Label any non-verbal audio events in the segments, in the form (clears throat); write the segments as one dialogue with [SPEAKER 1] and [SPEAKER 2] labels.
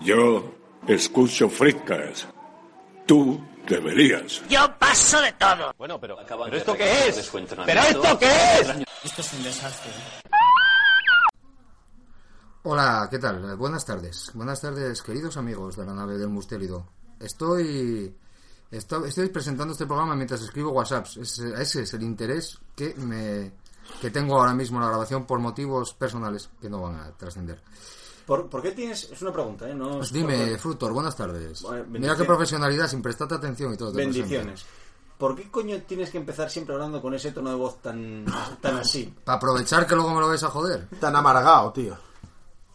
[SPEAKER 1] Yo escucho Fritcast. Tú deberías.
[SPEAKER 2] Yo paso de todo.
[SPEAKER 3] Bueno, pero,
[SPEAKER 4] Acaban
[SPEAKER 3] ¿pero
[SPEAKER 4] de
[SPEAKER 3] esto
[SPEAKER 4] regresar
[SPEAKER 3] qué
[SPEAKER 4] de
[SPEAKER 3] es?
[SPEAKER 4] su
[SPEAKER 3] ¿Pero
[SPEAKER 4] entrenamiento.
[SPEAKER 3] esto qué es?
[SPEAKER 5] Esto es un desastre.
[SPEAKER 6] Hola, ¿qué tal? Eh, Buenas tardes. Buenas tardes, queridos amigos de la nave del Mustélido. Estoy, esto- estoy presentando este programa mientras escribo WhatsApps. Es- eh, ese es el interés que me que tengo ahora mismo en la grabación por motivos personales que no van a trascender.
[SPEAKER 7] ¿Por, por qué tienes.? Es una pregunta, ¿eh? No,
[SPEAKER 6] Pues dime, Frutor, buenas tardes.
[SPEAKER 7] Vale,
[SPEAKER 6] Mira qué
[SPEAKER 7] bendiciones.
[SPEAKER 6] profesionalidad, sin prestarte atención y todo. te
[SPEAKER 7] Bendiciones. ¿Por qué coño tienes que empezar siempre hablando con ese tono de voz
[SPEAKER 8] (laughs)
[SPEAKER 7] tan, tan así?
[SPEAKER 6] Para aprovechar que luego me lo vais a joder.
[SPEAKER 8] Tan amargado, tío.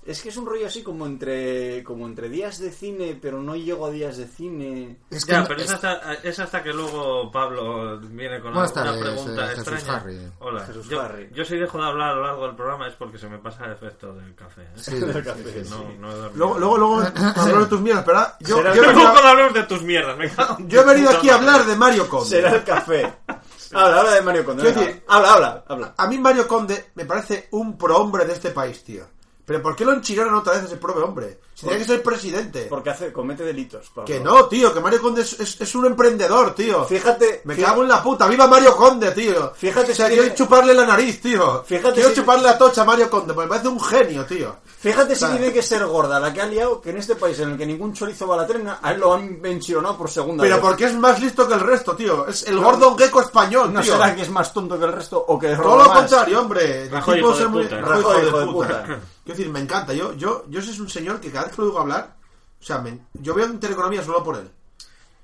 [SPEAKER 7] Es que es un rollo así como entre como entre días de cine, pero no llego a días de cine.
[SPEAKER 6] Es que
[SPEAKER 9] Ya,
[SPEAKER 6] no-
[SPEAKER 9] pero es
[SPEAKER 6] es-
[SPEAKER 9] hasta, es hasta que luego Pablo viene con una
[SPEAKER 6] Buenas tardes,
[SPEAKER 9] pregunta
[SPEAKER 6] eh, Jesús
[SPEAKER 9] extraña.
[SPEAKER 6] Harry.
[SPEAKER 9] Hola,
[SPEAKER 7] Jesús
[SPEAKER 9] yo,
[SPEAKER 7] Harry.
[SPEAKER 9] yo si dejo de hablar a lo largo del programa es porque se me pasa el efecto del café. ¿eh?
[SPEAKER 7] (laughs)
[SPEAKER 6] sí,
[SPEAKER 7] del
[SPEAKER 6] sí,
[SPEAKER 7] café.
[SPEAKER 6] sí.
[SPEAKER 9] No, no he dormido.
[SPEAKER 8] Luego, luego, luego, hablar de tus mierdas, pero ahora- yo,
[SPEAKER 7] Será
[SPEAKER 8] yo he
[SPEAKER 7] el
[SPEAKER 8] venido-
[SPEAKER 9] Luego hablamos de tus mierdas,
[SPEAKER 7] (laughs)
[SPEAKER 9] me cago en (laughs)
[SPEAKER 8] yo he venido
[SPEAKER 9] puta
[SPEAKER 8] aquí a
[SPEAKER 9] madre.
[SPEAKER 8] hablar de Mario Conde.
[SPEAKER 7] Será el
[SPEAKER 8] (laughs)
[SPEAKER 7] café. Habla, habla de Mario Conde.
[SPEAKER 8] Quiero
[SPEAKER 7] venga.
[SPEAKER 8] decir-
[SPEAKER 7] Habla, habla, habla.
[SPEAKER 8] A mí Mario Conde me parece un prohombre de este país, tío. Pero ¿por qué lo enchilaron otra vez a ese prohombre? hombre? Si tenía que ser presidente.
[SPEAKER 7] Porque hace, comete delitos. Pablo.
[SPEAKER 8] Que no, tío, que Mario Conde es, es- es un emprendedor, tío.
[SPEAKER 7] Fíjate.
[SPEAKER 8] Me
[SPEAKER 7] fíjate-
[SPEAKER 8] cago en la puta, viva Mario Conde, tío.
[SPEAKER 7] Fíjate
[SPEAKER 8] o sea,
[SPEAKER 7] si
[SPEAKER 8] quiero
[SPEAKER 7] tiene-
[SPEAKER 8] chuparle la nariz, tío.
[SPEAKER 7] Fíjate
[SPEAKER 8] quiero
[SPEAKER 7] si-
[SPEAKER 8] chuparle la tocha a Mario Conde, porque me parece un genio, tío.
[SPEAKER 7] Fíjate si
[SPEAKER 8] Claro.
[SPEAKER 7] tiene que ser gorda la que ha liado que en este país en el que ningún chorizo va a la trena, a él lo han venchironado por segunda
[SPEAKER 8] Pero
[SPEAKER 7] vez.
[SPEAKER 8] porque es más listo que el resto, tío. Es el Gordon Gecko español,
[SPEAKER 7] ¿No
[SPEAKER 8] tío.
[SPEAKER 7] será que es más tonto que el resto o que roba
[SPEAKER 8] Todo lo
[SPEAKER 7] más?
[SPEAKER 8] contrario, hombre. El
[SPEAKER 9] Rajoy,
[SPEAKER 8] tipo
[SPEAKER 9] hijo de
[SPEAKER 8] es muy-
[SPEAKER 9] puta.
[SPEAKER 8] Rajoy, hijo
[SPEAKER 7] Rajoy, hijo
[SPEAKER 8] de
[SPEAKER 7] de
[SPEAKER 8] puta.
[SPEAKER 7] puta.
[SPEAKER 8] Quiero decir, me encanta. Yo, yo, yo soy un señor que cada vez que lo oigo hablar, o sea, me- yo veo Intereconomía solo por él.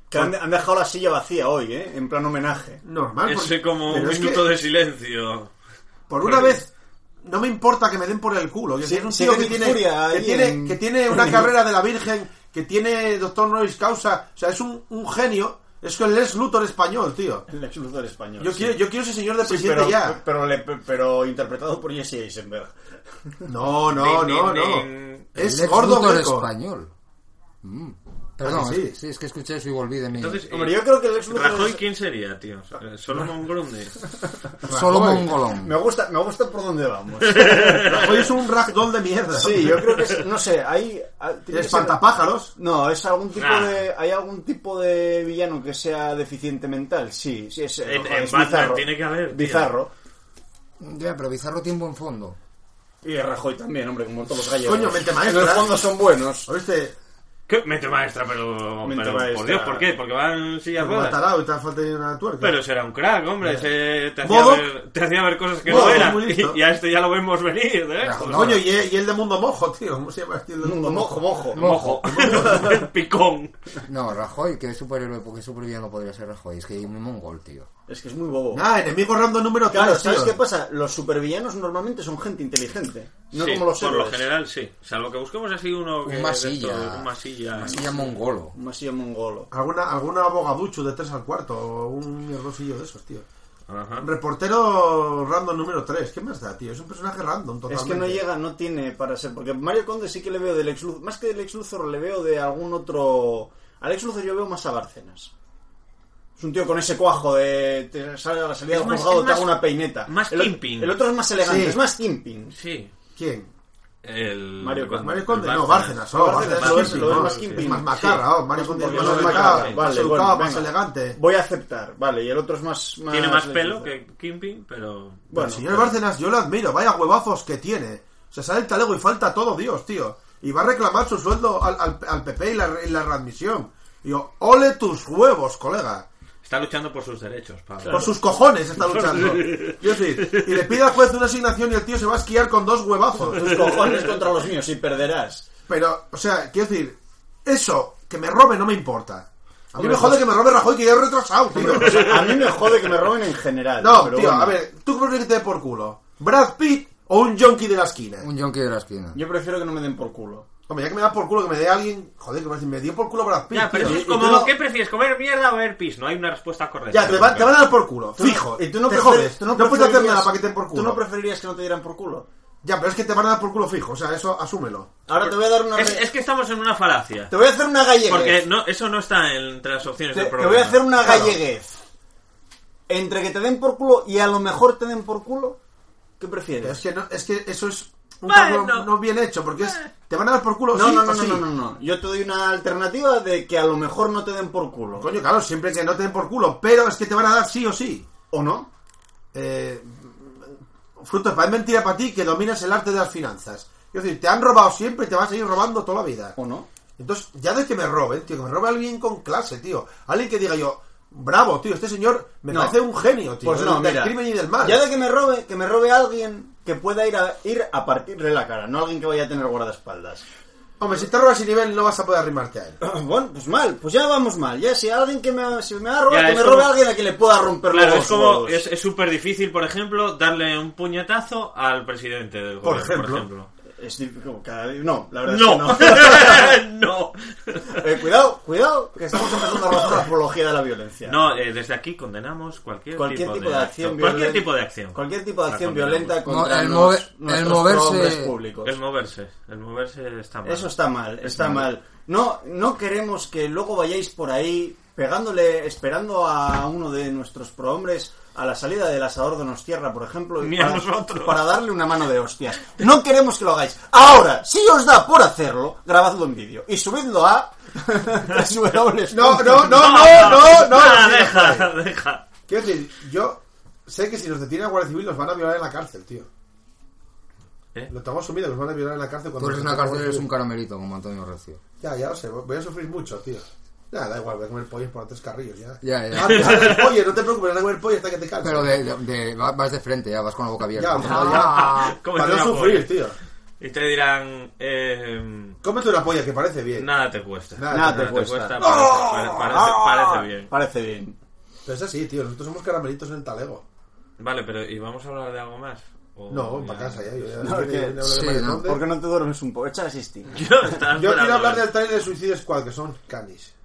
[SPEAKER 7] Que han, han dejado la silla vacía hoy, ¿eh? En plan homenaje.
[SPEAKER 8] Normal.
[SPEAKER 9] Ese
[SPEAKER 8] porque-
[SPEAKER 9] como un
[SPEAKER 8] pero es
[SPEAKER 9] minuto
[SPEAKER 8] que,
[SPEAKER 9] de silencio.
[SPEAKER 8] Por una vez, no me importa que me den por el culo. Yo
[SPEAKER 7] Sí,
[SPEAKER 8] es un
[SPEAKER 7] sí
[SPEAKER 8] tío
[SPEAKER 7] que
[SPEAKER 8] que
[SPEAKER 7] te
[SPEAKER 8] tiene,
[SPEAKER 7] infuria
[SPEAKER 8] que,
[SPEAKER 7] ahí
[SPEAKER 8] tiene,
[SPEAKER 7] en-
[SPEAKER 8] que
[SPEAKER 7] (laughs)
[SPEAKER 8] tiene una carrera de la Virgen, que tiene doctor honoris causa. O sea, es un, un genio. Es que el es Luthor español, tío.
[SPEAKER 7] El ex Luthor español.
[SPEAKER 8] Yo,
[SPEAKER 7] sí.
[SPEAKER 8] quiero, yo quiero ese señor de
[SPEAKER 7] Sí,
[SPEAKER 8] presidente
[SPEAKER 7] pero,
[SPEAKER 8] ya.
[SPEAKER 7] Pero, le- pero interpretado por Jesse Eisenberg.
[SPEAKER 8] No, no,
[SPEAKER 9] Nin,
[SPEAKER 8] no,
[SPEAKER 9] nin,
[SPEAKER 8] no.
[SPEAKER 9] nin.
[SPEAKER 8] Es
[SPEAKER 6] El ex
[SPEAKER 8] gordo
[SPEAKER 6] Luthor
[SPEAKER 8] Greco.
[SPEAKER 6] español. Mm. Perdón,
[SPEAKER 8] Ah, que sí.
[SPEAKER 6] es, que, sí, es que escuché eso y volví de mí.
[SPEAKER 9] Entonces,
[SPEAKER 7] Hombre,
[SPEAKER 9] eh,
[SPEAKER 7] yo creo que el ex Luthor...
[SPEAKER 9] Rajoy,
[SPEAKER 7] es-
[SPEAKER 9] ¿quién sería, tío?
[SPEAKER 7] (laughs)
[SPEAKER 9] Eh, Solomon Grundy.
[SPEAKER 6] Solo mongolón.
[SPEAKER 7] Me gusta, me gusta por dónde vamos.
[SPEAKER 8] Hoy es un ragdoll de mierda.
[SPEAKER 7] sí, yo creo que... es- No sé, hay... hay- tiene
[SPEAKER 8] El
[SPEAKER 7] que ser-
[SPEAKER 8] espantapájaros.
[SPEAKER 7] No, es algún tipo
[SPEAKER 9] Nah.
[SPEAKER 7] de... ¿Hay algún tipo de villano que sea deficiente mental? Sí, sí, es...
[SPEAKER 9] En-
[SPEAKER 7] joder,
[SPEAKER 9] en
[SPEAKER 7] es
[SPEAKER 9] Batman
[SPEAKER 7] bizarro.
[SPEAKER 9] tiene que haber, tío.
[SPEAKER 7] Bizarro.
[SPEAKER 6] Ya, pero Bizarro tiene buen fondo.
[SPEAKER 7] Y Rajoy también, hombre, como todos los gallegos.
[SPEAKER 8] Coño, mente
[SPEAKER 7] En el
[SPEAKER 8] maestra.
[SPEAKER 7] fondo son buenos.
[SPEAKER 8] ¿Oíste?
[SPEAKER 9] ¿Qué? Mente maestra, pero,
[SPEAKER 7] Mente
[SPEAKER 9] pero
[SPEAKER 7] maestra.
[SPEAKER 9] por Dios, ¿por qué? Porque van en silla de
[SPEAKER 6] Pues
[SPEAKER 8] Como
[SPEAKER 9] ruedas.
[SPEAKER 8] atarado y te ha falta ir una tuerca.
[SPEAKER 9] Pero será un crack, hombre. ese te, hacía
[SPEAKER 8] Modo-
[SPEAKER 9] ver, te hacía ver cosas que
[SPEAKER 8] Modo,
[SPEAKER 9] no eran.
[SPEAKER 8] muy listo.
[SPEAKER 9] Y, y a este ya lo vemos venir, ¿eh?
[SPEAKER 6] Rajoy.
[SPEAKER 8] Coño, y el, y el de Mundo Mojo, tío. ¿Cómo se llama este? El de
[SPEAKER 7] Mundo mojo, mojo.
[SPEAKER 9] Mojo. (laughs) El picón.
[SPEAKER 6] No, Rajoy, que es superhéroe, porque supervillano podría ser Rajoy. Es que es muy mongol, tío.
[SPEAKER 7] Es que es muy bobo.
[SPEAKER 8] Ah, enemigo random número 3.
[SPEAKER 7] Claro, ¿sabes
[SPEAKER 8] tío.
[SPEAKER 7] qué pasa? Los supervillanos normalmente son gente inteligente, no
[SPEAKER 9] Sí,
[SPEAKER 7] como los
[SPEAKER 9] Por
[SPEAKER 7] héroes.
[SPEAKER 9] lo general, sí. Salvo que busquemos así uno que.
[SPEAKER 6] Un masilla.
[SPEAKER 9] de estos, un masilla.
[SPEAKER 6] Masilla mongolo.
[SPEAKER 7] Más así mongolo.
[SPEAKER 8] Alguna, alguna abogaducho de 3 al cuarto o un mierdosillo de esos, tío.
[SPEAKER 9] Ajá.
[SPEAKER 8] Reportero random número 3. ¿Qué más da, tío? Es un personaje random
[SPEAKER 7] Es
[SPEAKER 8] totalmente.
[SPEAKER 7] que no llega, no tiene para ser. Porque Mario Conde sí que le veo del ex Luthor. Más que del ex Luthor, le veo de algún otro. Al ex Luthor yo veo más a Bárcenas. Es un tío con ese cuajo de. Te sale a la salida
[SPEAKER 9] Es
[SPEAKER 7] del
[SPEAKER 9] más-
[SPEAKER 7] juzgado,
[SPEAKER 9] es
[SPEAKER 7] te hago
[SPEAKER 9] más-
[SPEAKER 7] una peineta.
[SPEAKER 9] más
[SPEAKER 7] el, o-
[SPEAKER 9] Kimping.
[SPEAKER 7] El otro es más elegante,
[SPEAKER 8] Sí.
[SPEAKER 7] es más Kimping.
[SPEAKER 9] Sí.
[SPEAKER 8] ¿Quién?
[SPEAKER 9] El.
[SPEAKER 7] Mario Conde.
[SPEAKER 8] Mario Conde, no, Bárcenas. Oh,
[SPEAKER 7] Bárcenas,
[SPEAKER 8] Bárcenas,
[SPEAKER 7] lo
[SPEAKER 8] sí,
[SPEAKER 7] es- lo es
[SPEAKER 8] no,
[SPEAKER 7] más
[SPEAKER 8] sí,
[SPEAKER 7] Kimping.
[SPEAKER 8] es más
[SPEAKER 7] Sí.
[SPEAKER 8] macarra, oh, Mario Conde es
[SPEAKER 7] Porque
[SPEAKER 8] más
[SPEAKER 7] no es
[SPEAKER 8] macarra,
[SPEAKER 7] macarra.
[SPEAKER 8] más
[SPEAKER 7] Vale, bueno,
[SPEAKER 8] educado, más
[SPEAKER 7] venga.
[SPEAKER 8] elegante.
[SPEAKER 7] Voy a aceptar, vale. Y el otro es más. más
[SPEAKER 9] Tiene más
[SPEAKER 7] Lex
[SPEAKER 9] pelo
[SPEAKER 7] Luthor.
[SPEAKER 9] que Kimping, pero.
[SPEAKER 8] Bueno,
[SPEAKER 7] Bueno,
[SPEAKER 8] el señor Bárcenas, yo lo admiro, vaya huevazos que tiene. Se sale el talego y falta todo, Dios, tío. Y va a reclamar su sueldo al, al- al PP y la, y la readmisión. Y yo, ole tus huevos, colega.
[SPEAKER 9] Está luchando por sus derechos, Pablo.
[SPEAKER 8] Por sus cojones
[SPEAKER 7] (laughs)
[SPEAKER 8] está luchando. Yo sí. Y le pide al juez una asignación y el tío se va a esquiar con dos huevazos.
[SPEAKER 7] Tus cojones contra los míos y perderás.
[SPEAKER 8] Pero, o sea, quiero decir, eso, que me robe no me importa. A mí
[SPEAKER 7] Hombre,
[SPEAKER 8] me jode
[SPEAKER 7] pues-
[SPEAKER 8] que me robe Rajoy, que ya he retrasado, tío.
[SPEAKER 7] O sea, a mí me jode que me roben en general.
[SPEAKER 8] No,
[SPEAKER 7] pero
[SPEAKER 8] tío,
[SPEAKER 7] bueno.
[SPEAKER 8] a ver, ¿tú crees que te dé por culo? ¿Brad Pitt o un yonki de la esquina?
[SPEAKER 6] Un yonki de la esquina.
[SPEAKER 7] Yo prefiero que no me den por culo.
[SPEAKER 8] Hombre, ya que me da por culo que me dé alguien. Joder, que me, me dio por culo
[SPEAKER 7] Pues,
[SPEAKER 8] Brad Pitt.
[SPEAKER 9] Ya, pero
[SPEAKER 8] tío.
[SPEAKER 9] eso es
[SPEAKER 8] Y
[SPEAKER 9] como,
[SPEAKER 8] tú no-
[SPEAKER 9] ¿qué prefieres, comer mierda o ver pis? No hay una respuesta correcta.
[SPEAKER 8] Ya, te, va- te van a dar por culo,
[SPEAKER 7] Tú no-
[SPEAKER 8] fijo.
[SPEAKER 7] Y tú no,
[SPEAKER 8] te
[SPEAKER 7] prefer-
[SPEAKER 8] jodes.
[SPEAKER 7] tú
[SPEAKER 8] no, puedes hacer
[SPEAKER 7] preferirías-
[SPEAKER 8] nada para que te den por culo.
[SPEAKER 7] Tú no preferirías que no te dieran por culo.
[SPEAKER 8] Ya, pero es que te van a dar por culo fijo, o sea, eso asúmelo.
[SPEAKER 7] Ahora te voy a dar una.
[SPEAKER 9] Es,
[SPEAKER 7] re-
[SPEAKER 9] es que estamos en una falacia.
[SPEAKER 7] Te voy a hacer una galleguez.
[SPEAKER 9] Porque no, eso no está entre las opciones
[SPEAKER 7] te,
[SPEAKER 9] del
[SPEAKER 7] te
[SPEAKER 9] programa.
[SPEAKER 7] voy a hacer una
[SPEAKER 8] Claro.
[SPEAKER 7] galleguez. Entre que te den por culo y a lo mejor te den por culo, ¿qué
[SPEAKER 8] Pero es
[SPEAKER 7] prefieres?
[SPEAKER 8] que, no, es que eso es un
[SPEAKER 9] Bueno.
[SPEAKER 8] cálculo no bien hecho, porque es. Te van a dar por culo
[SPEAKER 7] No,
[SPEAKER 8] sí
[SPEAKER 7] no,
[SPEAKER 8] o
[SPEAKER 7] no, no,
[SPEAKER 8] sí.
[SPEAKER 7] no, no, no. Yo te doy una alternativa de que a lo mejor no te den por culo.
[SPEAKER 8] Coño, claro, siempre que no te den por culo, pero es que te van a dar sí o sí.
[SPEAKER 7] ¿O no?
[SPEAKER 8] Eh, frutos, para mentira para ti que dominas el arte de las finanzas. Es decir, te han robado siempre y te van a seguir robando toda la vida.
[SPEAKER 7] ¿O no?
[SPEAKER 8] Entonces, ya de que me roben, tío, que me robe alguien con clase, tío. Alguien que diga yo, bravo, tío, este señor me
[SPEAKER 7] No.
[SPEAKER 8] parece un genio, tío.
[SPEAKER 7] Pues no,
[SPEAKER 8] del
[SPEAKER 7] mira.
[SPEAKER 8] crimen y del mal.
[SPEAKER 7] Ya de que me robe, que me robe alguien que pueda ir a, ir a partirle la cara, no alguien que vaya a tener guardaespaldas. (clears throat)
[SPEAKER 8] Hombre, si te robas sin nivel no vas a poder arrimarte a él.
[SPEAKER 7] Bueno, pues mal, pues ya vamos mal. Ya si alguien que me, si me va a robar,
[SPEAKER 9] Ya,
[SPEAKER 7] que
[SPEAKER 9] es
[SPEAKER 7] me robe
[SPEAKER 9] como-
[SPEAKER 7] alguien a quien le pueda romper
[SPEAKER 9] Claro,
[SPEAKER 7] los
[SPEAKER 9] es como.
[SPEAKER 7] huevos.
[SPEAKER 9] Es es súper difícil, por ejemplo, darle un puñetazo al presidente del
[SPEAKER 8] Por
[SPEAKER 9] gobierno,
[SPEAKER 8] ejemplo.
[SPEAKER 7] Es difícil, cada vez- No, la verdad
[SPEAKER 9] No,
[SPEAKER 7] es que
[SPEAKER 9] (laughs)
[SPEAKER 7] no.
[SPEAKER 9] no.
[SPEAKER 7] Eh, cuidado, cuidado, que estamos empezando a rozar la apología de la violencia.
[SPEAKER 9] No, eh, desde aquí condenamos cualquier,
[SPEAKER 7] cualquier tipo de, acción
[SPEAKER 9] acto.
[SPEAKER 7] violenta.
[SPEAKER 9] Cualquier tipo de acción.
[SPEAKER 7] Cualquier tipo de
[SPEAKER 9] La
[SPEAKER 7] acción
[SPEAKER 9] condenamos.
[SPEAKER 7] violenta
[SPEAKER 6] Mo-
[SPEAKER 7] contra
[SPEAKER 6] el
[SPEAKER 7] los-
[SPEAKER 6] mover- el
[SPEAKER 7] nuestros
[SPEAKER 6] moverse-
[SPEAKER 7] hombres públicos.
[SPEAKER 9] El moverse. El moverse está mal.
[SPEAKER 7] Eso está mal, está mal. No, no queremos que luego vayáis por ahí pegándole, esperando a uno de nuestros prohombres a la salida del asador de Nostierra, por ejemplo, y
[SPEAKER 9] Ni a
[SPEAKER 7] para,
[SPEAKER 9] nosotros.
[SPEAKER 7] para darle una mano de hostias. No queremos que lo hagáis. Ahora, si os da por hacerlo, grabadlo en vídeo y subidlo a... (laughs) www.
[SPEAKER 8] (laughs) No, no, no, no, no, no.
[SPEAKER 9] Ah,
[SPEAKER 8] no,
[SPEAKER 9] deja, (laughs)
[SPEAKER 8] no, no.
[SPEAKER 9] deja.
[SPEAKER 8] Quiero decir, yo sé que si nos detiene la Guardia Civil nos van a violar en la cárcel, tío.
[SPEAKER 9] ¿Eh?
[SPEAKER 8] Lo tengo asumido, nos van a violar en la cárcel cuando...
[SPEAKER 6] Tú eres Pues una
[SPEAKER 8] nos detiene la
[SPEAKER 6] cárcel,
[SPEAKER 8] Guardia
[SPEAKER 6] eres un
[SPEAKER 8] Civil.
[SPEAKER 6] caramelito como Antonio Recio.
[SPEAKER 8] Ya, ya lo sé, voy a sufrir mucho, tío. Ya, da igual, voy a comer pollos por tres carrillos, ya.
[SPEAKER 6] Ya, ya.
[SPEAKER 8] Ah, te vas a comer pollo, no te preocupes, no a comer pollo hasta que te canses.
[SPEAKER 6] Pero de, de- de- va- vas de frente, ya vas con la boca abierta.
[SPEAKER 8] Ah,
[SPEAKER 6] Ah.
[SPEAKER 8] Ya, hombre, ya.
[SPEAKER 9] Cómete
[SPEAKER 8] Para no
[SPEAKER 9] una polla.
[SPEAKER 8] sufrir, tío.
[SPEAKER 9] Y te dirán, eh,
[SPEAKER 8] Cómete una polla que parece bien.
[SPEAKER 9] nada te cuesta.
[SPEAKER 8] Nada ¡Oh!
[SPEAKER 7] Nada te cuesta.
[SPEAKER 9] parece, parece- parece bien.
[SPEAKER 7] Parece bien.
[SPEAKER 8] Pero es así, tío, nosotros somos caramelitos en el talego.
[SPEAKER 9] Vale, pero ¿y vamos a hablar de algo más? O
[SPEAKER 8] No,
[SPEAKER 9] ya-
[SPEAKER 8] para casa ya. Yo, ya-
[SPEAKER 7] No,
[SPEAKER 8] yo-
[SPEAKER 7] que-
[SPEAKER 8] yo- yo- yo-
[SPEAKER 6] sí,
[SPEAKER 8] yo- yo-
[SPEAKER 6] no,
[SPEAKER 8] yo-
[SPEAKER 7] ¿Por qué no te duermes un poco? Echa a siestica.
[SPEAKER 9] (laughs) Yo, estaba
[SPEAKER 8] Yo quiero
[SPEAKER 9] esperando.
[SPEAKER 8] hablar del trailer de Suicide Squad, que son canis.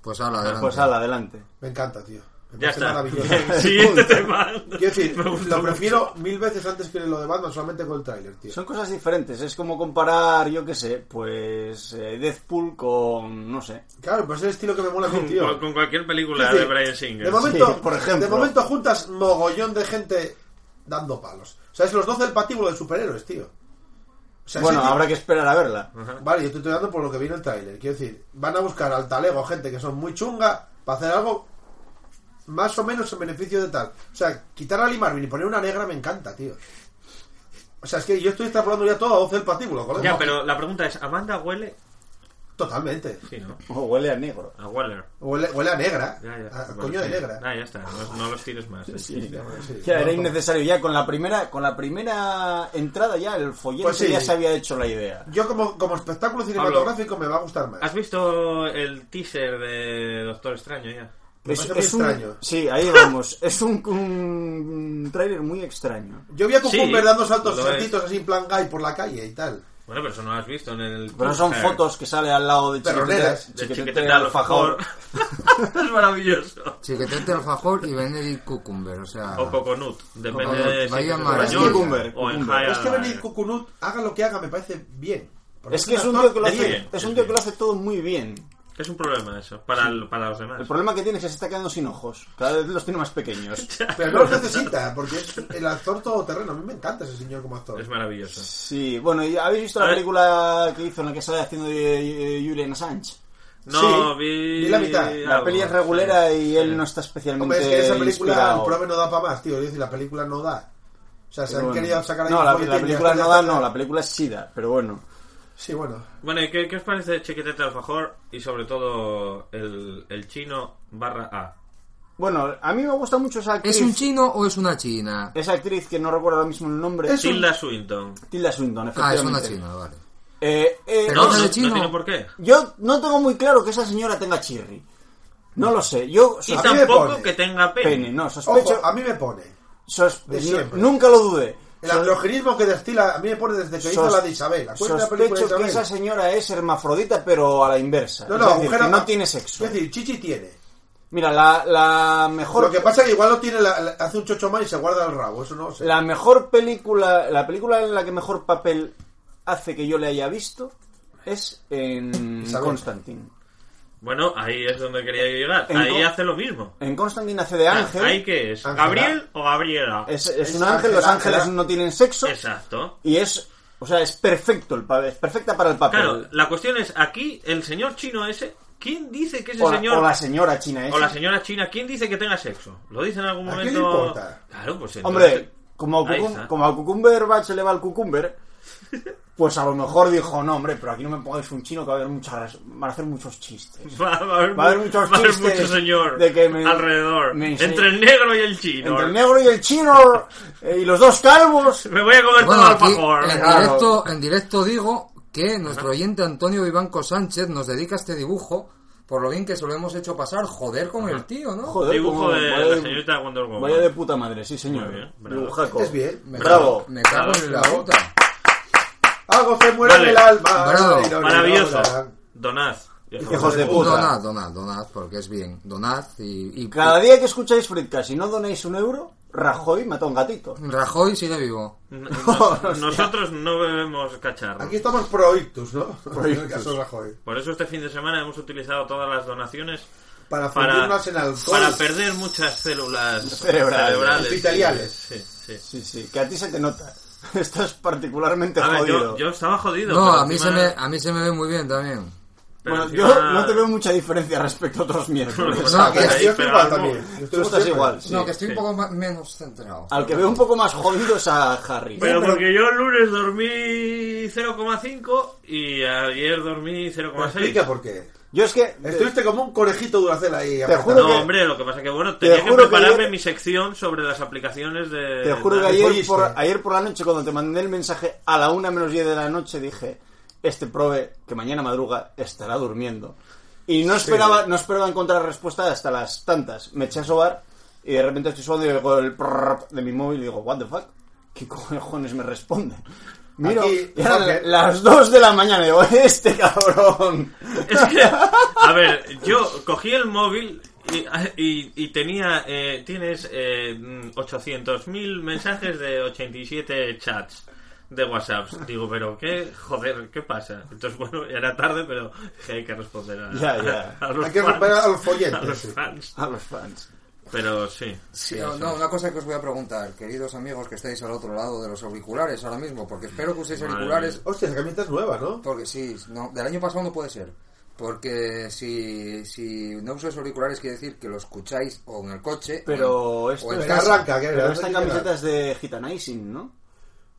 [SPEAKER 6] Pues habla, adelante.
[SPEAKER 7] Pues ala, adelante.
[SPEAKER 8] Me encanta, tío. Me
[SPEAKER 9] Ya (laughs)
[SPEAKER 8] parece
[SPEAKER 9] está.
[SPEAKER 8] maravilloso.
[SPEAKER 9] Siguiente tema.
[SPEAKER 8] Quiero
[SPEAKER 9] (laughs)
[SPEAKER 8] decir,
[SPEAKER 9] Me gustó
[SPEAKER 8] lo
[SPEAKER 9] mucho.
[SPEAKER 8] prefiero mil veces antes que lo de Batman, solamente con el trailer, tío.
[SPEAKER 7] Son cosas diferentes, es como comparar, yo qué sé, pues eh, Deadpool con, no sé.
[SPEAKER 8] Claro, pues es el estilo que me mola a mí,
[SPEAKER 9] Con,
[SPEAKER 8] tío.
[SPEAKER 9] con- con cualquier película
[SPEAKER 8] Sí,
[SPEAKER 9] de Brian Singer.
[SPEAKER 8] De momento,
[SPEAKER 7] Sí, por ejemplo.
[SPEAKER 8] de momento juntas mogollón de gente dando palos. O sea, es los 12 del patíbulo de superhéroes, tío. O sea,
[SPEAKER 7] Bueno,
[SPEAKER 8] sí, tío.
[SPEAKER 7] habrá que esperar a verla. (laughs)
[SPEAKER 8] Vale, yo te estoy dando por lo que viene el tráiler. Quiero decir, van a buscar al talego gente que son muy chunga para hacer algo más o menos en beneficio de tal. O sea, quitar a Lee Marvin y poner una negra me encanta, tío. O sea, es que yo estoy extrapolando ya todo a 12 del patíbulo, colega.
[SPEAKER 9] Ya, pero la pregunta es, ¿Amanda huele?
[SPEAKER 8] Totalmente.
[SPEAKER 9] Sí, ¿no?
[SPEAKER 7] O Oh, huele a negro.
[SPEAKER 9] A Waller.
[SPEAKER 8] Huele, huele a negra.
[SPEAKER 9] Ya, ya.
[SPEAKER 8] A
[SPEAKER 9] Bueno,
[SPEAKER 8] coño de
[SPEAKER 9] sí.
[SPEAKER 8] negra.
[SPEAKER 9] Ah, ya está. No, no los tires más. eh.
[SPEAKER 8] Ya, bueno, sí.
[SPEAKER 7] Ya, era
[SPEAKER 8] No,
[SPEAKER 7] innecesario, ya con la primera, con la primera entrada ya el folleto
[SPEAKER 8] Pues sí.
[SPEAKER 7] ya se había hecho la idea.
[SPEAKER 8] Yo como, como espectáculo cinematográfico me va a gustar más.
[SPEAKER 9] ¿Has visto el teaser de Doctor Extraño ya?
[SPEAKER 8] Me
[SPEAKER 7] Es-
[SPEAKER 8] parece muy
[SPEAKER 7] es un-
[SPEAKER 8] extraño.
[SPEAKER 7] Sí, ahí vamos. (laughs) es un, un trailer muy extraño.
[SPEAKER 8] Yo vi a Cucumber
[SPEAKER 9] Sí,
[SPEAKER 8] dando saltos
[SPEAKER 9] lo es.
[SPEAKER 8] saltitos así en plan gay por la calle y tal.
[SPEAKER 9] Bueno, pero eso no lo has visto en el...
[SPEAKER 7] Pero son
[SPEAKER 9] teaser
[SPEAKER 7] fotos que sale al lado de chiquitete,
[SPEAKER 8] Perroneras.
[SPEAKER 9] De
[SPEAKER 7] Chiquitete
[SPEAKER 9] chiquetete alfajor. (laughs) es maravilloso.
[SPEAKER 6] Chiquetete alfajor y Benedict Cucumber, o sea...
[SPEAKER 7] Ah.
[SPEAKER 9] O coconut. Depende
[SPEAKER 6] Coconut.
[SPEAKER 9] de si
[SPEAKER 6] Vaya
[SPEAKER 9] es
[SPEAKER 6] maravilla.
[SPEAKER 9] español
[SPEAKER 7] Cucumber,
[SPEAKER 9] o en
[SPEAKER 7] cucumber.
[SPEAKER 9] Jaya-
[SPEAKER 8] es que Benedict Cucunut, haga lo que haga, me parece bien. Porque
[SPEAKER 7] Es que es un
[SPEAKER 8] actor
[SPEAKER 7] tío que lo
[SPEAKER 8] de
[SPEAKER 7] hace,
[SPEAKER 8] bien.
[SPEAKER 7] es un
[SPEAKER 9] sí,
[SPEAKER 7] tío
[SPEAKER 9] sí.
[SPEAKER 7] que lo hace todo muy bien.
[SPEAKER 9] Es un problema eso, para, el- para los demás.
[SPEAKER 7] El problema que tiene es que se está quedando sin ojos. Cada vez los tiene más pequeños.
[SPEAKER 9] (laughs)
[SPEAKER 7] (laughs)
[SPEAKER 8] Pero no lo necesita, porque es el actor todoterreno. A mí me encanta ese señor como actor.
[SPEAKER 9] Es maravilloso.
[SPEAKER 7] Sí, bueno, ¿y ¿habéis visto la
[SPEAKER 9] A ver.
[SPEAKER 7] película que hizo en la que sale haciendo de- de Julian Assange?
[SPEAKER 9] No,
[SPEAKER 8] Sí,
[SPEAKER 9] vi...
[SPEAKER 8] vi la mitad.
[SPEAKER 9] algo,
[SPEAKER 7] La peli es regulera
[SPEAKER 9] sí,
[SPEAKER 7] y
[SPEAKER 9] sí.
[SPEAKER 7] él no está especialmente
[SPEAKER 8] Hombre, es que esa película,
[SPEAKER 7] inspirado.
[SPEAKER 8] el prove no da para más, tío. Es decir, la película no da. O sea, se
[SPEAKER 7] Pero
[SPEAKER 8] han
[SPEAKER 7] bueno.
[SPEAKER 8] querido sacar ahí
[SPEAKER 7] No,
[SPEAKER 8] un
[SPEAKER 7] la, la
[SPEAKER 8] folletín y
[SPEAKER 7] película
[SPEAKER 8] hasta
[SPEAKER 7] no
[SPEAKER 8] ya
[SPEAKER 7] da,
[SPEAKER 8] está.
[SPEAKER 7] no, la película es sida, pero bueno.
[SPEAKER 8] Sí, bueno.
[SPEAKER 9] Bueno, ¿y qué, qué os parece Chiquetete Alfajor y sobre todo el, el chino barra A?
[SPEAKER 7] Bueno, a mí me gusta mucho esa actriz.
[SPEAKER 6] ¿Es un chino o es una china?
[SPEAKER 7] Esa actriz que no recuerdo ahora mismo el nombre.
[SPEAKER 8] Es un-
[SPEAKER 9] Tilda Swinton.
[SPEAKER 7] Tilda Swinton,
[SPEAKER 6] Ah, es
[SPEAKER 7] efectivamente.
[SPEAKER 6] una china, vale.
[SPEAKER 7] Eh, eh,
[SPEAKER 6] Pero
[SPEAKER 9] No,
[SPEAKER 6] es
[SPEAKER 9] no,
[SPEAKER 6] de
[SPEAKER 9] no
[SPEAKER 6] chino.
[SPEAKER 9] tiene por qué.
[SPEAKER 7] Yo no tengo muy claro que esa señora tenga chirri. No lo sé. Yo
[SPEAKER 9] Y
[SPEAKER 8] mí
[SPEAKER 7] sospecho...
[SPEAKER 8] me
[SPEAKER 9] tampoco
[SPEAKER 8] pone.
[SPEAKER 9] que tenga pene.
[SPEAKER 7] Pene, no, sospecho...
[SPEAKER 8] Ojo, a mí me pone.
[SPEAKER 7] Sos-
[SPEAKER 8] De
[SPEAKER 7] no-
[SPEAKER 8] siempre.
[SPEAKER 7] nunca lo dudé.
[SPEAKER 8] El androginismo que destila, a mí me pone desde que hizo
[SPEAKER 7] Sos-
[SPEAKER 8] la de Isabel. La cuarta película de
[SPEAKER 7] Sospecho que
[SPEAKER 8] Isabel.
[SPEAKER 7] esa señora es hermafrodita, pero a la inversa.
[SPEAKER 8] No,
[SPEAKER 7] Es
[SPEAKER 8] no,
[SPEAKER 7] decir,
[SPEAKER 8] agujero-
[SPEAKER 7] que no tiene sexo.
[SPEAKER 8] Es decir, Chichi tiene.
[SPEAKER 7] Mira, la, la mejor
[SPEAKER 8] Lo que pasa es que igual lo tiene, la- la- hace un chocho más y se guarda el rabo. Eso no sé.
[SPEAKER 7] la mejor película, la película en la que mejor papel hace que yo le haya visto es en
[SPEAKER 8] Isabel.
[SPEAKER 7] Constantine.
[SPEAKER 9] Bueno, ahí es donde quería yo llegar.
[SPEAKER 7] En
[SPEAKER 9] Ahí
[SPEAKER 7] co-
[SPEAKER 9] hace lo mismo.
[SPEAKER 7] En Constantine hace de ángel.
[SPEAKER 9] ¿Ahí qué es?
[SPEAKER 8] Ángela.
[SPEAKER 9] ¿Gabriel o Gabriela?
[SPEAKER 7] Es, es
[SPEAKER 8] Es
[SPEAKER 7] un ángel, los
[SPEAKER 8] ángel,
[SPEAKER 7] ángeles
[SPEAKER 8] ángel.
[SPEAKER 7] no tienen sexo
[SPEAKER 9] Exacto.
[SPEAKER 7] y es, o sea, es perfecto el papel, es perfecta para el papel.
[SPEAKER 9] Claro, la cuestión es, aquí, el señor chino ese, ¿quién dice que ese
[SPEAKER 7] o, la,
[SPEAKER 9] señor...
[SPEAKER 7] o la señora china esa.
[SPEAKER 9] o la señora china, ¿quién dice que tenga sexo? ¿Lo dice en algún
[SPEAKER 8] ¿A quién
[SPEAKER 9] momento?
[SPEAKER 8] le importa?
[SPEAKER 9] Claro, pues entonces-
[SPEAKER 7] Hombre, como, a
[SPEAKER 9] Ahí
[SPEAKER 7] cucum-
[SPEAKER 9] está.
[SPEAKER 7] como a Cucumber Batch se le va el Cucumber, pues a lo mejor dijo, no, hombre, pero aquí no me pongáis un chino que va a haber muchas, van a hacer muchos chistes.
[SPEAKER 9] (laughs) Va, va a haber,
[SPEAKER 7] Va a haber
[SPEAKER 9] mu-
[SPEAKER 7] muchos
[SPEAKER 9] va a haber
[SPEAKER 7] chistes
[SPEAKER 9] mucho señor
[SPEAKER 7] de que me-
[SPEAKER 9] alrededor.
[SPEAKER 7] me ense-
[SPEAKER 9] entre el negro y el chino.
[SPEAKER 7] Entre el negro y el chino eh, y los dos calvos.
[SPEAKER 9] Me voy a comer
[SPEAKER 6] Bueno,
[SPEAKER 9] todo
[SPEAKER 6] aquí,
[SPEAKER 9] alfajor.
[SPEAKER 6] en,
[SPEAKER 7] claro.
[SPEAKER 6] directo, en directo digo que nuestro oyente Antonio Vivanco Sánchez nos dedica este dibujo por lo bien que se lo hemos hecho pasar. Joder con el tío, ¿no?
[SPEAKER 7] Joder,
[SPEAKER 9] Dibujo
[SPEAKER 7] como-
[SPEAKER 9] de
[SPEAKER 7] vaya
[SPEAKER 9] la señorita Wonder Woman.
[SPEAKER 7] Vaya de puta madre, sí señor.
[SPEAKER 9] Muy bien, bravo.
[SPEAKER 7] Dibujaco.
[SPEAKER 8] Es bien.
[SPEAKER 6] Me
[SPEAKER 7] Bravo.
[SPEAKER 6] cago- Me cago en la
[SPEAKER 8] Bravo.
[SPEAKER 6] puta.
[SPEAKER 8] Algo se muere
[SPEAKER 9] Vale.
[SPEAKER 8] en el alma.
[SPEAKER 6] Bravo.
[SPEAKER 8] Y no, no,
[SPEAKER 9] Maravilloso.
[SPEAKER 8] no, no, no.
[SPEAKER 9] Donad.
[SPEAKER 7] Hijos de puta.
[SPEAKER 6] Donad, donad, donad, porque es bien. Donad y... y-
[SPEAKER 7] Cada día que escucháis Fritcast y no donéis un euro, Rajoy mata a un gatito. (laughs)
[SPEAKER 6] Rajoy sigue vivo.
[SPEAKER 9] N- nos- nosotros no bebemos cacharro.
[SPEAKER 8] Aquí estamos pro
[SPEAKER 7] (laughs)
[SPEAKER 8] ictus, ¿no?
[SPEAKER 7] Proictus.
[SPEAKER 8] En el caso de Rajoy.
[SPEAKER 9] Por eso este fin de semana hemos utilizado todas las donaciones
[SPEAKER 8] Para
[SPEAKER 9] para,
[SPEAKER 8] fundirnos en alcohol.
[SPEAKER 9] para perder muchas células
[SPEAKER 7] Cerebrales.
[SPEAKER 9] cerebrales.
[SPEAKER 8] Epiteliales.
[SPEAKER 9] Sí, sí.
[SPEAKER 7] Sí, sí, que a ti se te nota. (laughs) Estás particularmente
[SPEAKER 9] A ver,
[SPEAKER 7] jodido.
[SPEAKER 9] yo, yo estaba jodido.
[SPEAKER 6] No,
[SPEAKER 9] pero
[SPEAKER 6] a mí, se
[SPEAKER 9] encima-
[SPEAKER 6] me, a mí se me ve muy bien también.
[SPEAKER 9] pero
[SPEAKER 7] Bueno,
[SPEAKER 9] encima-
[SPEAKER 7] yo no te veo mucha diferencia respecto a otros miércoles.
[SPEAKER 9] (laughs) Pues
[SPEAKER 6] No,
[SPEAKER 9] nada,
[SPEAKER 6] que
[SPEAKER 8] Ah, Yo
[SPEAKER 9] ahí,
[SPEAKER 8] estoy
[SPEAKER 9] pero
[SPEAKER 8] igual
[SPEAKER 9] algo-
[SPEAKER 8] también. Yo estoy
[SPEAKER 7] Tú estás
[SPEAKER 8] siempre-
[SPEAKER 7] igual. sí. Ah,
[SPEAKER 6] no, que estoy
[SPEAKER 9] sí.
[SPEAKER 6] un poco ma- menos centrado.
[SPEAKER 7] Al que veo un poco más jodido es a Harry.
[SPEAKER 9] Pero
[SPEAKER 6] No, pero-
[SPEAKER 9] porque yo el lunes dormí 0,5 y ayer dormí
[SPEAKER 8] Me Explica
[SPEAKER 9] 0,6.
[SPEAKER 8] por qué.
[SPEAKER 7] Yo es que...
[SPEAKER 8] Estuviste como un conejito duracel ahí. apretado.
[SPEAKER 7] juro
[SPEAKER 9] No,
[SPEAKER 7] que-
[SPEAKER 9] hombre, lo que pasa que bueno, tenía que
[SPEAKER 7] juro que
[SPEAKER 9] prepararme
[SPEAKER 7] ayer-
[SPEAKER 9] mi sección sobre las aplicaciones de...
[SPEAKER 7] Te juro que
[SPEAKER 9] Eh, de-
[SPEAKER 7] ayer
[SPEAKER 8] Oíste.
[SPEAKER 7] por, ayer por la noche, cuando te mandé el mensaje a la una menos 10 de la noche, dije, este prove que mañana madruga estará durmiendo. Y no esperaba, no esperaba encontrar respuesta hasta las tantas. Me eché a sobar y de repente estoy sobando y digo el prrrr de mi móvil y digo, what the fuck? ¿Qué cojones me responde? Miro,
[SPEAKER 8] Aquí,
[SPEAKER 7] y eran
[SPEAKER 8] Jorge.
[SPEAKER 7] las 2 de la mañana y digo, este cabrón.
[SPEAKER 9] Es que, a ver, yo cogí el móvil y, y- y tenía, eh, tienes eh, 800.000 mensajes de 87 chats de WhatsApp. Digo, pero qué, joder, ¿qué pasa? Entonces, bueno, era tarde, pero dije, hay que responder a,
[SPEAKER 7] Ya, ya.
[SPEAKER 9] a- a los
[SPEAKER 8] Hay que
[SPEAKER 9] fans.
[SPEAKER 8] romper a los folletes,
[SPEAKER 9] A los
[SPEAKER 8] sí.
[SPEAKER 9] fans.
[SPEAKER 7] A los fans.
[SPEAKER 9] Pero sí.
[SPEAKER 6] Sí, no, no, una cosa que os voy a preguntar, queridos amigos que estáis al otro lado de los auriculares ahora mismo, porque espero que uséis
[SPEAKER 9] Madre
[SPEAKER 6] auriculares,
[SPEAKER 8] Hostia, esa camiseta es nueva, ¿no?
[SPEAKER 6] porque sí, no, del año pasado no puede ser, porque si, si no usáis auriculares quiere decir que lo escucháis o en el coche, o
[SPEAKER 7] Pero
[SPEAKER 6] en-
[SPEAKER 7] esto
[SPEAKER 6] o en
[SPEAKER 7] es-
[SPEAKER 6] casa.
[SPEAKER 8] arranca, que
[SPEAKER 7] pero
[SPEAKER 8] arranca,
[SPEAKER 7] Pues esta
[SPEAKER 8] que
[SPEAKER 7] camiseta
[SPEAKER 8] arranca.
[SPEAKER 7] es de Gitanizing, ¿no?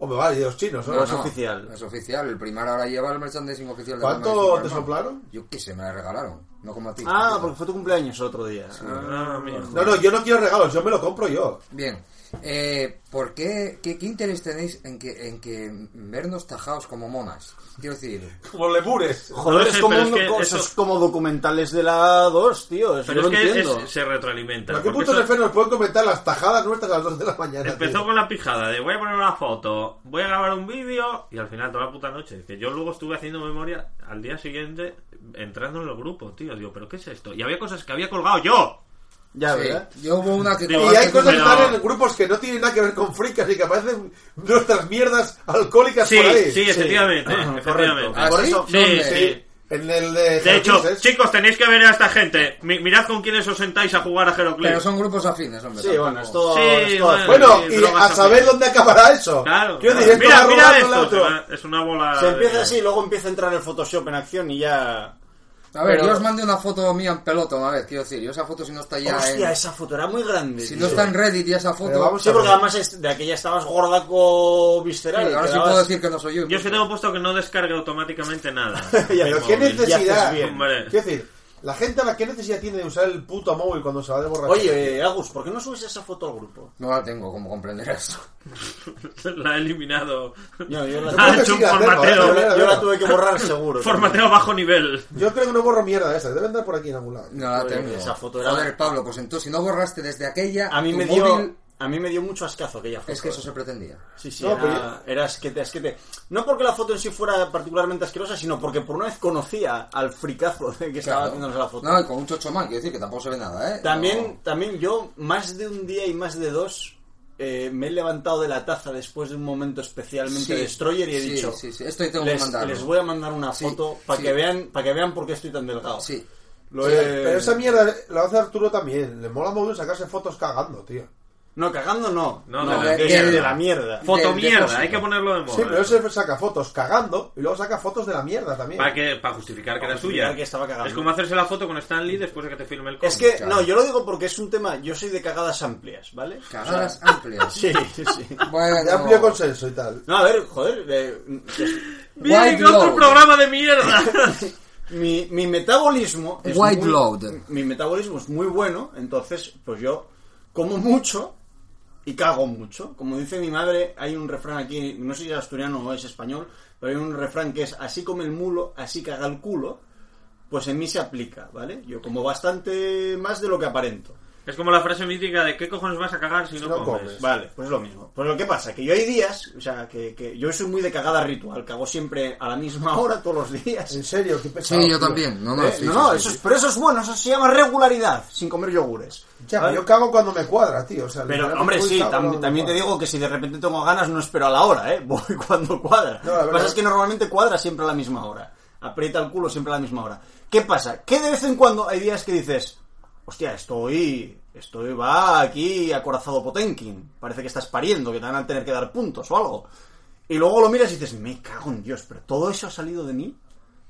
[SPEAKER 8] Hombre, vale, y de los chinos, ¿no?
[SPEAKER 7] No, es oficial.
[SPEAKER 6] Es oficial, el primar ahora lleva el merchandising oficial. de
[SPEAKER 8] ¿Cuánto
[SPEAKER 6] Batman y Superman.
[SPEAKER 8] te soplaron?
[SPEAKER 6] Yo qué sé, me la regalaron, no como a ti.
[SPEAKER 7] Ah,
[SPEAKER 6] Paquito.
[SPEAKER 7] porque fue tu cumpleaños el otro día.
[SPEAKER 9] Ah, mira.
[SPEAKER 8] No, no, yo no quiero regalos, yo me lo compro yo.
[SPEAKER 6] Bien. Eh, ¿Por qué, qué, qué interés tenéis en que, en que vernos tajados como monas? Quiero decir,
[SPEAKER 8] Como lemures.
[SPEAKER 7] Joder,
[SPEAKER 9] No sé,
[SPEAKER 7] es como,
[SPEAKER 9] pero es
[SPEAKER 7] un-
[SPEAKER 9] que
[SPEAKER 7] co-
[SPEAKER 9] eso-
[SPEAKER 7] esos como documentales de la 2, tío. Eso
[SPEAKER 9] Pero
[SPEAKER 7] yo lo
[SPEAKER 9] es que
[SPEAKER 7] entiendo.
[SPEAKER 9] es- se retroalimenta.
[SPEAKER 8] ¿A qué
[SPEAKER 9] porque
[SPEAKER 8] punto
[SPEAKER 9] eso-
[SPEAKER 8] de fe nos pueden comentar las tajadas nuestras a las 2 de la mañana?
[SPEAKER 9] Empezó
[SPEAKER 8] tío?
[SPEAKER 9] con la pijada de voy a poner una foto, voy a grabar un vídeo y al final toda la puta noche. Que yo luego estuve haciendo memoria al día siguiente entrando en los grupos, tío. Digo, ¿pero qué es esto? Y había cosas que había colgado yo.
[SPEAKER 7] Ya,
[SPEAKER 6] sí,
[SPEAKER 7] ¿verdad?
[SPEAKER 6] yo hubo una que...
[SPEAKER 9] Digo,
[SPEAKER 8] Y hay cosas que
[SPEAKER 9] Pero-
[SPEAKER 8] están en grupos que no tienen nada que ver con fricas y que aparecen nuestras mierdas alcohólicas
[SPEAKER 9] Sí,
[SPEAKER 8] por ahí.
[SPEAKER 9] sí, efectivamente.
[SPEAKER 7] Ajá,
[SPEAKER 9] efectivamente.
[SPEAKER 7] correcto.
[SPEAKER 6] ¿Ah,
[SPEAKER 8] ¿Por
[SPEAKER 6] sí?
[SPEAKER 8] eso?
[SPEAKER 9] Sí,
[SPEAKER 6] ¿Dónde?
[SPEAKER 9] sí.
[SPEAKER 8] En el de.
[SPEAKER 9] De hecho,
[SPEAKER 8] Jesús, ¿eh?
[SPEAKER 9] chicos, tenéis que ver a esta gente. Mi- mirad con quiénes os sentáis a jugar a
[SPEAKER 6] Pero
[SPEAKER 9] Heroclix.
[SPEAKER 6] son grupos afines, hombre.
[SPEAKER 7] Sí,
[SPEAKER 6] tampoco.
[SPEAKER 7] bueno, es todo.
[SPEAKER 9] Sí,
[SPEAKER 7] es todo
[SPEAKER 9] bueno.
[SPEAKER 7] afán.
[SPEAKER 8] Bueno,
[SPEAKER 9] Sí,
[SPEAKER 8] y
[SPEAKER 9] eh, bromas
[SPEAKER 8] a saber
[SPEAKER 9] también.
[SPEAKER 8] dónde acabará eso.
[SPEAKER 9] Claro.
[SPEAKER 8] Quiero
[SPEAKER 9] claro.
[SPEAKER 8] decir, esto
[SPEAKER 9] Mira,
[SPEAKER 8] va
[SPEAKER 9] mira
[SPEAKER 8] robando al
[SPEAKER 9] esto.
[SPEAKER 8] otro.
[SPEAKER 9] se
[SPEAKER 8] (laughs)
[SPEAKER 9] va- Es una bola.
[SPEAKER 7] Se empieza
[SPEAKER 9] de-
[SPEAKER 7] así, luego empieza a entrar el Photoshop en acción y ya.
[SPEAKER 6] A ver,
[SPEAKER 7] Pero-
[SPEAKER 6] yo os mandé una foto mía en pelota una vez, quiero decir. Yo esa foto si no está ya
[SPEAKER 7] Hostia,
[SPEAKER 6] en...
[SPEAKER 7] esa foto era muy grande.
[SPEAKER 6] Si
[SPEAKER 7] tío.
[SPEAKER 6] no está en Reddit y esa foto...
[SPEAKER 8] Pero vamos
[SPEAKER 7] Sí, porque además es- de aquella estabas gordaco visceral.
[SPEAKER 6] Sí, ahora sí
[SPEAKER 7] quedabas-
[SPEAKER 6] puedo decir que no soy yo.
[SPEAKER 9] Yo es que tengo puesto que no descargue automáticamente nada.
[SPEAKER 7] Ya,
[SPEAKER 9] El
[SPEAKER 8] Pero qué
[SPEAKER 9] móvil.
[SPEAKER 7] Ya
[SPEAKER 8] necesidad.
[SPEAKER 7] haces bien.
[SPEAKER 9] Hombre.
[SPEAKER 8] Quiero decir, la gente a la que necesidad tiene de usar el puto móvil cuando se va de borracho.
[SPEAKER 7] Oye, eh, Agus, ¿por qué no subes esa foto al grupo?
[SPEAKER 6] No la tengo, como comprenderás.
[SPEAKER 9] La he eliminado.
[SPEAKER 7] No, yo la-
[SPEAKER 9] Ah, ha hecho un
[SPEAKER 8] sigue haciendo,
[SPEAKER 9] formateo.
[SPEAKER 8] ¿eh?
[SPEAKER 7] Yo la, yo la tuve que borrar seguro.
[SPEAKER 9] Formateo bajo nivel.
[SPEAKER 8] yo creo que no borro mierda de esas. Debe andar por aquí en algún lado.
[SPEAKER 6] No eh. la
[SPEAKER 7] Joder,
[SPEAKER 6] tengo.
[SPEAKER 7] esa foto era-
[SPEAKER 6] Joder, Pablo, pues entonces si no borraste desde aquella...
[SPEAKER 7] A mí
[SPEAKER 6] tu
[SPEAKER 7] me dio,
[SPEAKER 6] móvil-
[SPEAKER 7] A mí me dio mucho ascazo aquella foto.
[SPEAKER 6] Es que eso se pretendía.
[SPEAKER 7] Sí, sí,
[SPEAKER 8] No,
[SPEAKER 7] era, era asquete, asquete. No porque la foto en sí fuera particularmente asquerosa, sino porque por una vez conocía al fricazo de que estaba
[SPEAKER 6] Claro.
[SPEAKER 7] haciéndonos la foto.
[SPEAKER 6] No, y con un chocho mal, quiero decir que tampoco se ve nada, ¿eh?
[SPEAKER 7] También,
[SPEAKER 6] No.
[SPEAKER 7] también yo, más de un día y más de dos, eh, me he levantado de la taza después de un momento especialmente
[SPEAKER 6] Sí,
[SPEAKER 7] destroyer y he
[SPEAKER 6] sí,
[SPEAKER 7] dicho,
[SPEAKER 6] sí, sí, esto tengo que
[SPEAKER 7] les,
[SPEAKER 6] mandarlo".
[SPEAKER 7] les voy a mandar una
[SPEAKER 6] Sí,
[SPEAKER 7] foto para
[SPEAKER 6] sí.
[SPEAKER 7] que vean para que vean por qué estoy tan delgado.
[SPEAKER 6] Sí.
[SPEAKER 7] Lo
[SPEAKER 8] Sí,
[SPEAKER 7] he-
[SPEAKER 8] Pero esa mierda la hace Arturo también. Le mola mucho sacarse fotos cagando, tío.
[SPEAKER 7] No, cagando no.
[SPEAKER 9] No,
[SPEAKER 7] No,
[SPEAKER 9] de la
[SPEAKER 6] eh,
[SPEAKER 7] de,
[SPEAKER 9] mierda.
[SPEAKER 7] de la mierda.
[SPEAKER 9] Foto
[SPEAKER 6] Del
[SPEAKER 9] mierda,
[SPEAKER 6] depósito.
[SPEAKER 9] hay que ponerlo de moda.
[SPEAKER 8] Sí, pero él se saca fotos cagando y luego saca fotos de la mierda también.
[SPEAKER 9] Para que, para justificar que
[SPEAKER 7] Para
[SPEAKER 9] era
[SPEAKER 7] justificar
[SPEAKER 9] suya.
[SPEAKER 7] que estaba cagando.
[SPEAKER 9] Es como hacerse la foto con Stan Lee después de que te filme el cómic.
[SPEAKER 7] Es que,
[SPEAKER 6] Claro.
[SPEAKER 7] no, yo lo digo porque es un tema, yo soy de cagadas amplias, ¿vale?
[SPEAKER 6] Cagadas
[SPEAKER 7] O
[SPEAKER 6] amplias.
[SPEAKER 7] (laughs) sea, sí, sí.
[SPEAKER 6] Bueno,
[SPEAKER 8] De amplio consenso y tal.
[SPEAKER 7] No, a ver, joder, eh,
[SPEAKER 9] ¡Bien,
[SPEAKER 6] White
[SPEAKER 9] otro
[SPEAKER 6] Lotus.
[SPEAKER 9] programa de (laughs) mierda!
[SPEAKER 7] mi, mi metabolismo es
[SPEAKER 6] White
[SPEAKER 7] muy,
[SPEAKER 6] load.
[SPEAKER 7] Mi metabolismo es muy bueno, entonces, pues yo como mucho y cago mucho. Como dice mi madre, hay un refrán aquí, no sé si es asturiano o es español, pero hay un refrán que es así come el mulo, así caga el culo. Pues en mí se aplica, ¿vale? Yo como bastante más de lo que aparento.
[SPEAKER 9] es como la frase mítica de ¿qué cojones vas a cagar si no,
[SPEAKER 8] no
[SPEAKER 9] comes?
[SPEAKER 8] comes.
[SPEAKER 7] Vale, pues lo mismo. Pues lo que pasa, que yo hay días, o sea, que, que yo soy muy de cagada ritual, cago siempre a la misma (laughs) hora todos los días.
[SPEAKER 8] En serio, qué pesado.
[SPEAKER 6] Sí, yo
[SPEAKER 8] tío.
[SPEAKER 6] también. No, no,
[SPEAKER 7] Eh,
[SPEAKER 6] sí,
[SPEAKER 7] no,
[SPEAKER 6] sí,
[SPEAKER 7] no,
[SPEAKER 6] sí,
[SPEAKER 7] eso
[SPEAKER 6] sí.
[SPEAKER 7] es, pero eso es bueno, eso se llama regularidad, sin comer yogures.
[SPEAKER 8] Ya,
[SPEAKER 7] ¿Vale?
[SPEAKER 8] yo cago cuando me cuadra, tío. O sea,
[SPEAKER 7] Pero,
[SPEAKER 8] literalmente
[SPEAKER 7] hombre,
[SPEAKER 8] voy y
[SPEAKER 7] sí,
[SPEAKER 8] cago
[SPEAKER 7] tam-
[SPEAKER 8] cuando me
[SPEAKER 7] también te
[SPEAKER 8] cuadra.
[SPEAKER 7] digo que si de repente tengo ganas no espero a la hora, ¿eh? (laughs) Voy cuando cuadra.
[SPEAKER 8] No, la
[SPEAKER 7] Lo que
[SPEAKER 8] verdad-
[SPEAKER 7] pasa es que normalmente cuadra siempre a la misma hora. Aprieta el culo siempre a la misma hora. ¿Qué pasa? Que de vez en cuando hay días que dices, hostia, estoy... Estoy, va aquí acorazado Potenkin. Parece que estás pariendo, que te van a tener que dar puntos o algo. Y luego lo miras y dices, me cago en Dios, pero todo eso ha salido de mí.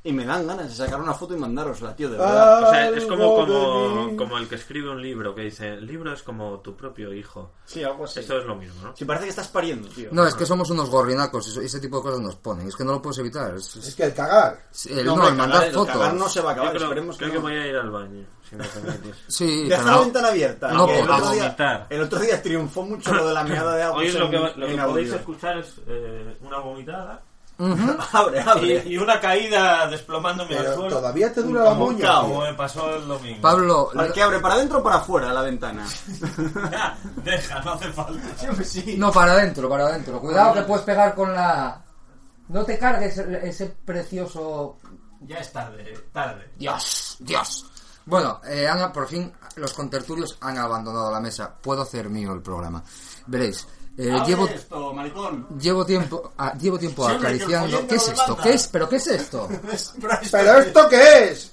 [SPEAKER 7] Y me dan ganas de sacar una foto y mandárosla, tío, de
[SPEAKER 8] Ah,
[SPEAKER 7] verdad.
[SPEAKER 9] O sea, es como,
[SPEAKER 8] Algo de
[SPEAKER 9] como,
[SPEAKER 8] mí.
[SPEAKER 9] como el que escribe un libro que dice, el libro es como tu propio hijo.
[SPEAKER 7] Sí, algo así.
[SPEAKER 9] Esto es lo mismo, ¿no?
[SPEAKER 7] Sí, parece que estás pariendo, tío.
[SPEAKER 6] No, es que somos unos gorrinacos y eso- ese tipo de cosas nos ponen. Es que no lo puedes evitar. Es-
[SPEAKER 8] Es
[SPEAKER 6] es-
[SPEAKER 8] que el cagar.
[SPEAKER 6] el,
[SPEAKER 7] No,
[SPEAKER 6] eh, no,
[SPEAKER 7] hombre,
[SPEAKER 6] el mandar
[SPEAKER 7] cagar- el
[SPEAKER 6] fotos.
[SPEAKER 7] cagar no se va a acabar,
[SPEAKER 9] Yo creo,
[SPEAKER 7] esperemos que
[SPEAKER 9] creo
[SPEAKER 7] no.
[SPEAKER 9] voy a ir al baño, si me permitís.
[SPEAKER 6] Sí,
[SPEAKER 7] Deja
[SPEAKER 6] pero
[SPEAKER 7] la
[SPEAKER 6] no-
[SPEAKER 7] ventana abierta.
[SPEAKER 6] No,
[SPEAKER 7] que el,
[SPEAKER 6] por-
[SPEAKER 7] otro día,
[SPEAKER 9] vomitar.
[SPEAKER 7] el otro día triunfó mucho lo de la meada de agua.
[SPEAKER 9] (laughs) Hoy es
[SPEAKER 7] eso
[SPEAKER 9] lo que,
[SPEAKER 7] en-
[SPEAKER 9] lo que
[SPEAKER 7] en
[SPEAKER 9] podéis
[SPEAKER 7] audio.
[SPEAKER 9] escuchar es eh, una vomitada
[SPEAKER 7] (laughs) Abre, abre.
[SPEAKER 9] y, y una caída desplomándome al
[SPEAKER 8] Pero
[SPEAKER 9] suelo.
[SPEAKER 8] todavía te dura la
[SPEAKER 9] Como-
[SPEAKER 8] moña,
[SPEAKER 9] Como
[SPEAKER 8] tío.
[SPEAKER 9] me pasó el domingo.
[SPEAKER 6] Pablo,
[SPEAKER 7] ¿Para qué abre? ¿Para adentro o para afuera la ventana?
[SPEAKER 9] Ya, (laughs) Deja, no hace falta.
[SPEAKER 6] no, para adentro, para adentro. Cuidado que puedes pegar con la... No te cargues el- ese precioso...
[SPEAKER 9] Ya es tarde, tarde.
[SPEAKER 6] Dios, Dios. Bueno, eh, han- por fin los contertulios han abandonado la mesa. Puedo hacer mío el programa. Veréis, eh,
[SPEAKER 7] (laughs) Abre
[SPEAKER 6] llevo...
[SPEAKER 7] esto, maricón.
[SPEAKER 6] Llevo tiempo, ah, llevo tiempo
[SPEAKER 7] Sí, hombre, que el
[SPEAKER 6] acariciando.
[SPEAKER 7] follón
[SPEAKER 6] ¿Qué
[SPEAKER 7] no
[SPEAKER 6] es
[SPEAKER 7] lo
[SPEAKER 6] esto?
[SPEAKER 7] levanta.
[SPEAKER 6] ¿Qué es? ¿Pero qué es esto?
[SPEAKER 7] (laughs)
[SPEAKER 8] ¿Pero esto qué es?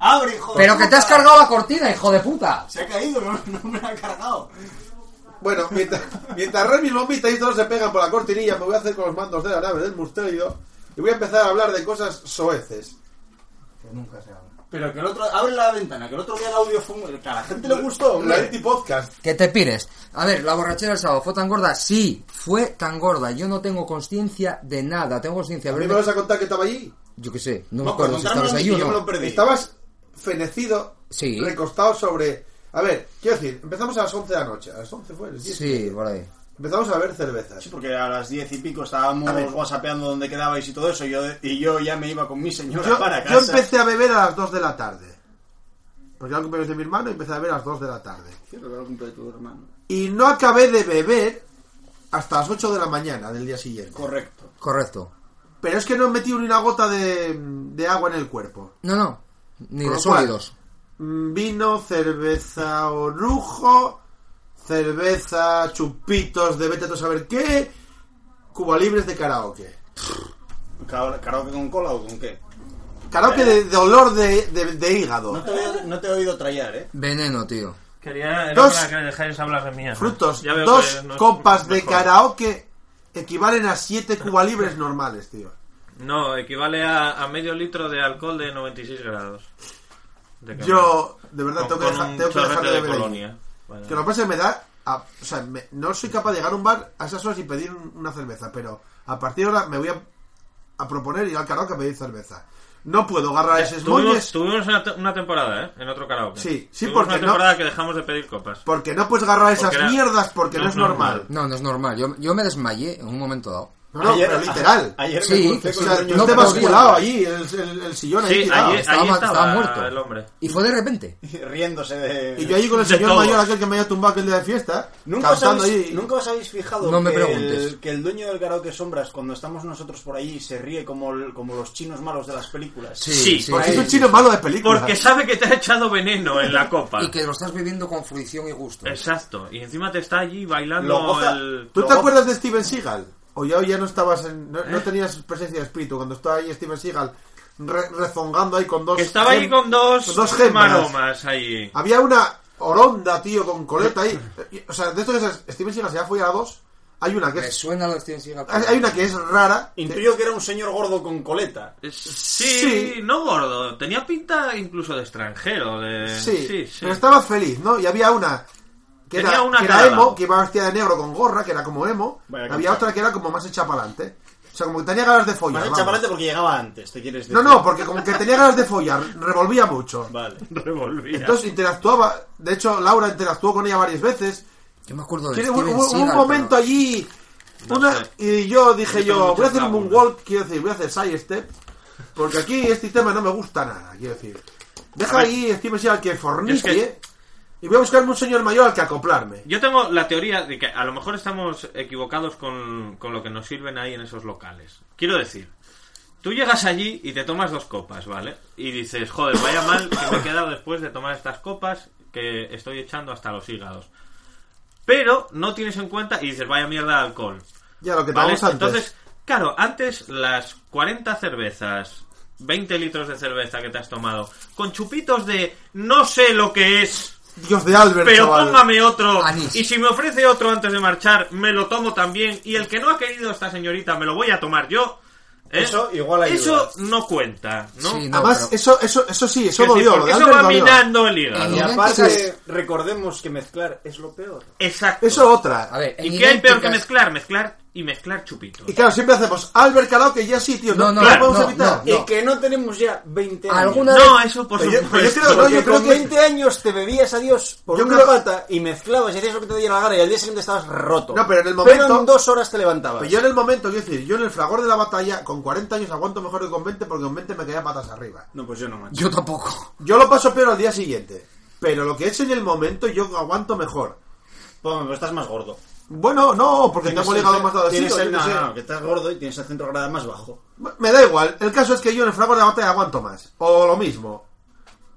[SPEAKER 7] Abre, hijo de
[SPEAKER 6] Pero que te
[SPEAKER 7] puta.
[SPEAKER 6] has cargado la cortina, hijo de puta.
[SPEAKER 7] Se ha caído, no, no me la ha cargado.
[SPEAKER 8] Bueno, mientras, (laughs) mientras Remy vomita y todos se pegan por la cortinilla, me voy a hacer con los mandos de la nave del Mustelio y voy a empezar a hablar de cosas soeces.
[SPEAKER 7] Pero que el otro... Abre la ventana, que el otro día el audio fue... muy- Que a la gente le gustó,
[SPEAKER 8] La
[SPEAKER 7] hombre.
[SPEAKER 8] Enti Podcast.
[SPEAKER 6] Que te pires. A ver, la borrachera del sábado fue tan gorda. Sí, fue tan gorda. Yo no tengo conciencia de nada. Tengo conciencia.
[SPEAKER 8] A mí
[SPEAKER 6] breve-
[SPEAKER 8] me vas a contar que estaba allí.
[SPEAKER 6] Yo qué sé, no me
[SPEAKER 7] No, pero
[SPEAKER 6] acuerdo si estabas
[SPEAKER 7] contármelo a mí,
[SPEAKER 6] ahí o
[SPEAKER 7] que yo me
[SPEAKER 6] no.
[SPEAKER 7] lo perdí.
[SPEAKER 8] Estabas fenecido,
[SPEAKER 6] Sí.
[SPEAKER 8] recostado sobre... A ver, quiero decir, empezamos a las 11 de la noche. A las 11 fue, el 10.
[SPEAKER 6] Sí, por ahí.
[SPEAKER 8] Empezamos a ver cervezas.
[SPEAKER 7] Sí, porque a las diez y pico estábamos
[SPEAKER 8] A ver.
[SPEAKER 7] whatsappeando donde quedabais y todo eso, y yo, y yo ya me iba con mi señora
[SPEAKER 8] Yo,
[SPEAKER 7] para casa.
[SPEAKER 8] yo empecé a beber a las 2 de la tarde. Porque era el cumpleaños de mi hermano y empecé a beber a las 2 de la tarde. Y no acabé de beber hasta las 8 de la mañana del día siguiente.
[SPEAKER 7] Correcto.
[SPEAKER 6] Correcto.
[SPEAKER 8] Pero es que no he metido ni una gota de, de agua en el cuerpo.
[SPEAKER 6] No, no. Ni
[SPEAKER 8] Con
[SPEAKER 6] de
[SPEAKER 8] lo cual,
[SPEAKER 6] sólidos.
[SPEAKER 8] mm, Vino, cerveza orujo, cerveza, chupitos de vete a tú saber qué, cuba libres de karaoke.
[SPEAKER 7] Ca- ¿Karaoke con cola o con qué?
[SPEAKER 8] Karaoke
[SPEAKER 9] Eh.
[SPEAKER 8] de, de olor de, de- de
[SPEAKER 7] No
[SPEAKER 8] hígado.
[SPEAKER 7] te, he oído- no te he oído trallar, ¿eh?
[SPEAKER 6] Veneno, tío.
[SPEAKER 9] Quería era
[SPEAKER 8] Dos-
[SPEAKER 9] para que dejáis hablar de mierda.
[SPEAKER 8] Frutos,
[SPEAKER 9] Ya veo
[SPEAKER 8] dos
[SPEAKER 9] que no es
[SPEAKER 8] copas de
[SPEAKER 9] mejor.
[SPEAKER 8] karaoke equivalen a siete cuba libres normales, tío.
[SPEAKER 9] No, equivale a, a medio litro de alcohol de 96 grados. De
[SPEAKER 8] Yo, de
[SPEAKER 9] cambio.
[SPEAKER 8] verdad,
[SPEAKER 9] Con-
[SPEAKER 8] tengo que
[SPEAKER 9] con
[SPEAKER 8] dejar,
[SPEAKER 9] un
[SPEAKER 8] tengo que dejar
[SPEAKER 9] chorrete
[SPEAKER 8] de
[SPEAKER 9] de
[SPEAKER 8] beber. allí.
[SPEAKER 9] colonia. Bueno.
[SPEAKER 8] Que lo que pasa es que me da. a- o sea, me- no soy capaz de llegar a un bar a esas horas y pedir un- una cerveza, pero a partir de ahora me voy a, a proponer ir al karaoke a pedir cerveza. No puedo agarrar esos
[SPEAKER 9] Tuvimos,
[SPEAKER 8] molles
[SPEAKER 9] tuvimos una, te- una temporada, ¿eh? En otro karaoke.
[SPEAKER 8] Sí, sí,
[SPEAKER 9] Tuvimos
[SPEAKER 8] porque
[SPEAKER 9] una
[SPEAKER 8] no-
[SPEAKER 9] temporada que dejamos de pedir copas.
[SPEAKER 8] porque no puedes agarrar esas
[SPEAKER 9] Porque era-
[SPEAKER 8] mierdas porque no, es normal.
[SPEAKER 6] No, no es normal. Yo, yo me desmayé en un momento dado.
[SPEAKER 8] No, no,
[SPEAKER 7] Ayer-
[SPEAKER 8] pero literal.
[SPEAKER 7] Ayer me
[SPEAKER 6] Sí,
[SPEAKER 7] crucé
[SPEAKER 8] O
[SPEAKER 7] con
[SPEAKER 8] sea,
[SPEAKER 7] un
[SPEAKER 6] no
[SPEAKER 8] tú
[SPEAKER 7] niño
[SPEAKER 8] te
[SPEAKER 7] que
[SPEAKER 8] vas
[SPEAKER 6] podía.
[SPEAKER 8] colado allí, el, el-
[SPEAKER 9] (laughs)
[SPEAKER 8] el sillón ahí
[SPEAKER 9] Sí,
[SPEAKER 8] tirado.
[SPEAKER 9] ahí, ahí
[SPEAKER 6] estaba-
[SPEAKER 9] estaba,
[SPEAKER 6] estaba muerto.
[SPEAKER 9] el hombre.
[SPEAKER 6] Y fue de repente.
[SPEAKER 7] (laughs) riéndose de...
[SPEAKER 8] Y yo allí con el
[SPEAKER 9] De
[SPEAKER 8] señor
[SPEAKER 9] todo.
[SPEAKER 8] mayor aquel que me había tumbado aquel día de fiesta,
[SPEAKER 7] Eh, ¿Nunca os,
[SPEAKER 8] cantando
[SPEAKER 7] habéis,
[SPEAKER 8] allí.
[SPEAKER 7] nunca os habéis fijado
[SPEAKER 6] No me
[SPEAKER 7] que,
[SPEAKER 6] preguntes.
[SPEAKER 7] el, que el dueño del karaoke Sombras, cuando estamos nosotros por allí, se ríe como, el- como los chinos malos de las películas?
[SPEAKER 9] Sí,
[SPEAKER 8] Porque es
[SPEAKER 6] sí.
[SPEAKER 8] un chino malo de películas.
[SPEAKER 9] Porque sabe que te ha echado veneno en la copa.
[SPEAKER 6] Y que lo estás viviendo con fruición y gusto.
[SPEAKER 9] Exacto. Y encima te está allí
[SPEAKER 7] Lo
[SPEAKER 9] bailando
[SPEAKER 7] goza-
[SPEAKER 9] el...
[SPEAKER 8] ¿Tú
[SPEAKER 7] Lo
[SPEAKER 8] te
[SPEAKER 7] gozo.
[SPEAKER 8] acuerdas de Steven Seagal? O ya, ya no estabas en, no,
[SPEAKER 9] ¿Eh?
[SPEAKER 8] no tenías presencia de espíritu cuando estaba ahí Steven Seagal re- rezongando ahí con dos.
[SPEAKER 9] Que estaba ahí
[SPEAKER 8] gem-
[SPEAKER 9] con dos,
[SPEAKER 8] dos gemas.
[SPEAKER 9] maromas ahí.
[SPEAKER 8] Había una oronda, tío, con coleta ahí. Y- O sea, de esto que es- Steven Seagal se ha follado a dos. Hay una que
[SPEAKER 6] Me
[SPEAKER 8] es,
[SPEAKER 6] suena lo de Steven Seagal.
[SPEAKER 8] hay una que es rara.
[SPEAKER 7] Intuyo que era un señor gordo con coleta.
[SPEAKER 9] Sí,
[SPEAKER 8] Sí.
[SPEAKER 9] no gordo. Tenía pinta incluso de extranjero. de-
[SPEAKER 8] Sí,
[SPEAKER 9] sí, sí.
[SPEAKER 8] pero estaba feliz, ¿no? Y había una que
[SPEAKER 9] Tenía
[SPEAKER 8] era,
[SPEAKER 9] una
[SPEAKER 8] que era
[SPEAKER 9] cara.
[SPEAKER 8] emo, que iba vestida de negro con gorra, que era como emo.
[SPEAKER 7] Vaya
[SPEAKER 8] había
[SPEAKER 7] cosa.
[SPEAKER 8] otra que era como más hecha para adelante. O sea, como que tenía ganas de follar.
[SPEAKER 7] Más el
[SPEAKER 8] vamos.
[SPEAKER 7] chaparrante porque llegaba antes, te quieres decir.
[SPEAKER 8] No, no, porque como que tenía ganas de follar, revolvía mucho.
[SPEAKER 7] Vale.
[SPEAKER 9] Revolvía.
[SPEAKER 8] Entonces interactuaba, de hecho Laura interactuó con ella varias veces.
[SPEAKER 6] Yo me acuerdo de
[SPEAKER 8] Tiene un,
[SPEAKER 6] Steven
[SPEAKER 8] un- un
[SPEAKER 6] Seagal,
[SPEAKER 8] momento
[SPEAKER 6] pero-
[SPEAKER 8] allí,
[SPEAKER 9] No
[SPEAKER 8] una,
[SPEAKER 9] sé.
[SPEAKER 8] y yo dije
[SPEAKER 9] Yo tengo
[SPEAKER 8] yo, voy a hacer un
[SPEAKER 9] muchas
[SPEAKER 8] moonwalk, quiero decir, voy a hacer side step, porque aquí este tema no me gusta nada, quiero decir. Deja
[SPEAKER 9] A ver.
[SPEAKER 8] ahí Steven Seagal que fornique,
[SPEAKER 9] Es
[SPEAKER 8] y voy a buscarme un señor mayor al que acoplarme.
[SPEAKER 9] Yo tengo la teoría de que a lo mejor estamos equivocados con, con lo que nos sirven ahí en esos locales. Quiero decir, tú llegas allí y te tomas dos copas, ¿vale? Y dices, joder, vaya mal que me he quedado después de tomar estas copas que estoy echando hasta los hígados. Pero no tienes en cuenta y dices, vaya mierda de alcohol.
[SPEAKER 8] Ya, lo que
[SPEAKER 9] ¿Vale?
[SPEAKER 8] tomamos antes.
[SPEAKER 9] Entonces, claro, antes las 40 cervezas, 20 litros de cerveza que te has tomado, con chupitos de no sé lo que es.
[SPEAKER 8] Dios de Albert,
[SPEAKER 9] Pero
[SPEAKER 8] chaval.
[SPEAKER 9] póngame otro.
[SPEAKER 6] Anís.
[SPEAKER 9] Y si me ofrece otro antes de marchar, me lo tomo también. Y el que no ha querido esta señorita, me lo voy a tomar yo. ¿eh?
[SPEAKER 7] Eso igual ayuda.
[SPEAKER 9] Eso no cuenta, ¿no?
[SPEAKER 6] Sí, no,
[SPEAKER 8] Además,
[SPEAKER 6] pero-
[SPEAKER 8] eso, eso, eso sí, eso
[SPEAKER 9] Quiero decir,
[SPEAKER 8] dolió, lo
[SPEAKER 9] porque
[SPEAKER 8] de
[SPEAKER 9] eso
[SPEAKER 8] Albert
[SPEAKER 9] va
[SPEAKER 8] dolió.
[SPEAKER 9] minando el hígado.
[SPEAKER 7] Y
[SPEAKER 6] Ya.
[SPEAKER 7] aparte,
[SPEAKER 6] Entonces-
[SPEAKER 7] recordemos que mezclar es lo peor.
[SPEAKER 9] Exacto.
[SPEAKER 8] Eso otra.
[SPEAKER 6] A ver, en
[SPEAKER 9] ¿Y qué hay peor que
[SPEAKER 6] idénticas-
[SPEAKER 9] mezclar? Mezclar y mezclar chupitos.
[SPEAKER 8] Y claro, siempre hacemos Albert Karaoke, ya sí, tío. No,
[SPEAKER 6] No,
[SPEAKER 8] no,
[SPEAKER 6] no,
[SPEAKER 8] lo
[SPEAKER 9] claro,
[SPEAKER 8] podemos
[SPEAKER 6] no,
[SPEAKER 8] evitar.
[SPEAKER 6] no.
[SPEAKER 7] Y que no tenemos ya 20 años.
[SPEAKER 6] ¿Alguna vez
[SPEAKER 9] No, eso por
[SPEAKER 8] Pero yo- pero yo
[SPEAKER 9] supuesto.
[SPEAKER 8] creo- no,
[SPEAKER 7] Porque
[SPEAKER 8] yo creo
[SPEAKER 7] con
[SPEAKER 8] que-
[SPEAKER 7] 20 años te bebías a Dios por
[SPEAKER 8] Yo
[SPEAKER 7] una
[SPEAKER 8] creo-
[SPEAKER 7] pata y mezclabas y hacías lo que te diera la gana y al día siguiente estabas roto.
[SPEAKER 8] No, pero en el momento-
[SPEAKER 7] en dos horas te levantabas.
[SPEAKER 8] Pero yo en el momento, quiero decir, yo en el fragor de la batalla, con 40 años aguanto mejor que con 20 porque con 20 me caía patas arriba.
[SPEAKER 7] No, pues yo no, macho.
[SPEAKER 6] Yo tampoco.
[SPEAKER 8] Yo lo paso peor al día siguiente. Pero lo que he hecho en el momento, yo aguanto mejor.
[SPEAKER 7] Pues, pero estás más gordo.
[SPEAKER 8] Bueno, no, porque tengo
[SPEAKER 7] el
[SPEAKER 8] ligado
[SPEAKER 7] ce-
[SPEAKER 8] más adhesivo,
[SPEAKER 7] tienes
[SPEAKER 8] yo
[SPEAKER 7] el-
[SPEAKER 8] qué
[SPEAKER 7] no,
[SPEAKER 8] sé.
[SPEAKER 7] no, que estás gordo y tienes el centro gradado más bajo.
[SPEAKER 8] Me da igual. El caso es que yo en el fragor de la batalla aguanto más. O lo mismo.